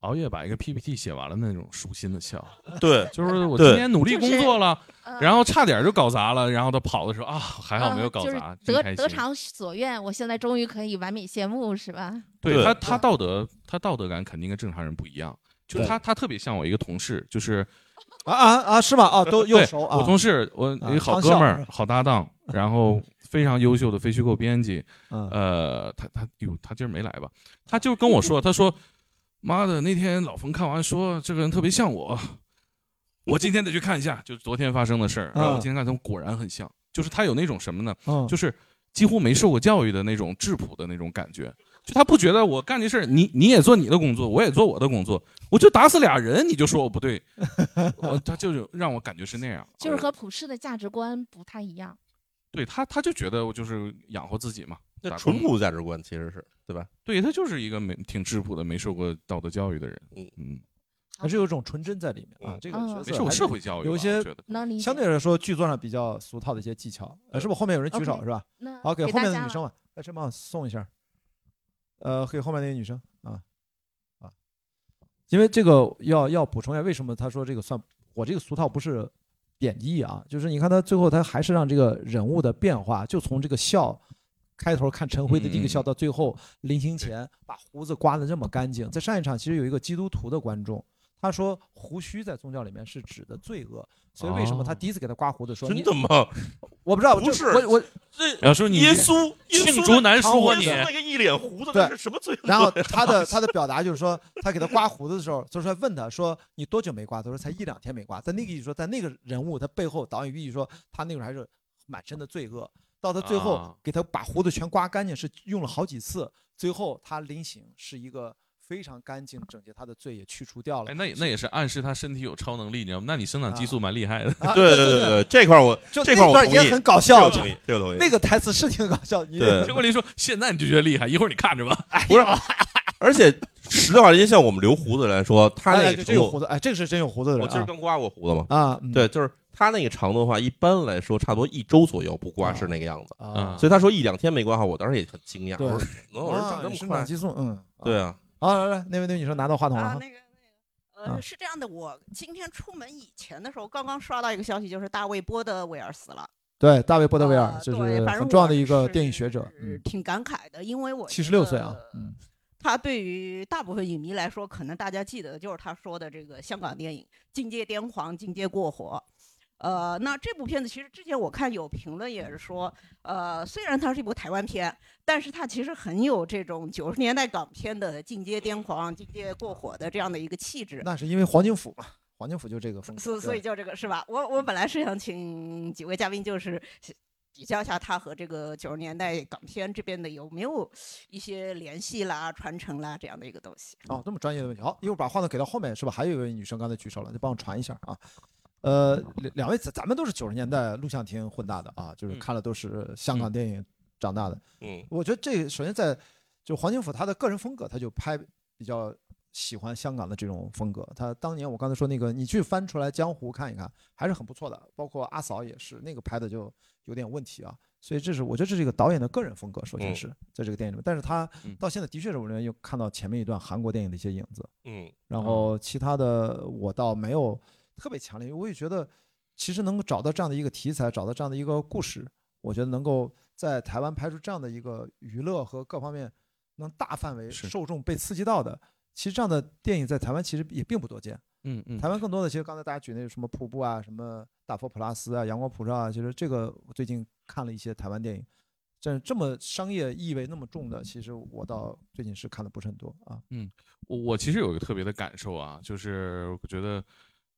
Speaker 3: 熬夜把一个 PPT 写完了那种舒心的笑。
Speaker 2: 对
Speaker 3: 就是我
Speaker 2: 对
Speaker 3: 今天努力工作了，
Speaker 7: 呃
Speaker 3: 然后差点就搞砸了，然后他跑的时候啊，还好没有
Speaker 7: 啊
Speaker 3: 搞
Speaker 7: 就是
Speaker 3: 砸，真
Speaker 7: 得
Speaker 3: 开
Speaker 7: 得
Speaker 3: 心。
Speaker 7: 偿所愿，我现在终于可以完美谢幕，是吧？
Speaker 3: 对
Speaker 2: 对
Speaker 3: 他，他道德他道德感肯定跟正常人不一样。就
Speaker 1: 对
Speaker 3: 他，他特别像我一个同事，就是
Speaker 1: 啊啊啊，是吗？啊， 都又
Speaker 3: 对
Speaker 1: 熟啊。
Speaker 3: 我同事，我
Speaker 1: 啊
Speaker 3: 一个好
Speaker 1: 康
Speaker 3: 哥
Speaker 1: 笑
Speaker 3: 们儿，好搭 档，然后非常优秀的非虚构编辑，
Speaker 1: 嗯，
Speaker 3: 呃，他他哟，他今儿没来吧？他就跟我说，他说，妈的，那天老冯看完说这个人特别像我，我今天得去看一下，就是昨天发生的事
Speaker 2: 啊
Speaker 3: 儿。然后我
Speaker 1: 嗯
Speaker 3: 今天看，他果然很像，就是他有那种什么呢？
Speaker 1: 嗯
Speaker 3: 就是几乎没受过教育的那种质朴的那种感觉。就他不觉得我干这事儿，你你也做你的工作，我也做我的工作，我就打死俩人，你就说我不 对，我他就是让我感觉是那样，
Speaker 7: 就是和普世的价值观不太一样。
Speaker 3: 对他他就觉得我就是养活自己嘛，
Speaker 2: 那
Speaker 3: 打
Speaker 2: 淳
Speaker 3: 工
Speaker 2: 朴价值观其实是对吧？
Speaker 3: 对他就是一个没挺质朴的、没受过道德教育的人。
Speaker 2: 嗯
Speaker 3: 嗯，
Speaker 1: 还是有一种纯真在里面啊
Speaker 2: 嗯。
Speaker 1: 这个
Speaker 7: 嗯
Speaker 1: 角色
Speaker 3: 没受过
Speaker 1: 还是
Speaker 3: 社会教育吧，
Speaker 1: 有一些
Speaker 3: 我觉得
Speaker 7: 能理解。
Speaker 1: 相对来说剧作上比较俗套的一些技巧，呃，是不是？后面有人举手
Speaker 7: OK
Speaker 1: 是吧？
Speaker 7: 那
Speaker 1: 好，给后
Speaker 7: 大
Speaker 1: 面的
Speaker 7: 家
Speaker 1: 女生吧，哎，这帮我送一下，呃，给后面那个女生啊啊，因为这个要要补充一下，为什么他说这个算我这个俗套不是贬义啊？就是你看他最后他还是让这个人物的变化，就从这个笑。开头看陈辉的这个
Speaker 3: 嗯
Speaker 1: 笑，
Speaker 3: 嗯嗯
Speaker 1: 到最后临行前把胡子刮得这么干净。在上一场，其实有一个基督徒的观众，他说胡须在宗教里面是指的罪恶，所以为什么他
Speaker 3: 哦
Speaker 1: 第一次给他刮胡子说
Speaker 2: 真
Speaker 1: 你
Speaker 2: 的吗？
Speaker 1: 我不知道，
Speaker 2: 不
Speaker 1: 就是我我
Speaker 2: 这
Speaker 3: 然后说你
Speaker 2: 耶稣，耶稣
Speaker 3: 罄竹难
Speaker 1: 书啊
Speaker 2: 耶稣
Speaker 1: 你
Speaker 2: 那个一脸胡子，
Speaker 1: 对
Speaker 2: 那是什么罪？
Speaker 1: 然后他的他的表达就是说，他给他刮胡子的时候，就是说问他说你多久没刮？他说才一两天没刮。在那个意思说，在那个人物他背后导演寓意说他那个人还是满身的罪恶。到他最后
Speaker 3: 啊
Speaker 1: 给他把胡子全刮干净，是用了好几次。最后他临行是一个非常干净整洁，他的罪也去除掉了
Speaker 3: 哎，。那也那也是暗示他身体有超能力，你知道吗？那你生长激素蛮厉害的。
Speaker 1: 啊
Speaker 2: 对对对对，这块儿我
Speaker 1: 就
Speaker 2: 这
Speaker 1: 那
Speaker 2: 块儿我
Speaker 1: 段
Speaker 2: 同
Speaker 1: 也
Speaker 2: 意
Speaker 1: 很搞
Speaker 2: 这
Speaker 1: 笑
Speaker 2: 个，同意，这个同意。
Speaker 1: 那个台词是挺搞笑。你
Speaker 2: 对
Speaker 3: 结果林说现在你就觉得厉害，一会儿你看着吧。
Speaker 2: 不 是，而且实话，因为像我们留胡子来说，他
Speaker 1: 哎，
Speaker 2: 那
Speaker 1: 这
Speaker 2: 个程
Speaker 1: 真有
Speaker 2: 度，
Speaker 1: 胡子，哎，这个是真有胡子的
Speaker 2: 我
Speaker 1: 人
Speaker 2: 今儿
Speaker 1: 啊
Speaker 2: 刚刮过胡子嘛，
Speaker 1: 啊，嗯
Speaker 2: 对，就是他那个长度的话，一般来说差不多一周左右不刮是那个样子。
Speaker 1: 啊
Speaker 3: 嗯，
Speaker 2: 所以他说一两天没刮好，我当时也很惊讶，
Speaker 1: 对
Speaker 2: 我说能有人长这么
Speaker 1: 生
Speaker 2: 快
Speaker 1: 长？激素，嗯，
Speaker 2: 对啊，
Speaker 1: 啊，来来，那位那位女生拿到话筒了
Speaker 8: 啊，
Speaker 1: 哈。
Speaker 8: 那个那个，
Speaker 1: 啊
Speaker 8: 呃，是这样的，我今天出门以前的时候，刚刚刷到一个消息，就是大卫波德维尔死了。
Speaker 1: 对，大卫·波德维尔
Speaker 8: 呃
Speaker 1: 就
Speaker 8: 对
Speaker 1: 是
Speaker 8: 反正
Speaker 1: 很重要
Speaker 8: 我
Speaker 1: 的一个
Speaker 8: 是
Speaker 1: 电影学者，嗯，
Speaker 8: 挺感慨的，因为我
Speaker 1: 七
Speaker 8: 觉
Speaker 1: 十六岁啊
Speaker 8: 得，
Speaker 1: 嗯，
Speaker 8: 他对于大部分影迷来说，可能大家记得的就是他说的这个香港电影《境界癫狂》《境界过火》。呃，那这部片子其实之前我看有评论也是说，呃，虽然它是一部台湾片，但是它其实很有这种九十年代港片的境界癫狂、境界过火的这样的一个气质。
Speaker 1: 那是因为黄金府嘛，黄金府就这个风格，
Speaker 8: 所所以
Speaker 1: 对
Speaker 8: 就这个是吧？我我本来是想请几位嘉宾，就是比较一下他和这个九十年代港片这边的有没有一些联系啦、传承啦这样的一个东西。
Speaker 1: 哦，这么专业的问题，好，一会儿把话筒给到后面是吧？还有一位女生刚才举手了，就帮我传一下啊。呃，两两位咱咱们都是九十年代录像厅混大的啊，就是
Speaker 3: 嗯
Speaker 1: 看了都是香港电影长大的。
Speaker 2: 嗯，
Speaker 1: 我觉得这首先在就黄金甫他的个人风格，他就拍比较喜欢香港的这种风格。他当年我刚才说那个，你去翻出来江湖看一看，还是很不错的。包括阿嫂也是，那个拍的就有点问题啊。所以这是我觉得这是一个导演的个人风格，首先
Speaker 2: 嗯
Speaker 1: 是在这个电影里面，但是他
Speaker 3: 嗯
Speaker 1: 到现在的确是我认为又看到前面一段韩国电影的一些影子。
Speaker 2: 嗯，
Speaker 1: 然后其他的我倒没有特别强烈，因为我也觉得其实能够找到这样的一个题材，找到这样的一个故事，我觉得能够在台湾拍出这样的一个娱乐和各方面能大范围
Speaker 3: 是
Speaker 1: 受众被刺激到的，其实这样的电影在台湾其实也并不多见。
Speaker 3: 嗯 嗯
Speaker 1: 台湾更多的其实刚才大家举那个什么瀑布啊、什么大佛普拉斯啊、阳光普照啊，其实这个我最近看了一些台湾电影，但是这么商业意味那么重的，其实我到最近是看的不是很多啊。
Speaker 3: 嗯我我其实有一个特别的感受啊，就是我觉得，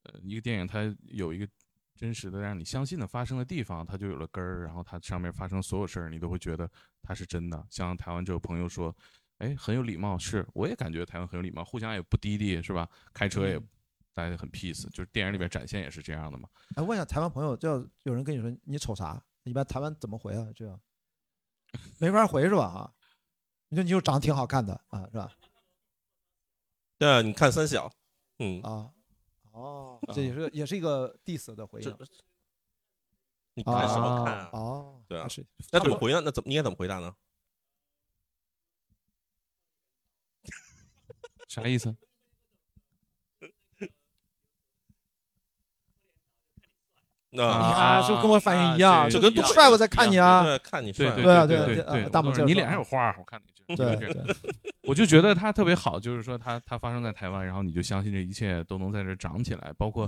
Speaker 3: 呃，一个电影它有一个真实的让你相信的发生的地方，它就有了根儿，然后它上面发生所有事儿，你都会觉得它是真的。像台湾这位朋友说，哎，很有礼貌，是我也感觉台湾很有礼貌，互相也不滴滴，是吧？开车也
Speaker 1: 嗯
Speaker 3: 大家很 peace，就是电影里边展现也是这样的嘛。
Speaker 1: 哎，问一下台湾朋友，就要有人跟你说你瞅啥？你一般台湾怎么回啊？这样没法回是吧？啊，你说你就长得挺好看的啊，是吧？
Speaker 2: 对啊，你看三小，嗯
Speaker 1: 啊，哦，这也是也是一个 diss 的回应。啊
Speaker 2: 你看什么看啊？
Speaker 1: 哦，
Speaker 2: 对啊
Speaker 1: 那是，
Speaker 2: 那怎么回呢？那怎么你应该怎么回答呢？
Speaker 3: 啥意思？
Speaker 2: 那
Speaker 1: 啊就跟我反应一样
Speaker 2: 就
Speaker 1: 就
Speaker 2: 跟
Speaker 1: 不
Speaker 2: 多
Speaker 1: 帅我才看你啊
Speaker 2: 对，看你帅，
Speaker 3: 对
Speaker 1: 对啊
Speaker 3: 对
Speaker 1: 对啊
Speaker 3: 对
Speaker 1: 对啊啊大拇指
Speaker 3: 你
Speaker 1: 是吧
Speaker 3: 脸上有花儿，我看你就
Speaker 1: 对
Speaker 3: 就这样。我就觉得它特别好，就是说它它发生在台湾，然后你就相信这一切都能在这儿长起来，包括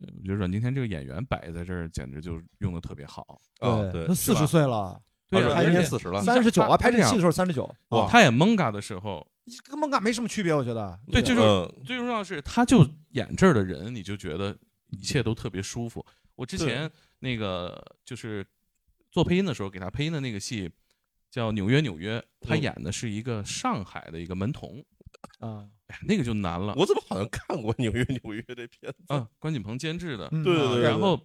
Speaker 3: 呃我觉得阮经天这个演员摆在这儿，简直就用的特别好。
Speaker 2: 啊，对
Speaker 1: 他，四
Speaker 3: 是吧
Speaker 1: 十岁了，
Speaker 3: 对
Speaker 2: 啊
Speaker 3: 啊，
Speaker 1: 还
Speaker 2: 人家
Speaker 1: 有点
Speaker 2: 四十了，
Speaker 1: 三十九啊，
Speaker 3: 他
Speaker 1: 拍这
Speaker 3: 这样哦
Speaker 1: 戏的时候三十九，
Speaker 2: 哇
Speaker 3: 他演蒙嘎的时候，
Speaker 1: 跟梦感没什么区别，我觉得。
Speaker 3: 对，就是
Speaker 2: 嗯
Speaker 3: 最重要的是，他就演这儿的人，你就觉得一切都特别舒服。我之
Speaker 2: 对
Speaker 3: 前那个就是做配音的时候，给他配音的那个戏叫《纽约纽约》，他
Speaker 2: 嗯
Speaker 3: 演的是一个上海的一个门童，
Speaker 1: 啊，
Speaker 3: 哎呀，那个就难了。
Speaker 2: 我怎么好像看过《纽约纽约》这片子？
Speaker 3: 啊，关锦鹏监制的，
Speaker 1: 嗯
Speaker 2: 对对
Speaker 3: 啊
Speaker 2: 对，
Speaker 3: 然后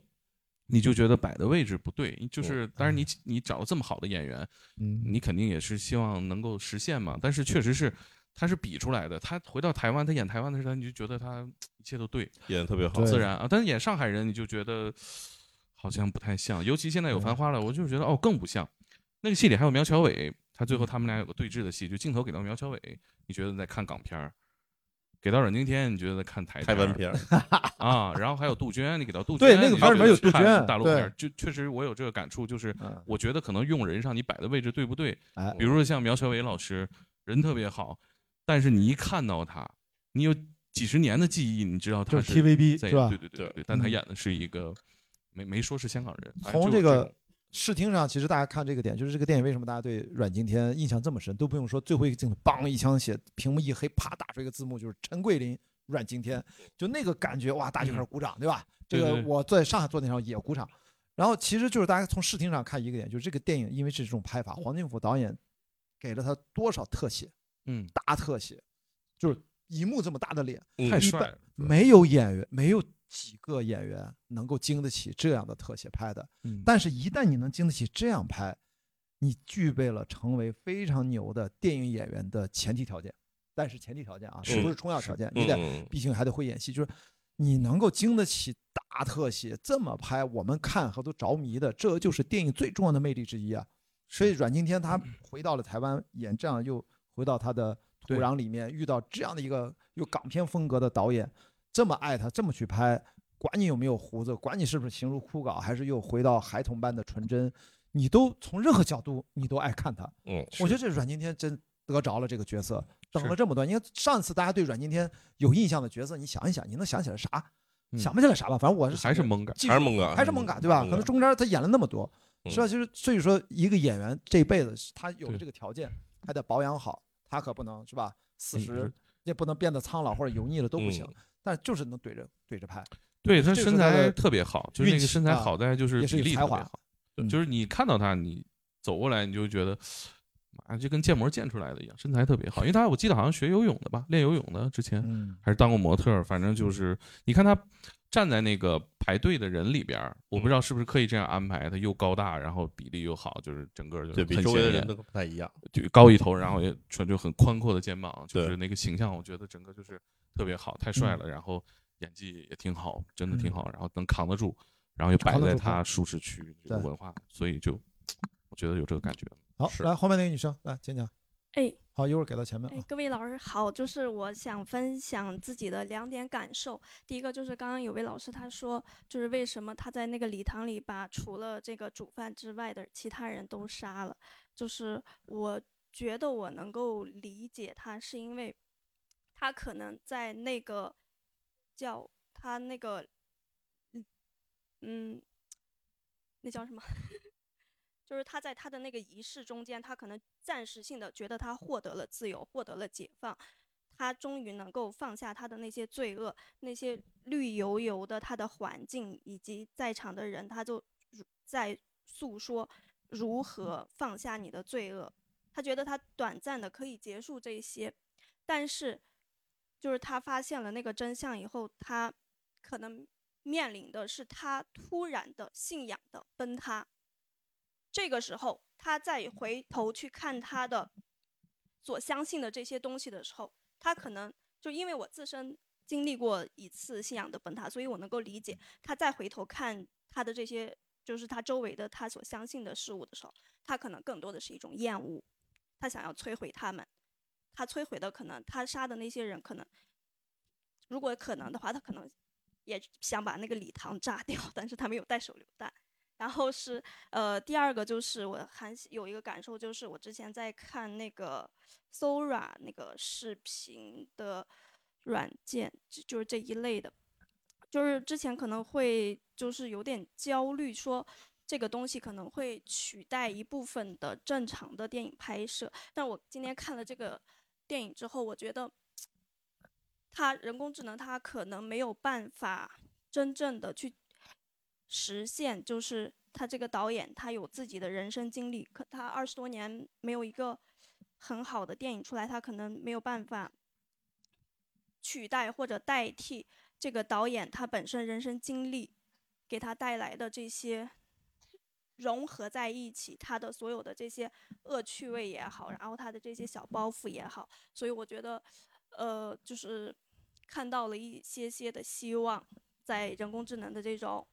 Speaker 3: 你就觉得摆的位置不对，就是当然你
Speaker 1: 嗯
Speaker 3: 你找了这么好的演员，
Speaker 1: 嗯，
Speaker 3: 你肯定也是希望能够实现嘛。但是确实是他是比出来的，他回到台湾，他演台湾的时候，你就觉得他一切都对，
Speaker 2: 演的特别好
Speaker 3: 好，
Speaker 1: 对
Speaker 3: 自然啊。但是演上海人，你就觉得好像不太像，尤其现在有
Speaker 1: 对
Speaker 3: 繁花了，我就是觉得哦更不像。那个戏里还有苗侨伟，他最后
Speaker 2: 嗯
Speaker 3: 他们俩有个对峙的戏，就镜头给到苗侨伟，你觉得在看港片儿；给到阮经天，你觉得在看台
Speaker 2: 台
Speaker 3: 片
Speaker 2: 湾
Speaker 3: 儿
Speaker 2: 片儿，
Speaker 3: 啊，然后还有杜鹃，你给到杜
Speaker 1: 对
Speaker 3: 鹃，
Speaker 1: 那
Speaker 3: 你
Speaker 1: 个片儿
Speaker 3: 就
Speaker 1: 里面有杜
Speaker 3: 看
Speaker 1: 鹃
Speaker 3: 大陆
Speaker 1: 对
Speaker 3: 片儿就确实我有这个感触，就是
Speaker 1: 嗯
Speaker 3: 我觉得可能用人上你摆的位置对不对，
Speaker 1: 哎
Speaker 3: 比如说像苗侨伟老师，人特别好，但是你一看到他，你有几十年的记忆，你知道
Speaker 1: 就
Speaker 3: 他
Speaker 1: 是
Speaker 3: 是
Speaker 1: TVB
Speaker 3: 在
Speaker 1: 是吧
Speaker 3: 对？对对对，但他
Speaker 1: 嗯
Speaker 3: 演的是一个没没说是香港人，哎
Speaker 1: 从
Speaker 3: 就
Speaker 1: 这
Speaker 3: 有
Speaker 1: 个视听上，其实大家看这个点，就是这个电影为什么大家对阮经天印象这么深，都不用说最后一个镜头，梆一枪血，屏幕一黑，啪打出一个字幕，就是陈桂林、阮经天，就那个感觉，哇，大家开始鼓掌，对吧？这
Speaker 3: 嗯对
Speaker 1: 个
Speaker 3: 对
Speaker 1: 我在上海做那场也鼓掌。然后其实就是大家从视听上看一个点，就是这个电影因为是这种拍法，黄金甫导演给了他多少特写，
Speaker 3: 嗯
Speaker 1: 大特写，就是一幕这么大的脸，
Speaker 2: 嗯
Speaker 3: 太
Speaker 1: 一
Speaker 3: 帅
Speaker 1: 般
Speaker 3: 了，
Speaker 1: 没有演员，没有几个演员能够经得起这样的特写拍的。
Speaker 3: 嗯
Speaker 1: 但是，一旦你能经得起这样拍，你具备了成为非常牛的电影演员的前提条件。但是前提条件啊，
Speaker 2: 是
Speaker 1: 不是充要条件，你得
Speaker 2: 嗯，
Speaker 1: 毕竟还得会演戏，就是你能够经得起大特写这么拍，我们看和都着迷的，这就是电影最重要的魅力之一啊。所以阮经天他回到了台湾演这样，又回到他的土
Speaker 3: 对
Speaker 1: 壤里面，遇到这样的一个有港片风格的导演，这么爱他，这么去拍，管你有没有胡子，管你是不是形如枯槁，还是又回到孩童般的纯真，你都从任何角度你都爱看他。
Speaker 2: 嗯，
Speaker 1: 我觉
Speaker 2: 是
Speaker 1: 得这阮经天真得着了这个角色，等
Speaker 3: 是
Speaker 1: 了这么多年。因为上次大家对阮经天有印象的角色，你想一想，你能想起来啥？
Speaker 3: 嗯
Speaker 1: 想不起来啥吧？反正我是
Speaker 3: 还是
Speaker 1: 蒙，
Speaker 3: 蒙嗯嘎，
Speaker 1: 记
Speaker 2: 还是
Speaker 1: 住
Speaker 2: 孟嘎，
Speaker 1: 还是蒙嘎，对吧？可能中间他演了那么多，
Speaker 2: 嗯
Speaker 1: 是吧？就是所以说，一个演员这辈子他有
Speaker 3: 对
Speaker 1: 这个条件，还得保养好，他可不能是吧？四十
Speaker 3: 嗯是
Speaker 1: 也不能变得苍老或者油腻了都不行
Speaker 2: 嗯。
Speaker 1: 但是就是能怼着怼着拍，
Speaker 3: 对他
Speaker 1: 这个
Speaker 3: 身
Speaker 1: 是他
Speaker 3: 材
Speaker 1: 的
Speaker 3: 特别好，就是那
Speaker 1: 运
Speaker 3: 个
Speaker 1: 气
Speaker 3: 身材
Speaker 1: 啊
Speaker 3: 好在就是
Speaker 1: 也
Speaker 3: 比
Speaker 1: 是有
Speaker 3: 例特
Speaker 1: 才
Speaker 3: 别
Speaker 1: 华
Speaker 3: 好，对
Speaker 1: 嗯
Speaker 3: 就是你看到他，你走过来你就觉得，啊，就跟建模建出来的一样，身材特别好。因为他我记得好像学游泳的吧，练游泳的之前
Speaker 1: 嗯，
Speaker 3: 还是当过模特儿，反正就是你看他站在那个排队的人里边儿，我
Speaker 2: 嗯
Speaker 3: 不知道是不是刻意这样安排，他又高大，然后比例又好，就是整个就
Speaker 2: 对
Speaker 3: 是
Speaker 2: 比
Speaker 3: 很
Speaker 2: 周围的
Speaker 3: 显
Speaker 2: 人
Speaker 3: 眼
Speaker 2: 都，不太一样，嗯
Speaker 3: 就高一头，然后也穿就很宽阔的肩膀，就
Speaker 2: 对嗯
Speaker 3: 是那个形象，我觉得整个就是特别好，太帅了，然后演技也挺好，真的挺好，然后能扛得住，然后又摆
Speaker 1: 扛得
Speaker 3: 在
Speaker 1: 住
Speaker 3: 他舒适区这个
Speaker 1: 对
Speaker 3: 文化，所以就我觉得有这个感觉。
Speaker 1: 好，
Speaker 2: 是
Speaker 1: 来后面那个女生来讲讲。
Speaker 9: 哎，
Speaker 1: 好，一会儿给到前面
Speaker 9: 哎
Speaker 1: 啊，，
Speaker 9: 各位老师好，就是我想分享自己的两点感受。第一个就是刚刚有位老师他说，就是为什么他在那个礼堂里把除了这个主犯之外的其他人都杀了，就是我觉得我能够理解他，是因为他可能在那个叫他那个嗯嗯，那叫什么？就是他在他的那个仪式中间，他可能暂时性的觉得他获得了自由，获得了解放，他终于能够放下他的那些罪恶，那些绿油油的他的环境以及在场的人，他就如在诉说如何放下你的罪恶。他觉得他短暂的可以结束这一些，但是就是他发现了那个真相以后，他可能面临的是他突然的信仰的崩塌。这个时候，他再回头去看他的所相信的这些东西的时候，他可能就因为我自身经历过一次信仰的崩塌，所以我能够理解他再回头看他的这些，就是他周围的他所相信的事物的时候，他可能更多的是一种厌恶，他想要摧毁他们，他摧毁的可能他杀的那些人可能，如果可能的话，他可能也想把那个礼堂炸掉，但是他没有带手榴弹。然后是呃，第二个就是我还是有一个感受，就是我之前在看那个 Sora 那个视频的软件，就就是这一类的，就是之前可能会就是有点焦虑，说这个东西可能会取代一部分的正常的电影拍摄，但我今天看了这个电影之后，我觉得它人工智能它可能没有办法真正的去。实现，就是他这个导演，他有自己的人生经历，可他二十多年没有一个很好的电影出来，他可能没有办法取代或者代替这个导演他本身人生经历给他带来的这些融合在一起，他的所有的这些恶趣味也好，然后他的这些小包袱也好，所以我觉得，呃，就是看到了一些些的希望，在人工智能的这种。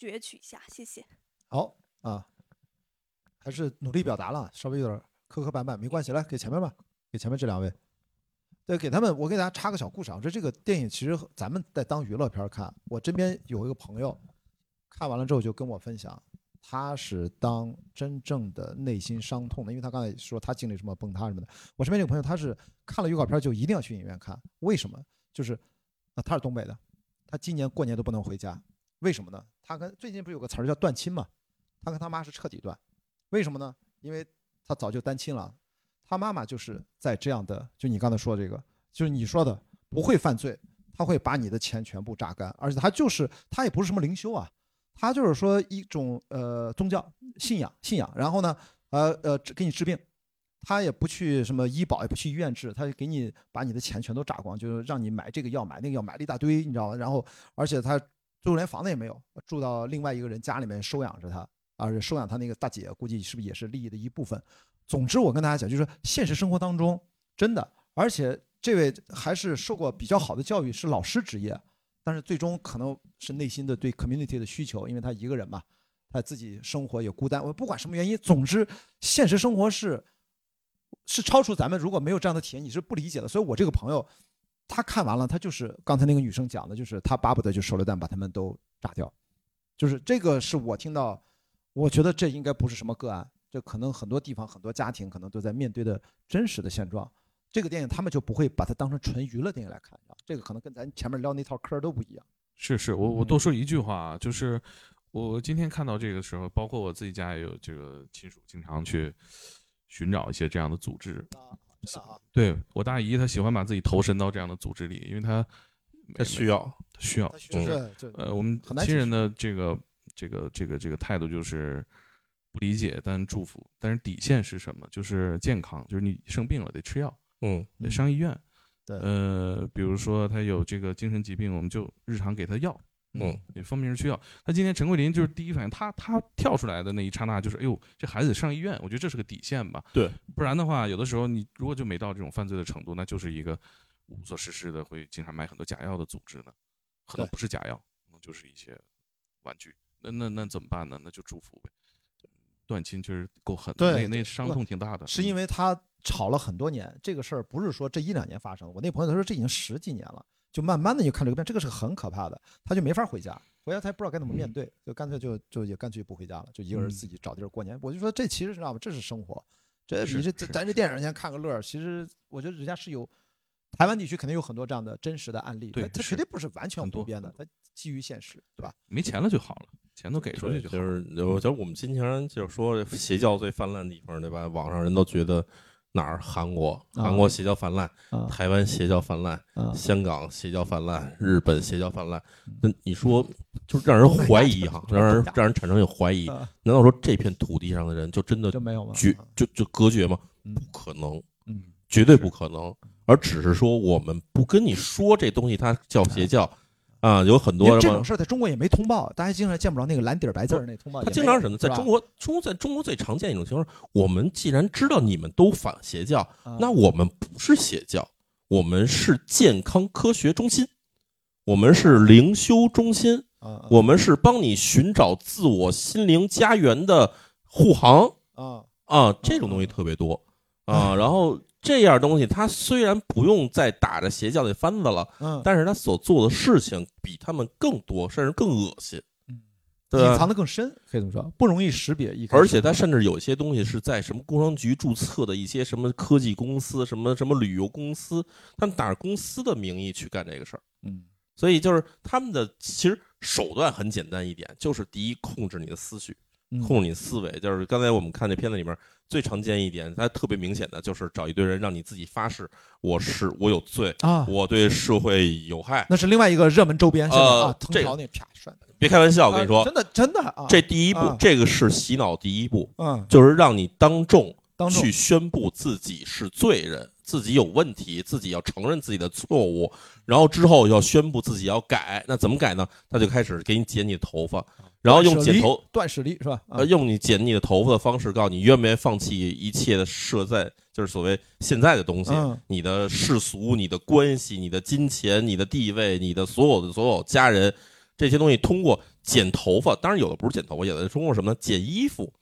Speaker 9: 攫取一下，谢谢。
Speaker 1: 好啊，还是努力表达了，稍微有点磕磕绊绊，没关系。来，给前面吧，给前面这两位。对，给他们，我给大家插个小故事啊。我这这个电影其实咱们在当娱乐片儿看。我身边有一个朋友，看完了之后就跟我分享，他是当真正的内心伤痛的，因为他刚才说他经历什么崩塌什么的。我身边这个朋友，他是看了预告片儿就一定要去影院看，为什么？就是啊，他是东北的，他今年过年都不能回家，为什么呢？他跟最近不是有个词儿叫断亲嘛？他跟他妈是彻底断，为什么呢？因为他早就单亲了，他妈妈就是在这样的，就你刚才说的这个，就是你说的不会犯罪，他会把你的钱全部榨干，而且他就是他也不是什么灵修啊，他就是说一种呃宗教信仰信仰，然后呢呃呃给你治病，他也不去什么医保，也不去医院治，他就给你把你的钱全都榨光，就是让你买这个药买那个药买了一大堆，你知道吗？然后而且他最后连房子也没有，住到另外一个人家里面收养着他，而且收养他那个大姐估计是不是也是利益的一部分？总之，我跟大家讲，就是说现实生活当中真的，而且这位还是受过比较好的教育，是老师职业，但是最终可能是内心的对 community 的需求，因为他一个人嘛，他自己生活也孤单。我不管什么原因，总之现实生活是是超出咱们如果没有这样的体验，你是不理解的。所以我这个朋友。他看完了，他就是刚才那个女生讲的，就是他巴不得就手榴弹把他们都炸掉，就是这个是我听到，我觉得这应该不是什么个案，这可能很多地方很多家庭可能都在面对的真实的现状。这个电影他们就不会把它当成纯娱乐电影来看，这个可能跟咱前面聊那套嗑儿都不一样。
Speaker 3: 是是，我
Speaker 2: 嗯
Speaker 3: 我多说一句话啊，就是我今天看到这个时候，包括我自己家也有这个亲属，经常去寻找一些这样的组织。
Speaker 1: 啊
Speaker 3: 对我大姨，她喜欢把自己投身到这样的组织里，因为她
Speaker 2: 她需要，
Speaker 3: 她需要，
Speaker 1: 需要
Speaker 3: 嗯
Speaker 1: 对对
Speaker 3: 呃，我们
Speaker 1: 很难
Speaker 3: 亲
Speaker 1: 解
Speaker 3: 人的这个这个这个这个态度就是不理解，但祝福，但是底线是什么？就是健康，就是你生病了得吃药，
Speaker 2: 嗯，
Speaker 3: 得上医院。
Speaker 1: 对，
Speaker 3: 呃，比如说他有这个精神疾病，我们就日常给他药，
Speaker 2: 嗯，
Speaker 3: 也方便是去药。他今天陈桂林就是第一反应，他他跳出来的那一刹那就是，哎呦，这孩子得上医院，我觉得这是个底线吧。
Speaker 2: 对，
Speaker 3: 不然的话，有的时候你如果就没到这种犯罪的程度，那就是一个无所事事的，会经常买很多假药的组织呢，可能
Speaker 1: 对
Speaker 3: 不是假药，可能就是一些玩具。那那那怎么办呢？那就祝福呗。断亲确实够狠的，
Speaker 1: 对
Speaker 3: 那那伤
Speaker 1: 不
Speaker 3: 痛挺大的。
Speaker 1: 是因为他吵了很多年，这个事儿不是说这一两年发生的。我那朋友他说这已经十几年了，就慢慢的就看这个病，这个是很可怕的，他就没法回家，回家他也不知道该怎么面对，就干脆就就也干脆不回家了，就一个人自己找地儿过年。我就说这其实知道吗？这是生活，这
Speaker 3: 是
Speaker 1: 比这这
Speaker 3: 是
Speaker 1: 咱这电影先看个乐儿，其实我觉得人家是有。台湾地区肯定有很多这样的真实的案例，
Speaker 3: 对
Speaker 1: 它它
Speaker 3: 是
Speaker 1: 绝对不是完全
Speaker 3: 很多
Speaker 1: 多编的，它基于现实，对吧？
Speaker 3: 没钱了就好了，钱都给出去就
Speaker 2: 对，就
Speaker 3: 好了。
Speaker 2: 是我觉得我们经常就是说邪教最泛滥的地方，对吧？网上人都觉得哪儿韩国，
Speaker 1: 啊
Speaker 2: 韩国邪教泛滥，
Speaker 1: 啊
Speaker 2: 台湾邪教泛滥，
Speaker 1: 啊嗯
Speaker 2: 香港邪教泛滥，日本邪教泛滥。那你说，就是让人怀疑 哈，让人让人产生有怀疑。
Speaker 1: 啊
Speaker 2: 难道说这片土地上的人就真的
Speaker 1: 就没有吗？
Speaker 2: 绝就就隔绝吗？
Speaker 1: 嗯
Speaker 2: 不可能，
Speaker 1: 嗯，
Speaker 2: 绝对不可能。而只是说我们不跟你说这东西它叫邪教，啊，有很
Speaker 1: 因为
Speaker 2: 多
Speaker 1: 这
Speaker 2: 什么
Speaker 1: 种事儿在中国也没通报，大家经常见不着那个蓝底儿白字儿那通报也
Speaker 2: 他
Speaker 1: 没有。
Speaker 2: 经常是什么？在
Speaker 1: 吧
Speaker 2: 中国，中在中国最常见一种情况是，我们既然知道你们都反邪教
Speaker 1: 啊，
Speaker 2: 那我们不是邪教，我们是健康科学中心，我们是灵修中心，
Speaker 1: 啊
Speaker 2: 我们是帮你寻找自我心灵家园的护航
Speaker 1: 啊
Speaker 2: 啊，这种东西特别多啊。然后这样东西，它虽然不用再打着邪教那番子了，
Speaker 1: 嗯，
Speaker 2: 但是他所做的事情比他们更多，甚至更恶心
Speaker 1: 嗯，
Speaker 2: 对吧
Speaker 1: 隐藏的更深，可以这么说，不容易识别。一开始
Speaker 2: 而且它甚至有些东西是在什么工商局注册的一些什么科技公司、什么什么旅游公司，他们打着公司的名义去干这个事儿。
Speaker 1: 嗯
Speaker 2: 所以就是他们的其实手段很简单一点，就是第一控制你的思绪，
Speaker 1: 嗯
Speaker 2: 控制你思维。就是刚才我们看这片子里面最常见一点，它特别明显的就是找一堆人让你自己发誓，我是我有罪，
Speaker 1: 啊，
Speaker 2: 我对社会有害。
Speaker 1: 那是另外一个热门周边，现在
Speaker 2: 呃
Speaker 1: 啊，藤
Speaker 2: 这
Speaker 1: 条那啪摔的。
Speaker 2: 别开玩笑，我跟你
Speaker 1: 啊
Speaker 2: 说
Speaker 1: 真，的真的啊，
Speaker 2: 这第一步
Speaker 1: 啊，
Speaker 2: 这个是洗脑第一步，
Speaker 1: 嗯，
Speaker 2: 就是让你当众
Speaker 1: 当众
Speaker 2: 去宣布自己是罪人，自己有问题，自己要承认自己的错误，然后之后要宣布自己要改。那怎么改呢？他就开始给你剪你的头发，然后用
Speaker 1: 啊断舍
Speaker 2: 剪
Speaker 1: 离
Speaker 2: 头，
Speaker 1: 断舍离是吧？啊
Speaker 2: 呃，用你剪你的头发的方式告诉你愿不愿意放弃一切的设在，就是所谓现在的东西，
Speaker 1: 嗯
Speaker 2: 你的世俗、你的关系、你的金钱、你的地位、你的所有的所有家人这些东西，通过剪头发，当然有的不是剪头发，有的通过什么呢？剪衣服，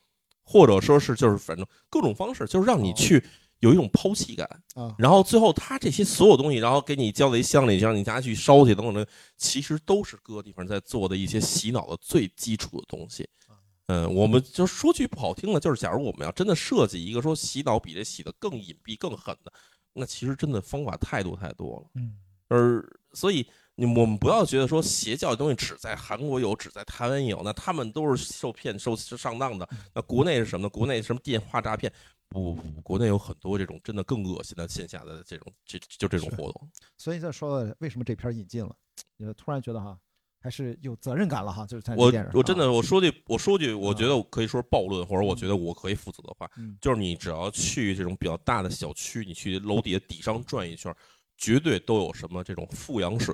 Speaker 2: 或者说是就是反正各种方式，就是让你
Speaker 1: 哦
Speaker 2: 去有一种抛弃感。
Speaker 1: 啊，
Speaker 2: 然后最后他这些所有东西，然后给你交在一箱里，让你拿去烧去等等的，其实都是各个地方在做的一些洗脑的最基础的东西。
Speaker 1: 啊
Speaker 2: 嗯，我们就说句不好听的，就是假如我们要真的设计一个说洗脑比这洗的更隐蔽、更狠的，那其实真的方法太多太多了。
Speaker 1: 嗯，
Speaker 2: 而所以你我们不要觉得说邪教的东西只在韩国有，只在台湾有，那他们都是受骗、受上当的。那国内是什么呢？国内什么电话诈骗？不不不，国内有很多这种真的更恶心的线下的这种这就这种活动。
Speaker 1: 所以再说了为什么这片儿引进了，也突然觉得哈，还是有责任感了哈，就是在
Speaker 2: 我
Speaker 1: 电影，
Speaker 2: 我真的我说句我说句，我
Speaker 1: 啊
Speaker 2: 觉得我可以说是暴论，或者我觉得我可以负责的话，
Speaker 1: 嗯
Speaker 2: 就是你只要去这种比较大的小区，你去楼底下底商转一圈，绝对都有什么这种富阳水，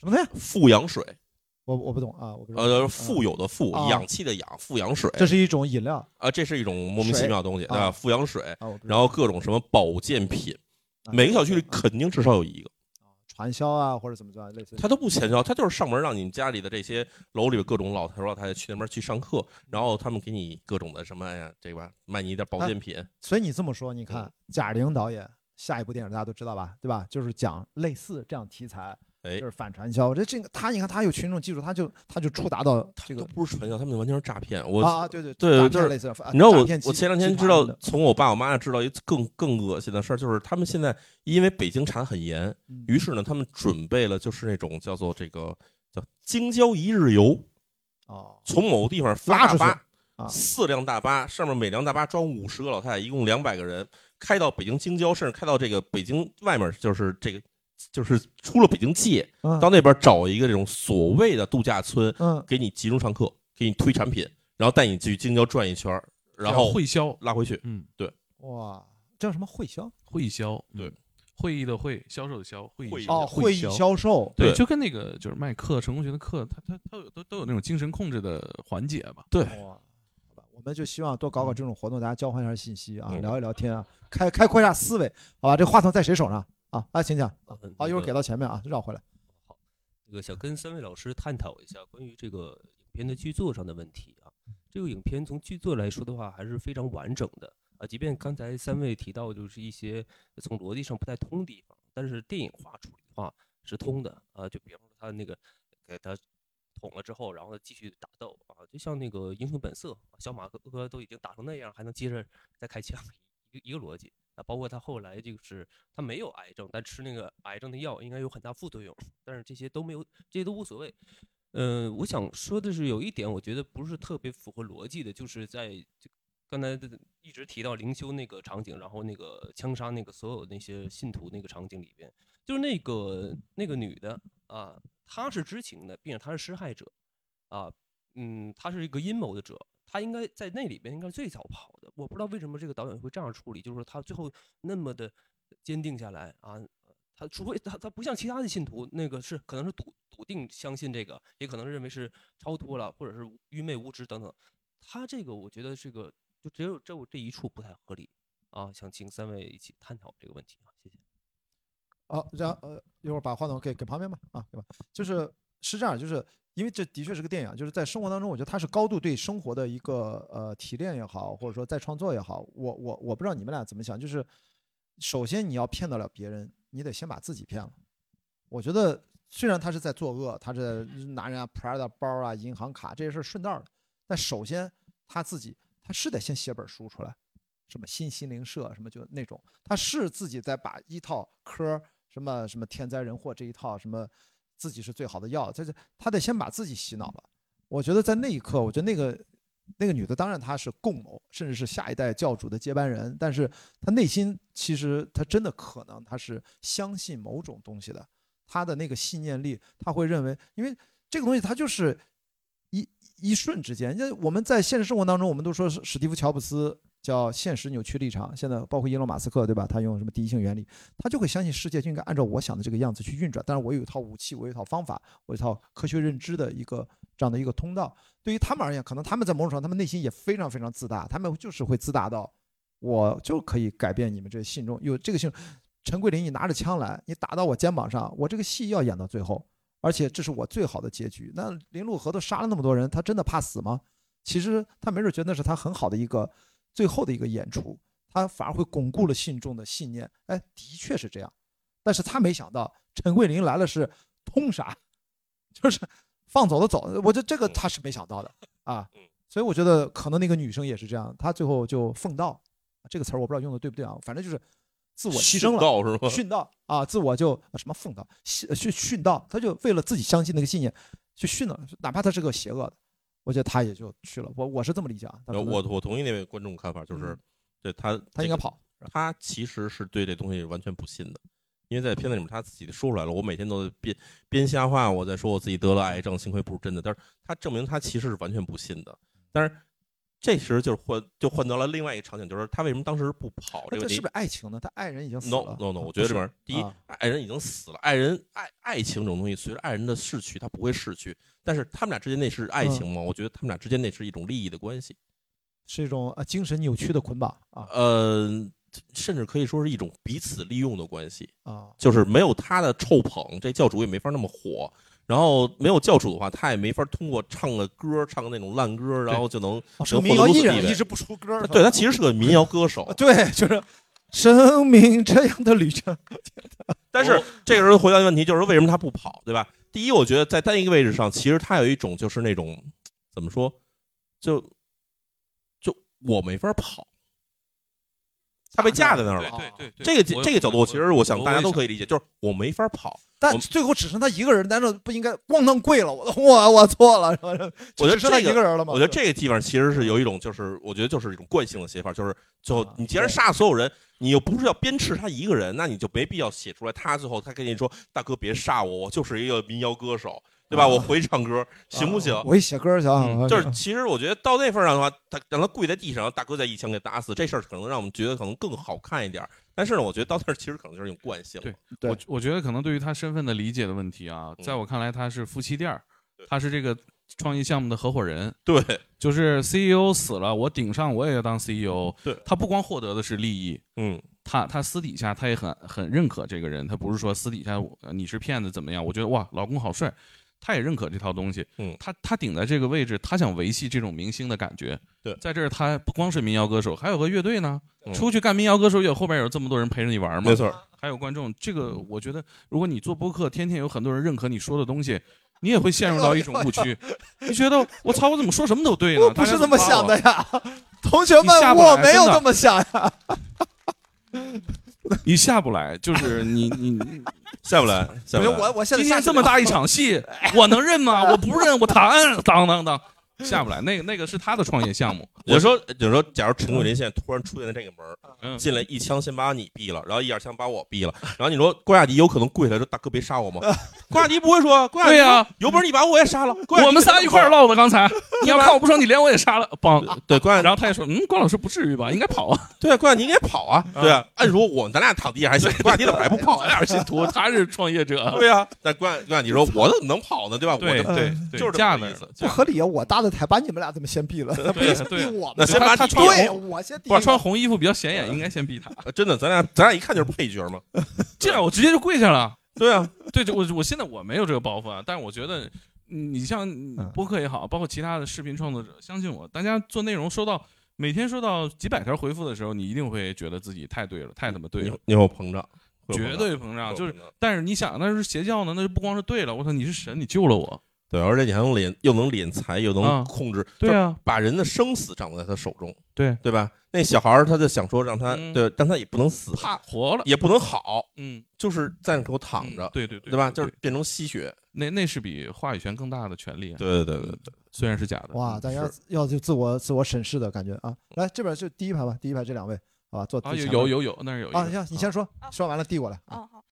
Speaker 1: 什么东西？
Speaker 2: 富阳水，
Speaker 1: 我我不懂啊，我不知道。
Speaker 2: 呃，
Speaker 1: 嗯
Speaker 2: 富有的富，
Speaker 1: 啊
Speaker 2: 氧气的氧，富阳水，
Speaker 1: 这是一种饮料
Speaker 2: 啊，这是一种莫名其
Speaker 1: 水
Speaker 2: 妙的东西
Speaker 1: 啊
Speaker 2: 啊，富阳水，
Speaker 1: 啊，我不知道
Speaker 2: 然后各种什么保健品，
Speaker 1: 啊
Speaker 2: 每个小区里
Speaker 1: 啊
Speaker 2: 肯定至少有一个。
Speaker 1: 传销啊或者怎么着，类似
Speaker 2: 他都不闲聊，他就是上门让你们家里的这些楼里边各种老头老太太去那边去上课，
Speaker 1: 嗯
Speaker 2: 然后他们给你各种的什么哎呀，这个吧，卖你一点
Speaker 1: 啊
Speaker 2: 保健品，
Speaker 1: 所以你这么说，你看
Speaker 2: 嗯
Speaker 1: 贾玲导演下一部电影大家都知道吧，对吧？就是讲类似这样题材，
Speaker 2: 哎
Speaker 1: 就是反传销。这这个他，你看他有群众基础，他就他就触达到这
Speaker 2: 都
Speaker 1: 个
Speaker 2: 不是传销，他们完全是诈骗。我、
Speaker 1: 啊啊，对对
Speaker 2: 对
Speaker 1: 诈
Speaker 2: 就
Speaker 1: 骗
Speaker 2: 是
Speaker 1: 类似的。啊
Speaker 2: 你知道我
Speaker 1: 诈骗集
Speaker 2: 我前两天
Speaker 1: 集
Speaker 2: 知
Speaker 1: 团
Speaker 2: 道
Speaker 1: 的，
Speaker 2: 从我爸我妈那知道一更更恶心的事儿，就是他们现在因为北京查得很严，
Speaker 1: 嗯
Speaker 2: 于是呢，他们准备了就是那种叫做这个叫京郊一日游，
Speaker 1: 哦，
Speaker 2: 从某个地方发大
Speaker 1: 拉出去
Speaker 2: 巴，
Speaker 1: 啊
Speaker 2: 四辆大巴，上面每辆大巴装五十个老太太，一共两百个人，开到北京京郊，甚至开到这个北京外面，就是这个就是出了北京界，
Speaker 1: 嗯
Speaker 2: 到那边找一个这种所谓的度假村，
Speaker 1: 嗯，
Speaker 2: 给你集中上课，给你推产品，然后带你去京郊转一圈儿，然
Speaker 3: 叫
Speaker 2: 后
Speaker 3: 会销，
Speaker 2: 拉回去。
Speaker 3: 嗯，
Speaker 1: 哇，叫什么会销？
Speaker 3: 会销，
Speaker 2: 对
Speaker 3: 嗯，会议的会，销售的销，会
Speaker 2: 会
Speaker 3: 议
Speaker 1: 哦，
Speaker 3: 会
Speaker 1: 会议销售
Speaker 3: 对，
Speaker 2: 对
Speaker 3: 就跟那个就是卖课成功学的课，它它它有都都有那种精神控制的环节吧。
Speaker 2: 对
Speaker 1: 哇。好吧我们就希望多搞搞这种活动，大家交换一下信息啊，
Speaker 2: 嗯
Speaker 1: 聊一聊天啊，开开阔一下思维，好吧？这话筒在谁手上啊？啊，请讲。啊
Speaker 10: 嗯
Speaker 1: 好，一会儿
Speaker 10: 那
Speaker 1: 给
Speaker 10: 个
Speaker 1: 到前面啊，绕回来。
Speaker 10: 这个想跟三位老师探讨一下关于这个影片的剧作上的问题啊。这个影片从剧作来说的话，还是非常完整的啊。即便刚才三位提到就是一些从逻辑上不太通的地方，但是电影化处理的话是通的啊。就比方说他那个给他捅了之后，然后继续打斗啊，就像那个《英雄本色》啊，小马哥都已经打成那样，还能接着再开枪，一个一个逻辑。啊，包括他后来就是他没有癌症，但吃那个癌症的药应该有很大副作用。但是这些都没有，这些都无所谓。嗯、我想说的是，有一点我觉得不是特别符合逻辑的，就是在这刚才的一直提到灵修那个场景，然后那个枪杀那个所有那些信徒那个场景里边，就是那个那个女的啊，她是知情的，并且她是施害者啊，嗯，她是一个阴谋的者。她应该在那里边应该是最早跑的，我不知道为什么这个导演会这样处理，就是说她最后那么的坚定下来啊，他除非他他不像其他的信徒，那个是可能是笃笃定相信这个，也可能认为是超脱了，或者是愚昧无知等等。他这个我觉得这个就只有这这一处不太合理啊，想请三位一起探讨这个问题啊，谢谢。
Speaker 1: 哦，然后呃，一会儿把话筒给给旁边吧，啊，对吧？就是是这样，就是因为这的确是个电影，就是在生活当中，我觉得它是高度对生活的一个呃提炼也好，或者说再创作也好，我我我不知道你们俩怎么想，就是首先你要骗得了别人，你得先把自己骗了。我觉得虽然他是在作恶，他是拿人家 Prada 包啊、银行卡这些事儿顺道的，但首先他自己他是得先写本书出来，什么新心灵社什么就那种，他是自己在把一套科儿什么什么天灾人祸这一套什么自己是最好的药，他是他得先把自己洗脑了。我觉得在那一刻，我觉得那个那个女的当然她是共谋，甚至是下一代教主的接班人，但是她内心其实她真的可能她是相信某种东西的，她的那个信念力，她会认为，因为这个东西它就是一一瞬之间。那我们在现实生活当中，我们都说史蒂夫·乔布斯叫现实扭曲立场，现在包括伊隆·马斯克，对吧？他用什么第一性原理，他就会相信世界就应该按照我想的这个样子去运转。当然，我有一套武器，我有一套方法，我有一套科学认知的一个这样的一个通道。对于他们而言，可能他们在某种程度，上，他们内心也非常非常自大，他们就是会自大到我就可以改变你们这些信众，有这个信众。陈桂林，你拿着枪来，你打到我肩膀上，我这个戏要演到最后。而且这是我最好的结局。那林陆河都杀了那么多人，他真的怕死吗？其实他没准觉得那是他很好的一个最后的一个演出，他反而会巩固了信众的信念。哎，的确是这样，但是他没想到陈桂林来了是通杀， 就是放走了走，我觉得这个
Speaker 2: 嗯
Speaker 1: 他是没想到的啊。所以我觉得可能那个女生也是这样，她最后就奉道，这个词儿我不知道用的对不对啊，反正就是自我牺牲了，
Speaker 2: 殉道是吗
Speaker 1: 殉道啊，自我就啊什么奉道，殉殉殉道，他就为了自己相信那个信念去殉了，哪怕他是个邪恶的，我觉得他也就去了。我我是这么理解啊，但
Speaker 2: 呃
Speaker 1: 可能
Speaker 2: 我我同意那位观众看法，就是
Speaker 1: 嗯
Speaker 2: 对他
Speaker 1: 他应该跑，
Speaker 2: 他其实是对这东西完全不信的，因为在片子里面他自己说出来了，我每天都在编编瞎话，我在说我自己得了癌症，幸亏不是真的，但是他证明他其实是完全不信的，
Speaker 1: 嗯
Speaker 2: 但是。这时就是换，就换到了另外一个场景，就是他为什么当时不跑？个
Speaker 1: 那这
Speaker 2: 问题
Speaker 1: 是不是爱情呢？他爱人已经死
Speaker 2: no
Speaker 1: 了。
Speaker 2: no no，
Speaker 1: 啊
Speaker 2: 我觉得这
Speaker 1: 不
Speaker 2: 玩意儿，
Speaker 1: 是
Speaker 2: 第一
Speaker 1: 啊，
Speaker 2: 爱人已经死了，爱人爱爱情这种东西，随着爱人的逝去，它不会逝去。但是他们俩之间那是爱情吗？
Speaker 1: 嗯
Speaker 2: 我觉得他们俩之间那是一种利益的关系，
Speaker 1: 是一种呃精神扭曲的捆绑啊。
Speaker 2: 呃，甚至可以说是一种彼此利用的关系
Speaker 1: 啊。
Speaker 2: 就是没有他的臭捧，这教主也没法那么火。然后没有教主的话，他也没法通过唱个歌，唱个那种烂歌，然后就能
Speaker 1: 哦是
Speaker 2: 能
Speaker 1: 个民
Speaker 2: 获得如
Speaker 1: 谣
Speaker 2: 此
Speaker 1: 艺人
Speaker 2: 地位
Speaker 1: 一直不出歌儿
Speaker 2: 对他其实是个民谣歌手，
Speaker 11: 啊
Speaker 1: 对，就是生命这样的旅程。
Speaker 2: 但是这个人回答的问题就是为什么他不跑，对吧？第一，我觉得在单一个位置上，其实他有一种就是那种怎么说，就就我没法跑，他被架在那儿了。
Speaker 3: 对对对
Speaker 2: 这个
Speaker 3: 我
Speaker 2: 这个角度，其实我想大家都可以理解，就是我没法跑。
Speaker 1: 但最后只剩他一个人，难道不应该咣当跪了？我我我错了，是 吧？
Speaker 2: 我觉得
Speaker 1: 只剩他
Speaker 2: 这
Speaker 1: 一个人了吗？
Speaker 2: 我觉得这个地方其实是有一种，就是我觉得就是一种惯性的写法，就是最后你既然杀了所有人，你又不是要鞭笞他一个人，那你就没必要写出来。他最后他跟你说：“大哥别杀我，我就是一个民谣歌手，对吧？我回去唱歌行不行？”嗯
Speaker 1: 我一写歌儿去啊，我
Speaker 2: 就是其实我觉得到那份儿上的话，他让他跪在地上，大哥再一枪给打死，这事儿可能让我们觉得可能更好看一点儿。但是呢，我觉得到那儿其实可能就是一种惯性。对，
Speaker 3: 我我觉得可能对于他身份的理解的问题啊，
Speaker 2: 嗯
Speaker 3: 在我看来，他是夫妻店儿，他是这个创业项目的合伙人。
Speaker 2: 对，
Speaker 3: 就是 CEO 死了，我顶上我也要当 CEO。
Speaker 2: 嗯对，
Speaker 3: 他不光获得的是利益，
Speaker 2: 嗯，
Speaker 3: 他他私底下他也很很认可这个人，他不是说私底下我你是骗子怎么样？我觉得哇，老公好帅，他也认可这套东西。
Speaker 2: 嗯，
Speaker 3: 他他顶在这个位置，他想维系这种明星的感觉。
Speaker 2: 对，
Speaker 3: 在这儿他不光是民谣歌手，还有个乐队呢。
Speaker 2: 嗯
Speaker 3: 出去干民谣歌手也有后边有这么多人陪着你玩嘛。
Speaker 2: 没错，
Speaker 3: 还有观众，这个我觉得，如果你做播客，天天有很多人认可你说的东西，你也会陷入到一种误区。 你觉得我操，我怎么说什么都对呢？
Speaker 1: 我不是这么想 的呀，同学
Speaker 3: 你下
Speaker 1: 们，
Speaker 3: 不来
Speaker 1: 我没有
Speaker 3: 真的
Speaker 1: 这么想呀。
Speaker 3: 你下不来，就是你你
Speaker 2: 下不来，下不来
Speaker 1: 我我现在
Speaker 3: 今天 这
Speaker 1: 下不
Speaker 3: 么
Speaker 1: 了
Speaker 3: 大一场戏，我能认吗？我不认，我弹，当当当。下不来。那个那个是他的创业项目。
Speaker 2: 有时候，有时候，假如 陈桂林现在突然出现在这个门儿
Speaker 3: 嗯
Speaker 2: 进来一枪先把你毙了，然后一二枪把我毙了，然后你说郭亚迪有可能跪下来说：“大哥别杀我吗？”郭亚迪不会说，郭亚迪
Speaker 3: 对呀
Speaker 2: 有本事你把我也杀了。郭亚迪
Speaker 3: 我们仨一 块儿唠的，刚才你要看我不爽，你连我也杀了，帮
Speaker 2: 对关。
Speaker 3: 然后他也说，嗯，关老师不至于吧，应该跑啊。
Speaker 2: 对，郭亚迪应该跑啊，对啊。按说我咱俩躺地下还行，郭亚迪怎么还不跑
Speaker 3: 咱俩
Speaker 2: 呀？
Speaker 3: 是嗯 信徒，他是创业者。
Speaker 2: 对呀，但郭亚郭亚迪说：“我怎么能跑呢？对吧？我
Speaker 3: 对
Speaker 2: 就嗯
Speaker 3: 对对
Speaker 2: 就是这
Speaker 3: 架
Speaker 2: 么
Speaker 3: 那儿
Speaker 2: 个意
Speaker 3: 了
Speaker 2: 思。
Speaker 3: 架
Speaker 11: 不
Speaker 2: 就
Speaker 11: 合理啊！我搭的台把你们俩怎么先毙了？
Speaker 3: 对
Speaker 11: 不
Speaker 3: 呀
Speaker 11: 是
Speaker 3: 对呀
Speaker 11: 毙我吗？
Speaker 2: 那先把
Speaker 3: 他
Speaker 2: 你
Speaker 3: 他
Speaker 2: 毙
Speaker 11: 对，
Speaker 2: 了
Speaker 11: 我先第一
Speaker 3: 不
Speaker 11: 个
Speaker 3: 是穿红衣服比较显眼，应该先逼他。
Speaker 2: 呃真的，咱俩咱俩一看就是配角嘛。
Speaker 3: 这样我直接就跪下了。
Speaker 2: 对啊，
Speaker 3: 对，这我我现在我没有这个包袱啊，但是我觉得嗯你像播客也好，包括其他的视频创作者，相信我，大家做内容收到每天收到几百条回复的时候，你一定会觉得自己太对了，太他妈对
Speaker 2: 你
Speaker 3: 了，
Speaker 2: 你有膨胀，会有膨
Speaker 3: 绝
Speaker 2: 胀
Speaker 3: 对膨胀。就是
Speaker 2: 会有膨胀
Speaker 3: 但是你想，那是邪教呢，那就不光是对了，我操，你是神，你救了我。
Speaker 2: 对，而且你还能敛，又能敛财，又
Speaker 3: 啊
Speaker 2: 能控制，
Speaker 3: 对啊，
Speaker 2: 把人的生死掌握在他手中，
Speaker 3: 对
Speaker 2: 对吧？那小孩儿他就想说，让他、
Speaker 3: 嗯
Speaker 2: 对，让他也不能死，
Speaker 3: 怕活了，
Speaker 2: 也不能好，
Speaker 3: 嗯，
Speaker 2: 就是在那口躺
Speaker 3: 嗯
Speaker 2: 着，
Speaker 3: 对对对，
Speaker 2: 吧？就是变成吸血。
Speaker 3: 那那是比话语权更大的权利啊，
Speaker 2: 对对
Speaker 3: 对虽然是假的。
Speaker 11: 哇，大家
Speaker 2: 嗯是
Speaker 11: 要就自我自我审视的感觉啊！来，这边就第一排吧，第一排这两位，好吧，坐
Speaker 2: 哦
Speaker 3: 啊，
Speaker 11: 最
Speaker 3: 有
Speaker 11: 前
Speaker 3: 有
Speaker 11: 面
Speaker 3: 有有，那儿有一
Speaker 11: 啊，
Speaker 3: 个
Speaker 11: 行，你先说，说完了递过来。
Speaker 1: 啊
Speaker 12: 哦，好，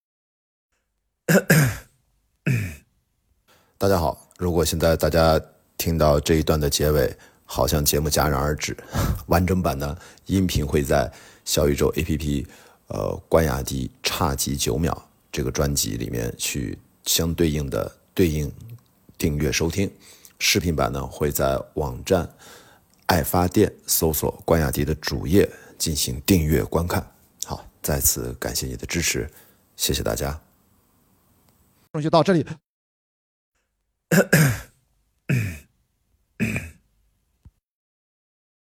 Speaker 1: 大家好，如果现在大家听到这一段的结尾，好像节目戛然而止， 完整版呢音频会在小宇宙 APP，呃，关雅迪差几九秒这个专辑里面去相对应的对应订阅收听。视频版呢会在网站爱发电搜索关雅迪的主页进行订阅观看。好，再次感谢你的支持，谢谢大家。
Speaker 11: 就到这里。